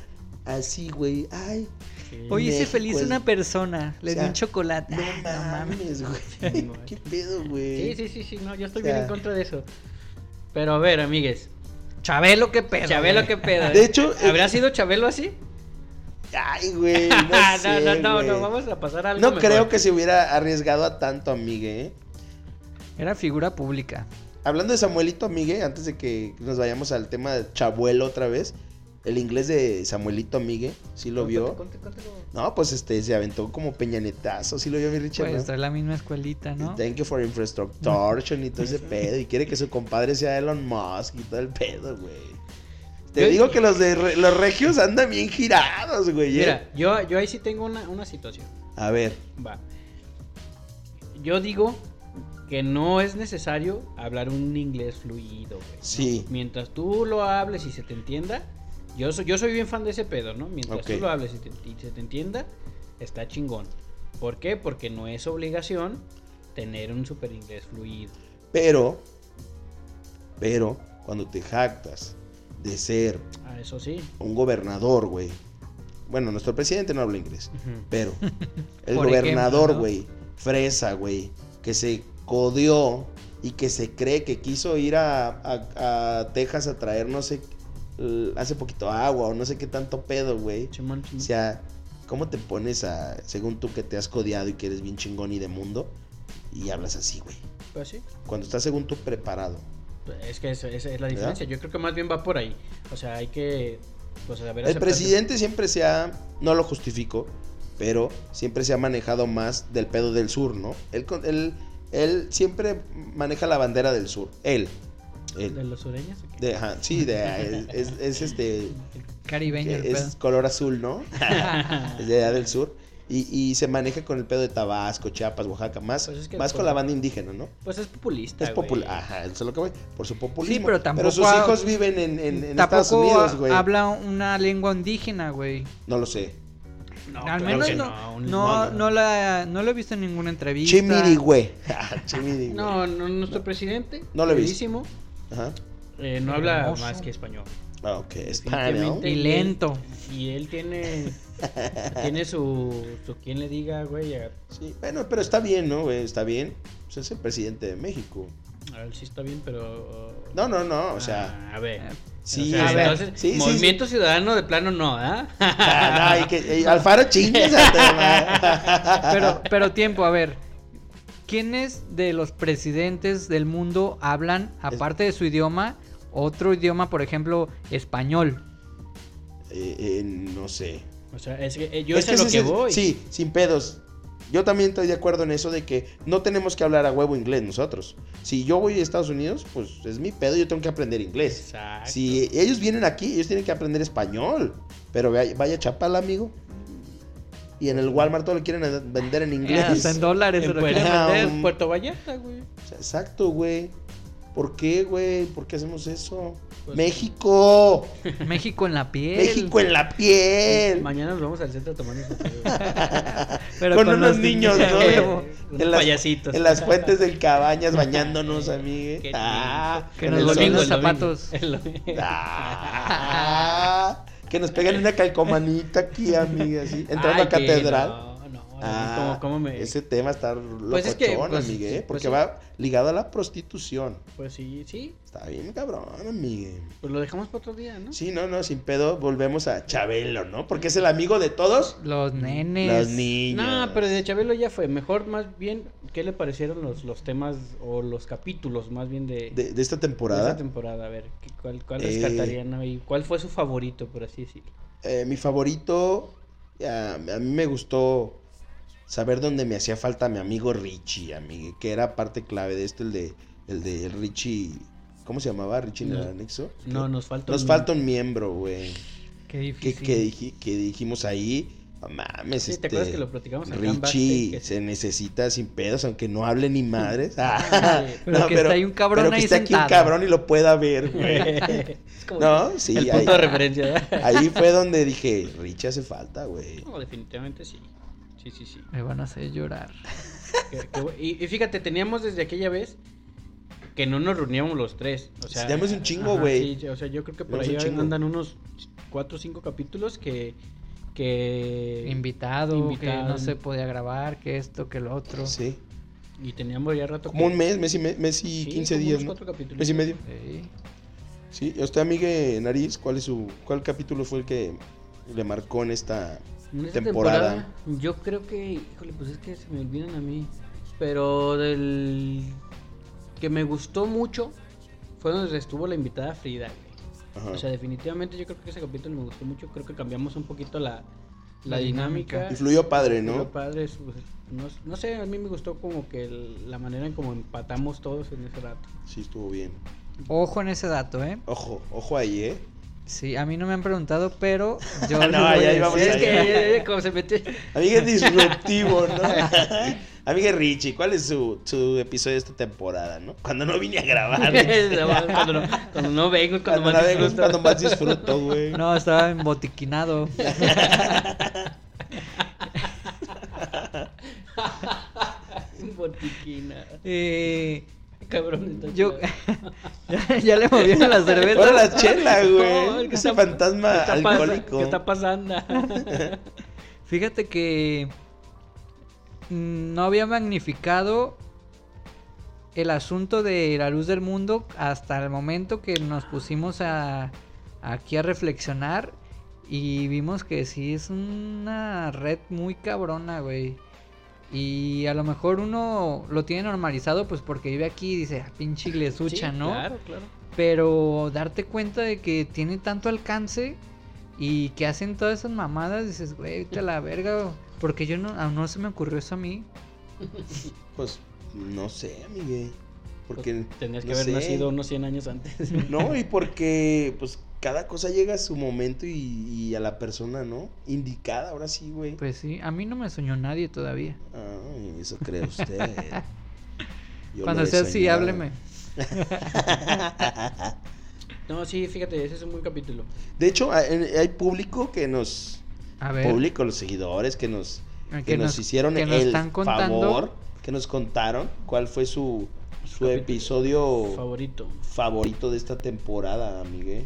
Speaker 1: Así, güey. Ay,
Speaker 2: Sí.
Speaker 5: Oye, ese
Speaker 1: México
Speaker 5: feliz
Speaker 1: es-
Speaker 5: una persona, le
Speaker 1: o sea,
Speaker 5: di un chocolate.
Speaker 1: no
Speaker 5: Ah,
Speaker 1: mames, güey.
Speaker 2: mames.
Speaker 1: ¿Qué pedo, güey?
Speaker 2: Sí, sí, sí, sí, no, yo estoy
Speaker 1: O sea-
Speaker 2: bien en contra de eso. Pero a ver, amigues.
Speaker 5: Chabelo, qué pedo.
Speaker 2: Chabelo,
Speaker 5: güey.
Speaker 2: qué pedo.
Speaker 1: De hecho, eh,
Speaker 2: ¿habrá sido Chabelo así? Ah,
Speaker 1: Ay, güey. No,
Speaker 2: No,
Speaker 1: sé,
Speaker 2: no, no,
Speaker 1: güey.
Speaker 2: no, vamos a pasar a algo.
Speaker 1: No
Speaker 2: mejor.
Speaker 1: creo que se hubiera arriesgado a tanto, amigue, ¿eh?
Speaker 5: Era figura pública.
Speaker 1: Hablando de Samuelito Migue, antes de que nos vayamos al tema de Chabuelo otra vez, El inglés de Samuelito Migue, sí lo vio. No, pues este se aventó como peñanetazo, sí lo vio mi Richard.
Speaker 5: Pues
Speaker 1: ¿no?
Speaker 5: está en la misma escuelita, ¿no?
Speaker 1: Thank you for infrastructure y todo ese pedo. Y quiere que su compadre sea Elon Musk y todo el pedo, güey. Te
Speaker 2: Yo-
Speaker 1: digo que los de re- los regios andan bien girados, güey. ¿eh?
Speaker 2: Mira, yo, yo ahí sí tengo una, una situación.
Speaker 1: A ver,
Speaker 2: Va. Yo digo que no es necesario hablar un inglés fluido, güey. ¿no?
Speaker 1: Sí.
Speaker 2: Mientras tú lo hables y se te entienda, yo soy, yo soy bien fan de ese pedo, ¿no? Mientras
Speaker 1: Ok.
Speaker 2: tú lo hables y, te- y se te entienda, está chingón. ¿Por qué? Porque no es obligación tener un super inglés fluido.
Speaker 1: pero, pero, cuando te jactas de ser
Speaker 2: Ah, eso sí.
Speaker 1: un gobernador, güey. Bueno, nuestro presidente no habla inglés. Pero el
Speaker 5: Por ejemplo,
Speaker 1: gobernador,
Speaker 5: ¿no?
Speaker 1: güey, fresa, güey, que se codeó y que se cree que quiso ir a, a- a Texas a traer no sé, eh, hace poquito agua o no sé qué tanto pedo, güey.
Speaker 2: Chimón, chimón.
Speaker 1: O sea, ¿cómo te pones a, según tú que te has codeado y que eres bien chingón y de mundo, y hablas así, güey?
Speaker 2: Pues sí.
Speaker 1: Cuando estás según tú preparado.
Speaker 2: Es que esa esa es la diferencia. Yo creo que más bien va por ahí. O sea, hay que pues, saber
Speaker 1: El
Speaker 2: aceptar-
Speaker 1: presidente siempre se ha, no lo justifico, pero siempre se ha manejado más del pedo del sur, ¿no? Él, con- él, él siempre maneja la bandera del sur, él.
Speaker 2: de
Speaker 1: él.
Speaker 2: los sureños. ¿o qué?
Speaker 1: De- ajá, sí, de- ah, es, es- es este,
Speaker 5: Caribeño el
Speaker 1: es color azul, ¿no? es de allá del sur. Y, y se maneja con el pedo de Tabasco, Chiapas, Oaxaca, más,
Speaker 2: Pues es que
Speaker 1: más
Speaker 2: por-
Speaker 1: con la banda indígena, ¿no?
Speaker 2: Pues es populista.
Speaker 1: Es popular,
Speaker 2: güey.
Speaker 1: ajá, eso es lo que voy, por su populismo.
Speaker 5: pero tampoco
Speaker 1: sus
Speaker 5: ha-
Speaker 1: hijos viven en, en- en
Speaker 5: pedo.
Speaker 1: Estados
Speaker 5: Tampoco
Speaker 1: Unidos,
Speaker 5: ha-
Speaker 1: güey.
Speaker 5: habla una lengua indígena, güey.
Speaker 1: No lo sé.
Speaker 2: No,
Speaker 5: Al
Speaker 2: claro
Speaker 5: menos
Speaker 2: que
Speaker 5: no, no,
Speaker 2: un-
Speaker 5: no,
Speaker 1: no.
Speaker 5: la, no lo he visto en ninguna entrevista.
Speaker 1: Chimirigüe. Chimirigüe.
Speaker 2: No, no, nuestro presidente.
Speaker 1: No lo he visto.
Speaker 2: queridísimo,
Speaker 1: Ajá.
Speaker 2: eh, no habla
Speaker 5: Hermoso.
Speaker 2: más que español.
Speaker 1: Ah, Ok,
Speaker 2: Definitivamente.
Speaker 1: español.
Speaker 5: Y lento.
Speaker 2: Y él tiene. tiene su. su quien le diga, güey. A,
Speaker 1: Sí, bueno, pero está bien, ¿no, güey? Está bien. Pues es el presidente de México.
Speaker 2: a él sí está bien, pero.
Speaker 1: No, no, no, o sea,
Speaker 2: Ah, a ver.
Speaker 5: Eh,
Speaker 1: sí,
Speaker 2: O sea,
Speaker 1: o sea,
Speaker 2: entonces,
Speaker 1: sí, sí,
Speaker 2: Movimiento Ciudadano de plano no, ¿ah?
Speaker 1: sí. Ah, no, y que- y Alfaro chingues a tu madre.
Speaker 5: Pero, pero tiempo, a ver. ¿Quiénes de los presidentes del mundo hablan, aparte de su idioma, otro idioma, por ejemplo, español?
Speaker 1: Eh, eh, no sé.
Speaker 2: O sea, es que eh, yo
Speaker 1: Es
Speaker 2: es a lo
Speaker 1: ese
Speaker 2: que
Speaker 1: es el-
Speaker 2: voy.
Speaker 1: Sí, sin pedos. Yo también estoy de acuerdo en eso de que no tenemos que hablar a huevo inglés nosotros. Si yo voy a Estados Unidos, pues es mi pedo, yo tengo que aprender inglés.
Speaker 2: Exacto.
Speaker 1: Si ellos vienen aquí, ellos tienen que aprender español. Pero vaya, vaya a Chapala, amigo. Y en el Walmart todo lo quieren a- vender en
Speaker 5: Eh,
Speaker 1: inglés.
Speaker 5: hasta en dólares.
Speaker 2: En
Speaker 5: pero-
Speaker 2: Puerto,
Speaker 1: Ah,
Speaker 2: Vallarta,
Speaker 1: um.
Speaker 2: Puerto Vallarta, güey.
Speaker 1: O sea, Exacto, güey. ¿Por qué, güey? ¿Por qué hacemos eso?
Speaker 2: Pues-
Speaker 1: México.
Speaker 5: México en la piel.
Speaker 1: México en la piel.
Speaker 2: Mañana nos vamos al centro a tomar un
Speaker 5: Pero
Speaker 1: con, unos
Speaker 5: los
Speaker 1: niños,
Speaker 5: a huevo.
Speaker 1: ¿no?
Speaker 2: Unos
Speaker 1: En las-
Speaker 2: payasitos.
Speaker 1: En las fuentes del Cabañas bañándonos, amigo.
Speaker 2: Qué
Speaker 1: Ah,
Speaker 5: Que
Speaker 1: en
Speaker 5: nos
Speaker 1: el sol.
Speaker 5: volvimos- los zapatos.
Speaker 2: El domingo.
Speaker 1: Ah, que nos pegan una calcomanita aquí, amiga. así, Entrando
Speaker 2: Ay,
Speaker 1: a
Speaker 2: que
Speaker 1: catedral.
Speaker 2: No, no.
Speaker 1: Ah,
Speaker 2: como, como me.
Speaker 1: Ese tema está locochón,
Speaker 2: Pues es que, pues,
Speaker 1: amigue,
Speaker 2: pues
Speaker 1: porque
Speaker 2: sí.
Speaker 1: va ligado a la prostitución.
Speaker 2: Pues sí, sí.
Speaker 1: Está bien cabrón, amigue.
Speaker 2: Pues lo dejamos para otro día, ¿no?
Speaker 1: Sí, no, no, sin pedo, volvemos a Chabelo, ¿no? Porque es el amigo de todos
Speaker 5: Los nenes.
Speaker 1: los niños.
Speaker 2: No, pero de Chabelo ya fue. Mejor, más bien, ¿qué le parecieron los, los temas o los capítulos más bien de, de
Speaker 1: De, de esta
Speaker 2: esta
Speaker 1: temporada,
Speaker 2: temporada? A ver, ¿qué- ¿cuál, cuál
Speaker 1: Eh.
Speaker 2: rescatarían hoy? ¿Cuál fue su favorito, por así decirlo?
Speaker 1: eh, mi favorito, a, a mí me gustó saber dónde me hacía falta mi amigo Richie, amigue, que era parte clave de esto, el de, el de Richie, ¿cómo se llamaba? Richie en el
Speaker 2: No.
Speaker 1: anexo.
Speaker 2: No, nos falta.
Speaker 1: Nos
Speaker 2: un-
Speaker 1: falta un miembro, güey.
Speaker 5: Qué
Speaker 1: que,
Speaker 5: difícil.
Speaker 1: que, diji- que dijimos ahí, no mames,
Speaker 2: Sí, ¿Te
Speaker 1: este,
Speaker 2: acuerdas que lo platicamos acá en
Speaker 1: Richie
Speaker 2: Backstage? Que-
Speaker 1: se necesita sin pedos, aunque no hable ni madres.
Speaker 2: Ah, sí.
Speaker 5: Pero que está ahí un cabrón
Speaker 1: pero que
Speaker 5: ahí
Speaker 1: esté aquí un
Speaker 5: sentado.
Speaker 1: cabrón y lo pueda ver, güey.
Speaker 2: Es como
Speaker 1: No, sí,
Speaker 2: el
Speaker 1: ahí,
Speaker 2: punto de referencia. ¿verdad?
Speaker 1: ahí fue donde dije, Richie hace falta, güey.
Speaker 2: No, definitivamente sí. Sí, sí, sí.
Speaker 5: Me van a hacer llorar.
Speaker 2: Qué- qué bu- y, y fíjate, teníamos desde aquella vez que no nos reuníamos los tres. O sea,
Speaker 1: Teníamos un chingo,
Speaker 2: ajá,
Speaker 1: güey.
Speaker 2: sí, o sea, yo creo que por
Speaker 1: Teníamos un
Speaker 2: ahí
Speaker 1: chingo.
Speaker 2: andan unos cuatro o cinco capítulos que. que
Speaker 5: Invitado,
Speaker 2: Invitado.
Speaker 5: que no se podía grabar, que esto, que lo otro.
Speaker 1: Sí.
Speaker 2: Y teníamos ya rato.
Speaker 1: Como
Speaker 2: que-
Speaker 1: un mes, mes y, me- mes y
Speaker 2: sí,
Speaker 1: 15
Speaker 2: como
Speaker 1: días,
Speaker 2: unos
Speaker 1: ¿no?
Speaker 2: cuatro capítulos.
Speaker 1: Mes y medio.
Speaker 5: Sí.
Speaker 1: Sí, y a usted, amigue Nariz, ¿cuál es su cuál capítulo fue el que le marcó en esta
Speaker 2: En esta
Speaker 1: temporada?
Speaker 2: temporada, Yo creo que. Híjole, pues es que se me olvidan a mí. Pero del. que me gustó mucho fue donde estuvo la invitada Frida, güey.
Speaker 1: Ajá.
Speaker 2: O sea, definitivamente yo creo que ese capítulo me gustó mucho. Creo que cambiamos un poquito la, la
Speaker 5: La dinámica.
Speaker 2: dinámica.
Speaker 1: Influyó padre, ¿no?
Speaker 2: Pero padre, es- pues, no, no sé, a mí me gustó como que el- la manera en como empatamos todos en ese rato.
Speaker 1: Sí, estuvo bien.
Speaker 5: Ojo en ese dato, ¿eh?
Speaker 1: Ojo, ojo ahí, ¿eh?
Speaker 5: Sí, a mí no me han preguntado, pero yo
Speaker 1: No,
Speaker 5: les
Speaker 1: ya
Speaker 5: voy a
Speaker 1: íbamos
Speaker 5: decir
Speaker 1: a
Speaker 5: que-
Speaker 1: que-
Speaker 2: eh, como se metió.
Speaker 1: Amigue disruptivo, ¿no? Amigue Richie, ¿cuál es su, su episodio de esta temporada, no? Cuando no vine a grabar.
Speaker 2: cuando, no, cuando no vengo, es cuando,
Speaker 1: cuando,
Speaker 2: más
Speaker 1: la vengo es
Speaker 2: disfruto.
Speaker 1: cuando más disfruto, güey.
Speaker 5: No, estaba embotiquinado.
Speaker 2: Botiquina.
Speaker 5: Eh,
Speaker 2: Cabrón, está
Speaker 5: yo
Speaker 2: chido.
Speaker 5: ya, ya le movieron la cerveza.
Speaker 1: Ahora la chela,
Speaker 2: No,
Speaker 1: güey.
Speaker 2: el que
Speaker 1: ¿eh? Ese
Speaker 2: está-
Speaker 1: fantasma
Speaker 2: ¿Qué está pas-
Speaker 1: alcohólico.
Speaker 2: ¿Qué está pasando?
Speaker 5: Fíjate que mm, no había magnificado el asunto de la luz del mundo hasta el momento que nos pusimos a, aquí a reflexionar y vimos que sí es una red muy cabrona, güey. Y a lo mejor uno lo tiene normalizado pues porque vive aquí y dice, "Ah, pinche iglesucha,
Speaker 2: Sí,
Speaker 5: ¿no?
Speaker 2: Claro, claro.
Speaker 5: Pero darte cuenta de que tiene tanto alcance y que hacen todas esas mamadas, dices, güey, vete a la verga. güey". Porque yo no, ah, no se me ocurrió eso a mí.
Speaker 1: Pues no sé, amigue. Porque.
Speaker 2: Pues, Tenías que
Speaker 1: no
Speaker 2: haber
Speaker 1: sé.
Speaker 2: nacido unos 100 años antes.
Speaker 1: No, y porque, pues, cada cosa llega a su momento y, y a la persona, ¿no? Indicada, ahora sí, güey.
Speaker 5: Pues sí, a mí no me soñó nadie todavía.
Speaker 1: Ay, eso cree usted. Yo
Speaker 5: Cuando
Speaker 1: lo he
Speaker 5: sea así,
Speaker 1: soñado.
Speaker 5: hábleme.
Speaker 2: No, sí, fíjate, ese es un buen capítulo.
Speaker 1: De hecho, hay, hay público que nos.
Speaker 5: A ver,
Speaker 1: Público, los seguidores que nos,
Speaker 5: que,
Speaker 1: que nos, hicieron
Speaker 5: que nos
Speaker 1: el
Speaker 5: están contando.
Speaker 1: favor, que nos contaron cuál fue su, su
Speaker 2: Capítulo
Speaker 1: episodio
Speaker 2: Favorito.
Speaker 1: favorito de esta temporada, amigue.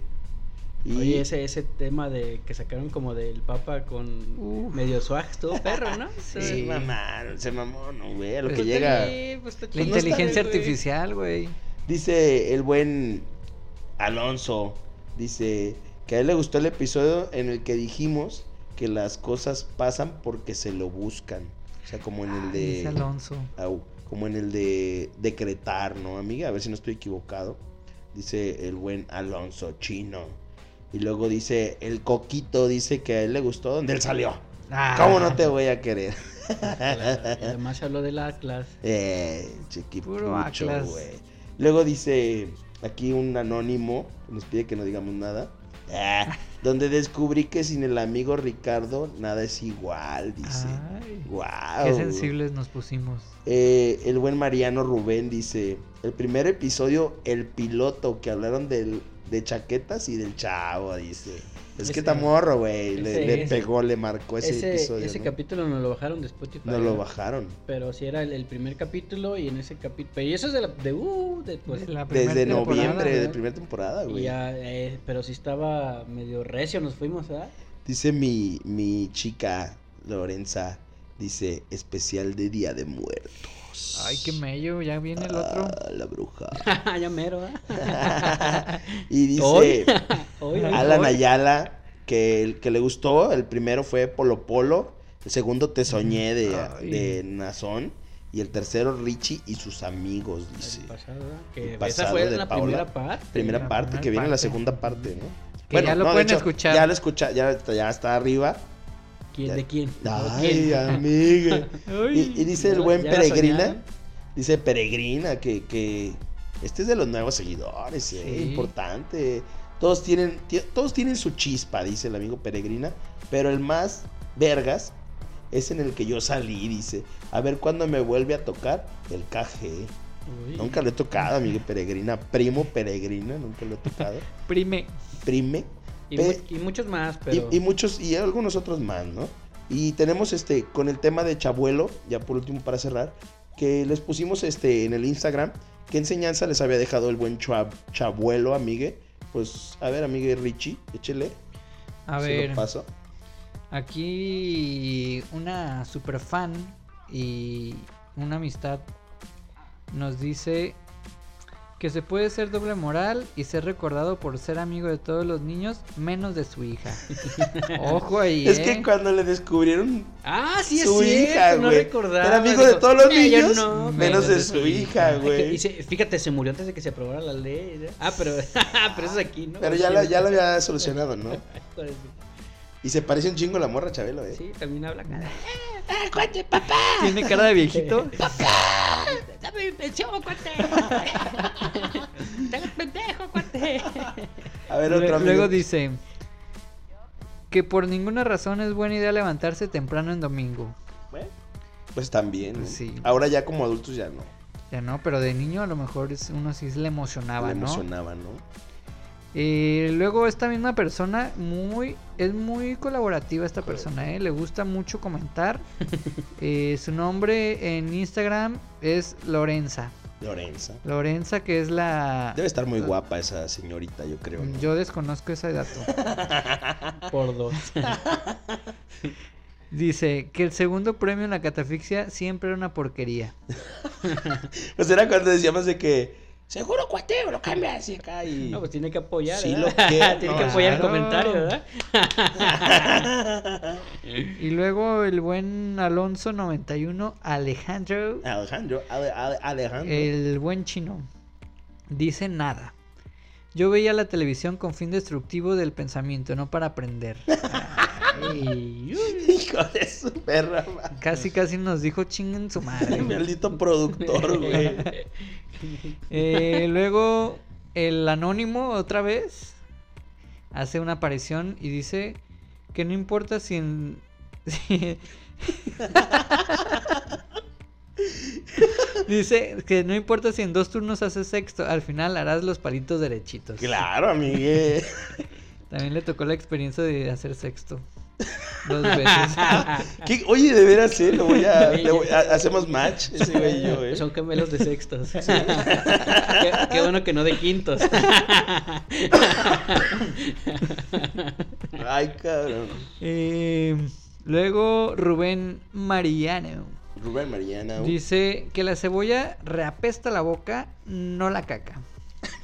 Speaker 1: Y
Speaker 2: Oye, ese, ese tema de que sacaron como del Papa con
Speaker 5: Uf.
Speaker 2: medio swag, estuvo perro, ¿no?
Speaker 1: se
Speaker 5: Sí.
Speaker 1: mamaron, se mamó, no, güey, a lo que
Speaker 5: Pues está
Speaker 1: llega.
Speaker 5: La
Speaker 1: Pues no está
Speaker 5: inteligencia
Speaker 1: bien, güey.
Speaker 5: artificial, güey.
Speaker 1: Dice el buen Alonso, dice que a él le gustó el episodio en el que dijimos que las cosas pasan porque se lo buscan. O sea, como en el
Speaker 5: Ay, ese
Speaker 1: de...
Speaker 5: Alonso.
Speaker 1: Au, como en el de decretar, ¿no, amiga? A ver si no estoy equivocado. Dice el buen Alonso Chino. Y luego dice el coquito, dice que a él le gustó donde él salió.
Speaker 5: Ah,
Speaker 1: ¿Cómo no te voy a querer?
Speaker 2: Claro, y Además habló del Atlas.
Speaker 1: Eh, chiquipucho,
Speaker 5: Puro Atlas.
Speaker 1: güey. Luego dice aquí un anónimo, nos pide que no digamos nada. Ah, donde descubrí que sin el amigo Ricardo nada es igual, dice.
Speaker 5: ay,
Speaker 1: Guau.
Speaker 5: Ah, Qué sensibles nos pusimos.
Speaker 1: Eh, el buen Mariano Rubén dice, el primer episodio, el piloto, que hablaron del, de chaquetas y del chavo, dice. Es
Speaker 2: Ese-
Speaker 1: que está morro, güey. Le,
Speaker 2: ese-
Speaker 1: le
Speaker 2: ese-
Speaker 1: pegó, le marcó ese,
Speaker 2: Ese,
Speaker 1: episodio.
Speaker 2: ese
Speaker 1: ¿no?
Speaker 2: capítulo nos lo bajaron de Spotify.
Speaker 1: Nos lo bajaron.
Speaker 2: Pero sí era el, el primer capítulo y en ese capítulo. Y eso es de la. De, uh, de- pues,
Speaker 5: De la primera
Speaker 1: Desde
Speaker 5: temporada,
Speaker 1: noviembre,
Speaker 5: güey.
Speaker 1: de primera temporada,
Speaker 2: y
Speaker 1: güey.
Speaker 2: ya, eh, pero sí estaba medio recio, nos fuimos, ¿verdad?
Speaker 1: Dice mi, mi chica Lorenza, dice especial de Día de Muertos.
Speaker 5: Ay, qué mello, ya viene el otro.
Speaker 1: Ah, la bruja.
Speaker 2: ya mero, ¿verdad?
Speaker 1: y
Speaker 2: Hoy.
Speaker 1: dice
Speaker 2: Hoy, hoy,
Speaker 1: Alan
Speaker 2: hoy.
Speaker 1: Ayala que el que le gustó, el primero fue Polo Polo, el segundo Te Soñé de,
Speaker 5: Ay.
Speaker 1: de Nazón y el tercero Richie y sus amigos,
Speaker 2: El
Speaker 1: dice.
Speaker 2: pasado, ¿verdad? Que
Speaker 1: El
Speaker 2: esa
Speaker 1: pasado
Speaker 2: fue
Speaker 1: de
Speaker 2: la
Speaker 1: Paola.
Speaker 2: primera parte.
Speaker 1: Primera
Speaker 5: La
Speaker 1: parte,
Speaker 5: primera
Speaker 1: que viene la
Speaker 5: parte.
Speaker 1: segunda parte, ¿no?
Speaker 5: Que ya lo
Speaker 1: de
Speaker 5: pueden escuchar.
Speaker 1: Ya lo escucha, ya, ya está arriba.
Speaker 2: ¿Quién, ¿De quién?
Speaker 1: Ay,
Speaker 2: ¿Quién?
Speaker 1: amiga.
Speaker 5: Ay.
Speaker 1: Y, y dice el
Speaker 2: Ya-
Speaker 1: buen
Speaker 2: ya la ¿eh?
Speaker 1: Peregrina,
Speaker 2: soñaron.
Speaker 1: dice Peregrina que, que este es de los nuevos seguidores, eh,
Speaker 5: Sí.
Speaker 1: importante. Todos tienen, ti- todos tienen su chispa, dice el amigo Peregrina, pero el más vergas es en el que yo salí, dice. A ver cuándo me vuelve a tocar el KG.
Speaker 2: Uy.
Speaker 1: Nunca lo he tocado, amigo Peregrina, primo Peregrina, nunca lo he tocado.
Speaker 5: Prime.
Speaker 1: Prime.
Speaker 2: Y,
Speaker 1: Pe-
Speaker 2: mu- y muchos más,
Speaker 1: Y-
Speaker 2: pero.
Speaker 1: Y, muchos, y algunos otros más, ¿no? Y tenemos este, con el tema de Chabuelo, ya por último para cerrar, que les pusimos este en el Instagram, qué enseñanza les había dejado el buen Chab- Chabuelo, amigue. Pues, a ver, amigue Richie, échele.
Speaker 5: A
Speaker 1: se
Speaker 5: ver.
Speaker 1: Lo paso.
Speaker 5: Aquí una super fan y una amistad nos dice que se puede ser doble moral y ser recordado por ser amigo de todos los niños, menos de su hija. Ojo ahí.
Speaker 1: Es
Speaker 5: ¿eh?
Speaker 1: que cuando le descubrieron
Speaker 2: Ah, sí, es
Speaker 1: su
Speaker 2: cierto,
Speaker 1: hija,
Speaker 2: no
Speaker 1: güey.
Speaker 2: recordaba.
Speaker 1: Era amigo
Speaker 2: me
Speaker 1: de
Speaker 2: dijo,
Speaker 1: todos los
Speaker 2: "Mira, yo
Speaker 1: niños,
Speaker 2: no,
Speaker 1: menos de su hija,
Speaker 2: Y
Speaker 1: güey.
Speaker 2: se- fíjate, se murió antes de que se aprobara la ley. ¿eh? Ah, pero, pero eso es aquí, ¿no?
Speaker 1: Pero ya la, ya la había solucionado, ¿no?
Speaker 2: Pues,
Speaker 1: Y se parece un chingo a la morra Chabelo, eh.
Speaker 2: Sí, también habla cara.
Speaker 4: ¡Ah, cuate, papá!
Speaker 5: Tiene cara de viejito.
Speaker 2: Dame pensión, cuate. Dame pendejo, cuate.
Speaker 1: A ver,
Speaker 5: Lue-
Speaker 1: otro amigo.
Speaker 5: Luego dice que por ninguna razón es buena idea levantarse temprano en domingo.
Speaker 1: Bueno, Pues también. ¿no?
Speaker 5: Sí.
Speaker 1: Ahora ya como adultos ya no.
Speaker 5: Ya no, pero de niño a lo mejor es- uno sí se le emocionaba,
Speaker 1: Le
Speaker 5: ¿no?
Speaker 1: emocionaba, ¿no?
Speaker 5: Eh, luego esta misma persona muy es muy colaborativa esta persona, ¿eh? le gusta mucho comentar. Eh, su nombre en Instagram es Lorenza.
Speaker 1: Lorenza.
Speaker 5: Lorenza que es la...
Speaker 1: Debe estar muy guapa esa señorita, yo creo. ¿no?
Speaker 5: Yo desconozco ese dato.
Speaker 2: Por dos.
Speaker 5: Dice que el segundo premio en la catafixia siempre era una porquería.
Speaker 1: Pues era cuando decíamos de que
Speaker 4: Seguro, cuate, lo cambias y acá.
Speaker 1: ay,
Speaker 2: No, pues tiene que apoyar.
Speaker 1: Sí,
Speaker 2: ¿verdad?
Speaker 1: lo quiero,
Speaker 2: Tiene
Speaker 1: no,
Speaker 2: que apoyar
Speaker 5: claro.
Speaker 2: el comentario, ¿verdad?
Speaker 5: Y luego el buen Alonso 91 Alejandro,
Speaker 1: Alejandro, Ale- Ale- Alejandro.
Speaker 2: Eh,
Speaker 5: el buen chino, dice nada. Yo veía la televisión con fin destructivo del pensamiento, no para aprender.
Speaker 2: Y-
Speaker 1: Hijo de su perra. madre.
Speaker 5: Casi casi nos dijo chinguen su madre.
Speaker 1: Maldito productor, güey.
Speaker 5: Eh, luego el anónimo otra vez hace una aparición y dice que no importa si en... si- Dice que no importa si en dos turnos haces sexto, al final harás los palitos derechitos.
Speaker 1: Claro, amigue.
Speaker 5: También le tocó la experiencia de hacer sexto. Dos veces.
Speaker 1: ¿Qué? Oye, de veras, eh, lo voy a, le voy a- Hacemos match, ese güey y yo, eh.
Speaker 2: Son gemelos de sextos. qué, qué bueno que no de quintos.
Speaker 1: Ay, cabrón.
Speaker 5: Eh, luego Rubén Mariano.
Speaker 1: Rubén Mariana. uh,
Speaker 5: Dice que la cebolla reapesta la boca, no la caca.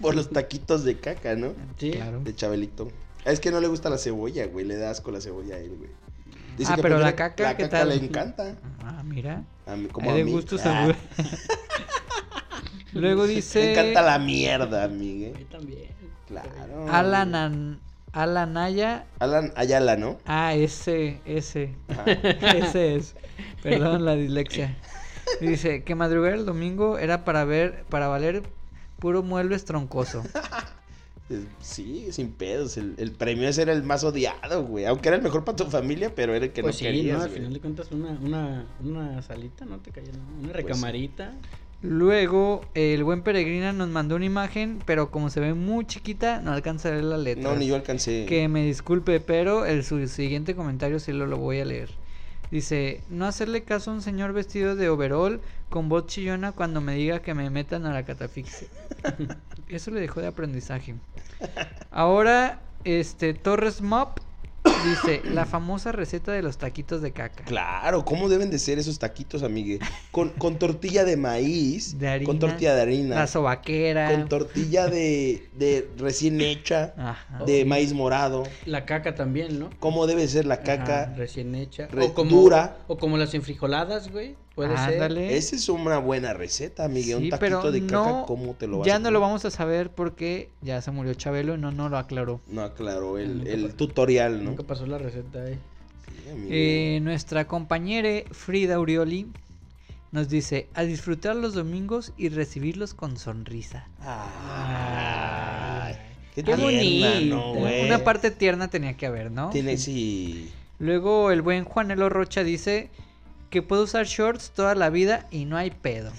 Speaker 1: Por los taquitos de caca, ¿no?
Speaker 2: Sí.
Speaker 5: Claro.
Speaker 1: De Chabelito. Es que no le gusta la cebolla, güey. Le da asco la cebolla a él, güey.
Speaker 5: Ah, pero la
Speaker 1: prefiere-
Speaker 5: caca,
Speaker 1: la
Speaker 5: ¿qué
Speaker 1: caca
Speaker 5: tal?
Speaker 1: le encanta.
Speaker 5: Ah, mira.
Speaker 1: A mí, como
Speaker 5: Hay
Speaker 1: a
Speaker 5: de
Speaker 1: mí.
Speaker 5: gustos
Speaker 1: Ah,
Speaker 5: a- Luego
Speaker 1: Le
Speaker 5: dice
Speaker 1: encanta la mierda, amigue.
Speaker 2: Yo también.
Speaker 1: Claro.
Speaker 5: Alan An- Alan Naya
Speaker 1: Alan Ayala, ¿no?
Speaker 5: Ah, ese, ese,
Speaker 1: Ajá.
Speaker 5: ese es. Perdón la dislexia. Dice que madrugar el domingo era para ver, para valer puro mueble troncoso.
Speaker 1: Eh, Sí, sin pedos. El, el premio ese era el más odiado, güey. Aunque era el mejor para tu familia, pero era el que
Speaker 2: pues
Speaker 1: no
Speaker 2: sí,
Speaker 1: querías,
Speaker 2: ¿no? Al
Speaker 1: güey.
Speaker 2: final de cuentas, una, una, una salita, ¿no? Te cayó,
Speaker 1: Pues
Speaker 2: una recamarita.
Speaker 5: Luego el buen peregrina nos mandó una imagen, pero como se ve muy chiquita, no alcanza a ver la letra.
Speaker 1: No, ni yo alcancé.
Speaker 5: Que me disculpe, pero el su siguiente comentario sí lo, lo voy a leer. Dice, no hacerle caso a un señor vestido de overol con voz chillona cuando me diga que me metan a la catafixia. Eso le dejó de aprendizaje. Ahora, este, Torres Mop dice, la famosa receta de los taquitos de caca.
Speaker 1: Claro, ¿cómo deben de ser esos taquitos, amigue? Con, con tortilla de maíz,
Speaker 5: De harina,
Speaker 1: con tortilla de harina,
Speaker 5: La sobaquera.
Speaker 1: con tortilla de, de recién hecha,
Speaker 5: Ajá.
Speaker 1: de maíz morado.
Speaker 2: La caca también, ¿no?
Speaker 1: ¿Cómo debe ser la
Speaker 2: Ajá,
Speaker 1: caca?
Speaker 2: recién hecha.
Speaker 1: re-
Speaker 2: o como,
Speaker 1: dura. Ah,
Speaker 2: O como las enfrijoladas, güey. Puede ser.
Speaker 5: Ándale.
Speaker 1: Esa es una buena receta, amigue. Un
Speaker 5: Sí,
Speaker 1: taquito
Speaker 5: pero
Speaker 1: de caca,
Speaker 5: no-
Speaker 1: ¿cómo te lo vas
Speaker 5: ya
Speaker 1: a
Speaker 5: no lo
Speaker 1: comer?
Speaker 5: vamos a saber porque ya se murió Chabelo y no, no lo aclaró.
Speaker 1: No, aclaró el,
Speaker 2: Nunca
Speaker 1: el
Speaker 2: pasó.
Speaker 1: tutorial, ¿no?
Speaker 2: Nunca pasó la receta, eh.
Speaker 1: Sí, amigue.
Speaker 5: Eh, nuestra compañera Frida Urioli nos dice a disfrutar los domingos y recibirlos con sonrisa.
Speaker 1: Ay, qué
Speaker 2: Qué
Speaker 1: tierna,
Speaker 2: bonito.
Speaker 1: ¿no, güey?
Speaker 5: ah, Una parte tierna tenía que haber, ¿no?
Speaker 1: Tiene, sí.
Speaker 5: Luego el buen Juanelo Rocha dice que puedo usar shorts toda la vida y no hay pedo.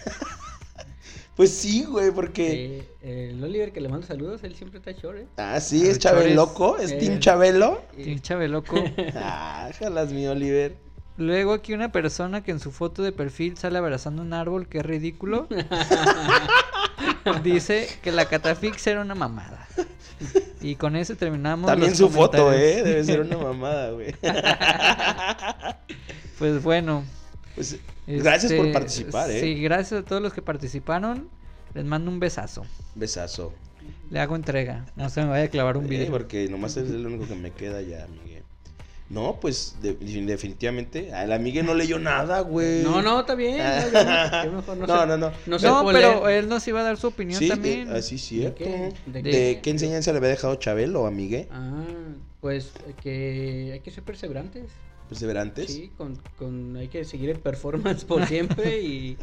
Speaker 1: Pues sí, güey, porque...
Speaker 2: Eh, el Oliver que le manda saludos, él siempre está short, eh.
Speaker 1: Ah, sí, es
Speaker 5: Luchadores.
Speaker 1: Chabel loco, es Team
Speaker 2: Eh.
Speaker 1: Chabelo.
Speaker 5: Team Chabeloco.
Speaker 1: Ah, jalas mi Oliver.
Speaker 5: Luego aquí una persona que en su foto de perfil sale abrazando un árbol, que es ridículo. dice que la catafix era una mamada. Y con eso terminamos.
Speaker 1: También
Speaker 5: los
Speaker 1: su foto,
Speaker 5: comentarios.
Speaker 1: eh, debe ser una mamada, güey.
Speaker 5: Pues bueno.
Speaker 1: Pues, gracias por
Speaker 5: este,
Speaker 1: participar, eh.
Speaker 5: Sí, gracias a todos los que participaron. Les mando un besazo.
Speaker 1: Besazo.
Speaker 5: Le hago entrega. No se me vaya a clavar un
Speaker 1: Sí,
Speaker 5: video.
Speaker 1: Eh, porque nomás es el único que me queda ya, Miguel. No, pues de- definitivamente. A la Miguel no leyó nada, güey.
Speaker 2: No, no, está bien. no, yo no- yo mejor no,
Speaker 1: Ah. No,
Speaker 2: sé-
Speaker 1: no, no. eh.
Speaker 2: No, sé
Speaker 5: No,
Speaker 2: cómo
Speaker 5: pero
Speaker 2: leer.
Speaker 5: él nos iba a dar su opinión
Speaker 1: Sí,
Speaker 5: también.
Speaker 1: de- así es cierto.
Speaker 2: qué?
Speaker 1: ¿De,
Speaker 2: ¿De
Speaker 1: qué?
Speaker 2: qué?
Speaker 1: enseñanza le había dejado Chabelo a Miguel?
Speaker 2: Ah, pues eh, que hay que ser perseverantes.
Speaker 1: Pues, Perseverantes.
Speaker 2: Sí, con, con- hay que seguir el performance por siempre y,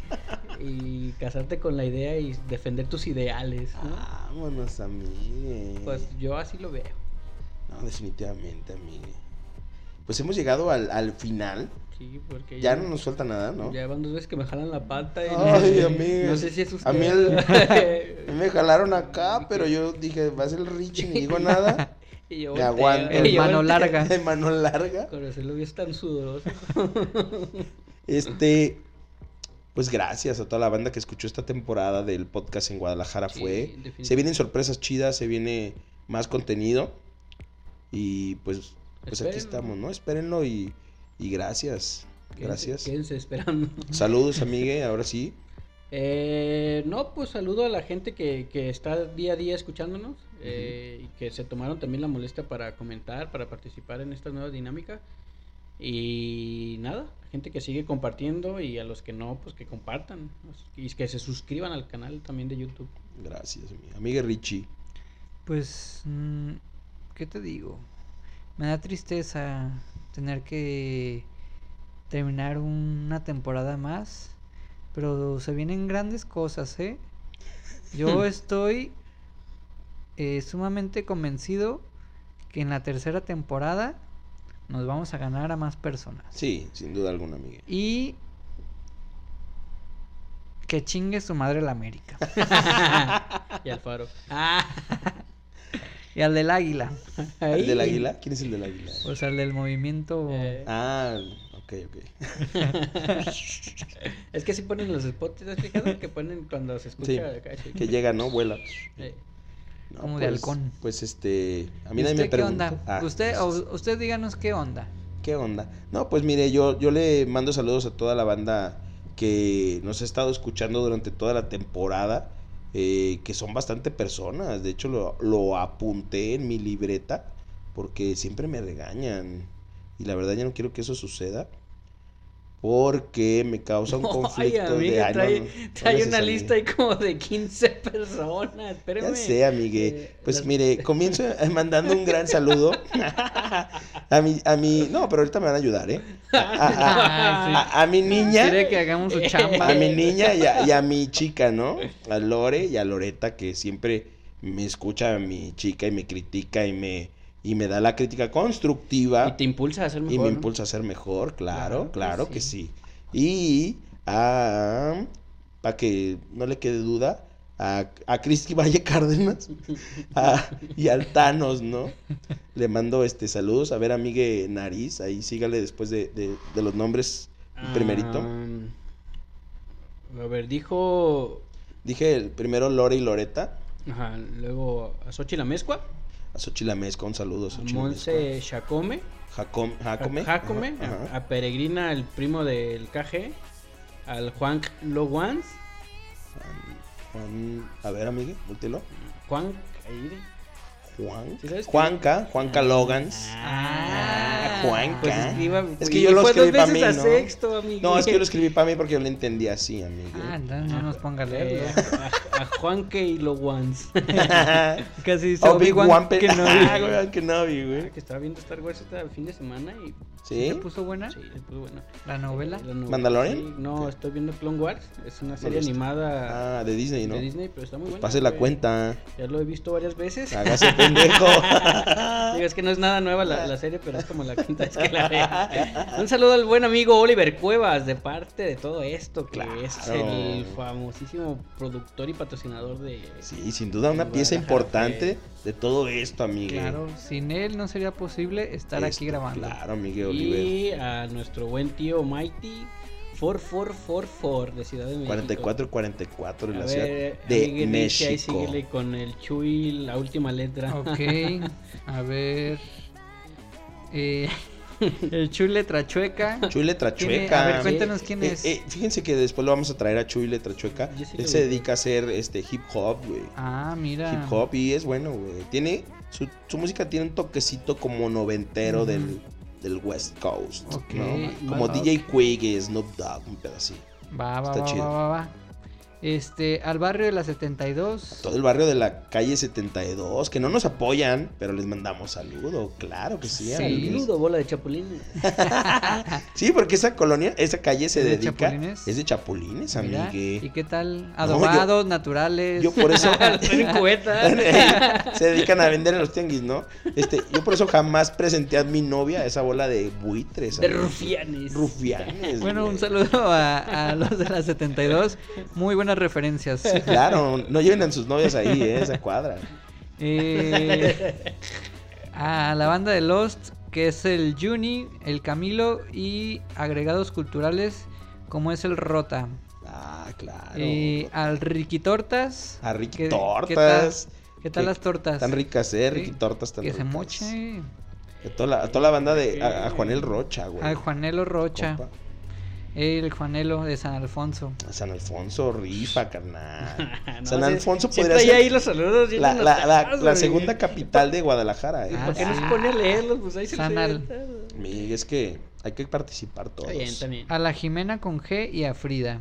Speaker 2: y casarte con la idea y defender tus ideales. ¿no?
Speaker 1: Ah, Vámonos a Miguel.
Speaker 2: Pues yo así lo veo.
Speaker 1: No, definitivamente a Miguel. Pues hemos llegado al, al final.
Speaker 2: Sí, porque
Speaker 1: Ya no nos falta nada, ¿no?
Speaker 2: ya van dos veces que me jalan la pata. Y
Speaker 1: Ay,
Speaker 2: no, sé,
Speaker 1: amigo.
Speaker 2: no sé si es usted.
Speaker 1: A mí el- Me jalaron acá, pero yo dije, va a ser el Richie, ni digo nada.
Speaker 2: Y yo
Speaker 1: Me
Speaker 2: volteo,
Speaker 1: aguanto.
Speaker 2: y
Speaker 5: El
Speaker 2: yo
Speaker 5: mano
Speaker 2: volteo.
Speaker 5: larga.
Speaker 1: De mano larga.
Speaker 2: Con eso lo ves tan sudoroso.
Speaker 1: Este, pues gracias a toda la banda que escuchó esta temporada del podcast en Guadalajara
Speaker 2: Sí,
Speaker 1: Ah, fue.
Speaker 2: definitivamente.
Speaker 1: Se vienen sorpresas chidas, se viene más contenido. Y pues, pues aquí
Speaker 2: Espérenlo.
Speaker 1: estamos, ¿no? Espérenlo y, y gracias.
Speaker 2: Quédense-
Speaker 1: Gracias.
Speaker 2: Quédense esperando.
Speaker 1: Saludos, amigue, ahora sí.
Speaker 2: Eh, no, pues saludo a la gente que, que está día a día escuchándonos eh, y que se tomaron también la molestia para comentar, para participar en esta nueva dinámica. Y nada, gente que sigue compartiendo y a los que no, pues que compartan y que se suscriban al canal también de YouTube.
Speaker 1: Gracias, amigue. Amigue Richie.
Speaker 5: Pues, mm, ¿qué te digo? Me da tristeza tener que terminar una temporada más, pero se vienen grandes cosas, ¿eh? Yo estoy eh, sumamente convencido que en la tercera temporada nos vamos a ganar a más personas.
Speaker 1: Sí, sin duda alguna, amigue.
Speaker 5: Y que chingue su madre la América.
Speaker 2: y Alfaro. Ah,
Speaker 5: y al del águila,
Speaker 1: ¿El del
Speaker 2: ahí.
Speaker 1: águila? ¿Quién es el del águila?
Speaker 5: o sea, al del movimiento...
Speaker 2: Eh,
Speaker 1: Ah, ok, ok.
Speaker 2: es que si ponen los spots, ¿te has fijado? Que ponen cuando se escucha.
Speaker 1: Sí,
Speaker 2: acá, sí.
Speaker 1: Que llega, ¿no? Vuela.
Speaker 2: Eh,
Speaker 1: No,
Speaker 5: Como de
Speaker 1: pues-
Speaker 5: halcón.
Speaker 1: Pues este, a mí
Speaker 5: ¿Y
Speaker 1: nadie
Speaker 5: usted
Speaker 1: me preguntó.
Speaker 5: ¿Qué onda?
Speaker 1: Ah,
Speaker 5: usted,
Speaker 1: pues,
Speaker 5: o- usted díganos qué onda.
Speaker 1: ¿Qué onda? No, pues mire, yo, yo le mando saludos a toda la banda que nos ha estado escuchando durante toda la temporada, eh, que son bastante personas. De hecho, lo, lo apunté en mi libreta porque siempre me regañan. Y la verdad ya no quiero que eso suceda. Porque me causa un conflicto de...
Speaker 2: Ay, amiga,
Speaker 1: ay, no,
Speaker 2: trae,
Speaker 1: no, no
Speaker 2: trae
Speaker 1: hagas
Speaker 2: una
Speaker 1: eso,
Speaker 2: lista
Speaker 1: amiga.
Speaker 2: ahí como de 15 personas. Espérame.
Speaker 1: Ya sé, amigue.
Speaker 2: Eh,
Speaker 1: Pues
Speaker 2: las-
Speaker 1: mire, comienzo eh, mandando un gran saludo a mi, a mi, no, pero ahorita me van a ayudar, ¿eh? A- a- a- a, a mi niña,
Speaker 5: Ah, Quiere que hagamos
Speaker 1: Eh,
Speaker 5: su chamba.
Speaker 1: a mi niña y a, y a mi chica, ¿no? A Lore y a Loreta que siempre me escucha a mi chica y me critica y me y me da la crítica
Speaker 2: Y
Speaker 1: constructiva
Speaker 2: te impulsa a ser mejor.
Speaker 1: y me
Speaker 2: ¿no?
Speaker 1: impulsa a ser mejor, claro,
Speaker 2: Claro
Speaker 1: claro
Speaker 2: que
Speaker 1: que sí.
Speaker 2: sí.
Speaker 1: Y a para que no le quede duda a, a Cristi Valle Cárdenas a- y al Thanos, ¿no? Le mando este saludos. A ver, amigue Nariz, ahí sígale después de, de- de los nombres el primerito.
Speaker 2: Ah, a ver, dijo.
Speaker 1: Dije el primero Lore y Loreta.
Speaker 2: Ajá, luego a Xochitl Amezcua,
Speaker 1: A Xochilamezca, un saludo.
Speaker 2: a
Speaker 1: Xochilamezcua.
Speaker 2: Monse Chacome,
Speaker 1: Jacom, Jacome.
Speaker 2: a Jacome, ah,
Speaker 1: Ajá,
Speaker 2: a-
Speaker 1: ajá.
Speaker 2: a Peregrina, el primo del KG, al Juan Loguans, ah.
Speaker 1: Juan- a ver, amigue, múltelo.
Speaker 2: Juan. ahí.
Speaker 1: Juan,
Speaker 2: ¿Sí sabes Ah. qué?
Speaker 1: Juanca, Juanca Logans.
Speaker 2: Ah,
Speaker 1: Juanca.
Speaker 2: Pues escriba,
Speaker 1: Es que yo lo
Speaker 2: fue
Speaker 1: escribí
Speaker 2: dos
Speaker 1: pa'
Speaker 2: veces
Speaker 1: mí,
Speaker 2: a
Speaker 1: ¿no?
Speaker 2: sexto, amigo.
Speaker 1: No, es que yo lo escribí para mí porque yo lo entendí así, amigue.
Speaker 5: Ah, entonces no nos ponga a leerlo.
Speaker 2: Eh, a, a Juan K. Lo Ones.
Speaker 5: Casi dice
Speaker 1: Oh, Big
Speaker 5: Obi-Wan
Speaker 1: One
Speaker 5: que no.
Speaker 1: Kenobi, güey.
Speaker 2: Ah, que estaba viendo Star Wars este fin de semana y.
Speaker 5: ¿Se
Speaker 1: ¿Sí?
Speaker 5: puso buena?
Speaker 2: Sí, pues bueno.
Speaker 5: La novela.
Speaker 2: La novela,
Speaker 1: ¿Mandalorian?
Speaker 2: sí. no, estoy viendo Clone Wars. Es una serie
Speaker 1: lo estoy.
Speaker 2: animada
Speaker 1: Ah, de Disney, ¿no?
Speaker 2: de Disney, pues. pero está muy buena.
Speaker 1: Pase la
Speaker 2: güey.
Speaker 1: cuenta.
Speaker 2: Ya lo he visto varias veces.
Speaker 1: Hágase pendejo.
Speaker 2: Digo, es que no es nada nueva la, la serie, pero es como la quinta vez que la veo. Un saludo al buen amigo Oliver Cuevas de parte de todo esto, que es
Speaker 1: Claro.
Speaker 2: el famosísimo productor y patrocinador de...
Speaker 1: Sí, sin duda una
Speaker 2: Guadalajara
Speaker 1: pieza
Speaker 2: fue-
Speaker 1: importante de todo esto, amigue.
Speaker 5: Claro, sin él no sería posible estar
Speaker 1: Esto,
Speaker 5: aquí grabando.
Speaker 1: Claro, amigue Oliver.
Speaker 2: Y a nuestro buen tío Mighty 4444 de Ciudad de México.
Speaker 1: 44-44 en
Speaker 2: A
Speaker 1: la ciudad
Speaker 2: ver,
Speaker 1: de
Speaker 2: amiguel, Richie, ahí
Speaker 1: México.
Speaker 2: síguele con el Chuy, la última letra.
Speaker 5: Ok, a ver. Eh, El Chuy Letra Chueca.
Speaker 1: Chuy Letra
Speaker 5: ¿Quién es?
Speaker 1: Chueca.
Speaker 5: A ver, cuéntanos quién
Speaker 1: Eh,
Speaker 5: es.
Speaker 1: eh, fíjense que después lo vamos a traer a Chuy Letra Chueca.
Speaker 2: Yo sí
Speaker 1: Él
Speaker 2: lo
Speaker 1: se
Speaker 2: ubico.
Speaker 1: dedica a hacer este hip hop, güey.
Speaker 5: ah, mira.
Speaker 1: Hip hop y es bueno, güey. Tiene su, su música tiene un toquecito como noventero
Speaker 5: Ujú.
Speaker 1: del, del West Coast,
Speaker 5: Ok,
Speaker 1: ¿no? Como
Speaker 2: va,
Speaker 1: DJ Quiggy, Snoop Dogg, un pedacito.
Speaker 5: Va, va,
Speaker 1: Está
Speaker 5: va,
Speaker 1: chido.
Speaker 5: va, va, va. Este, al barrio de la 72.
Speaker 1: Todo el barrio de la calle 72, que no nos apoyan, pero les mandamos saludo, claro que sí. amigos.
Speaker 2: Saludo, bola de chapulines.
Speaker 1: Sí, porque esa colonia, esa calle se
Speaker 5: ¿Es de
Speaker 1: dedica.
Speaker 5: chapulines?
Speaker 1: Es de chapulines,
Speaker 5: Mira, ¿Y
Speaker 1: amigue.
Speaker 5: qué tal?
Speaker 1: yo-
Speaker 5: Adobados, naturales.
Speaker 1: Yo por eso.
Speaker 2: Tienen cubeta.
Speaker 1: se dedican a vender en los tianguis, ¿no? Este, yo por eso jamás presenté a mi novia a esa bola de buitres.
Speaker 2: De
Speaker 1: amigo.
Speaker 2: rufianes.
Speaker 1: Rufianes.
Speaker 5: Bueno,
Speaker 1: güey.
Speaker 5: un saludo a, a los de la 72. Muy buenas referencias.
Speaker 1: Claro, no lleven a sus novias ahí, ¿eh? esa cuadra.
Speaker 5: Eh, a la banda de Lost, que es el Juni, el Camilo y agregados culturales como es el Rota.
Speaker 1: Ah, claro.
Speaker 5: Eh, al Ricky Tortas.
Speaker 1: a Ricky
Speaker 5: ¿qué- qué
Speaker 1: Tortas.
Speaker 5: tal- ¿Qué tal
Speaker 1: Que-
Speaker 5: las tortas?
Speaker 1: Tan ricas, ¿eh?
Speaker 5: Sí,
Speaker 1: Ricky Tortas tan
Speaker 5: que se
Speaker 1: ricas.
Speaker 5: moche.
Speaker 1: A toda la, a toda la banda de. A, a Juanel Rocha, güey.
Speaker 5: Al Juanelo Rocha.
Speaker 1: Compa.
Speaker 5: El Juanelo de San Alfonso.
Speaker 1: San Alfonso rifa, carnal.
Speaker 2: Ah, no,
Speaker 1: San
Speaker 2: sí-
Speaker 1: Alfonso
Speaker 2: sí
Speaker 1: podría
Speaker 2: traía
Speaker 1: ser
Speaker 2: ahí los saludos. bien
Speaker 1: La, la- la-
Speaker 2: anotados,
Speaker 1: la
Speaker 2: güey.
Speaker 1: segunda capital de Guadalajara, ¿eh?
Speaker 5: Ah,
Speaker 2: ¿Por qué no se
Speaker 5: sí.
Speaker 2: pone a leerlos? Pues ahí se los
Speaker 5: San
Speaker 2: había
Speaker 5: Al.
Speaker 2: anotado.
Speaker 1: Mig, es que hay que participar todos.
Speaker 2: Está bien, también.
Speaker 5: A la Jimena con G y a Frida.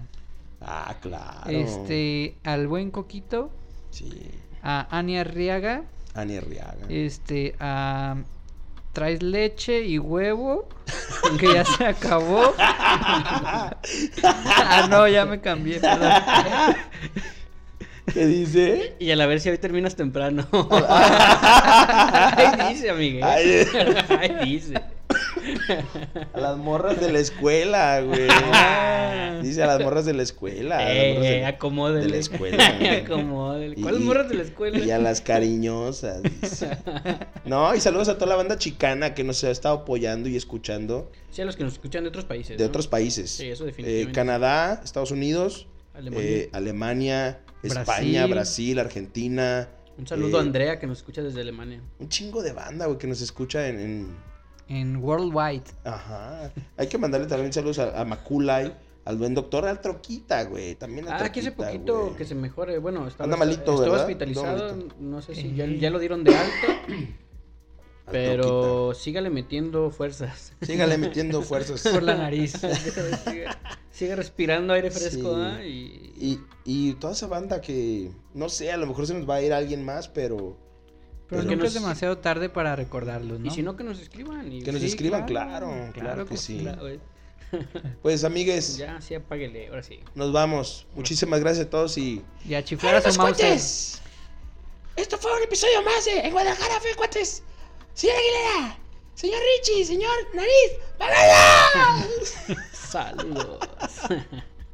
Speaker 1: Ah, claro.
Speaker 5: Este, al buen Coquito.
Speaker 1: Sí.
Speaker 5: A Ania Arriaga.
Speaker 1: Ani Arriaga.
Speaker 2: eh,
Speaker 5: Este, a. Traes leche y huevo. Que ya se acabó. ah, no, ya me cambié. perdón.
Speaker 1: ¿Qué dice?
Speaker 2: Y a la ver si hoy terminas temprano. Ahí dice, amigue.
Speaker 1: Ay,
Speaker 2: Ahí dice.
Speaker 1: a las morras de la escuela, güey. Dice a las morras de la escuela. Ah, a las
Speaker 2: Ah. Eh,
Speaker 1: morras de-
Speaker 2: eh, acomódele.
Speaker 1: de la escuela, güey.
Speaker 2: acomódele.
Speaker 1: Y-
Speaker 2: ¿Cuáles morras de la escuela?
Speaker 1: Y a las cariñosas. dice. No, y saludos a toda la banda chicana que nos ha estado apoyando y escuchando
Speaker 2: Sí, a los que nos escuchan de otros países.
Speaker 1: de
Speaker 2: ¿no?
Speaker 1: otros países.
Speaker 2: Sí, eso
Speaker 1: Eh,
Speaker 2: definitivamente.
Speaker 1: Canadá, Estados Unidos,
Speaker 2: Alemania.
Speaker 1: eh, Alemania,
Speaker 5: Brasil.
Speaker 1: España, Brasil, Argentina.
Speaker 2: Un saludo a
Speaker 1: eh,
Speaker 2: Andrea que nos escucha desde Alemania.
Speaker 1: Un chingo de banda, güey, que nos escucha en, en-
Speaker 5: En Worldwide.
Speaker 1: Ajá. Hay que mandarle también saludos a, a Maculay, al buen doctor, al Troquita, güey. También al
Speaker 2: Ah, aquí hace
Speaker 1: Troquita,
Speaker 2: poquito
Speaker 1: güey.
Speaker 2: que se mejore. Bueno, estaba,
Speaker 1: Anda malito,
Speaker 2: estaba
Speaker 1: ¿verdad?
Speaker 2: hospitalizado.
Speaker 1: Anda malito.
Speaker 2: No sé si ya,
Speaker 5: Ey.
Speaker 2: ya lo dieron de alta,
Speaker 1: Al Troquita.
Speaker 2: pero sígale metiendo fuerzas.
Speaker 1: Sígale metiendo fuerzas.
Speaker 5: Por la nariz.
Speaker 2: Sigue- Sigue respirando aire fresco,
Speaker 1: Sí.
Speaker 2: ¿ah? Y,
Speaker 1: Y, y toda esa banda que, no sé, a lo mejor se nos va a ir alguien más, pero
Speaker 5: Pero
Speaker 1: Pero
Speaker 5: nunca
Speaker 2: que
Speaker 5: es
Speaker 2: nos-
Speaker 5: demasiado tarde para recordarlos, ¿no?
Speaker 2: y si no, que nos escriban. Y,
Speaker 1: que nos
Speaker 5: Sí,
Speaker 1: escriban,
Speaker 5: claro,
Speaker 1: claro,
Speaker 5: claro
Speaker 1: claro,
Speaker 5: que
Speaker 1: que sí.
Speaker 2: Claro, eh.
Speaker 1: Pues amigues,
Speaker 2: Ya, sí, apáguele, ahora sí.
Speaker 1: nos vamos. Muchísimas gracias a todos y
Speaker 5: Y a chiflar a su mouse.
Speaker 4: cuates! Esto fue un episodio más de En Guadalajara fue cuates. Señor Aguilera, señor Richie, señor Nariz, ¡vámonos!
Speaker 2: Saludos.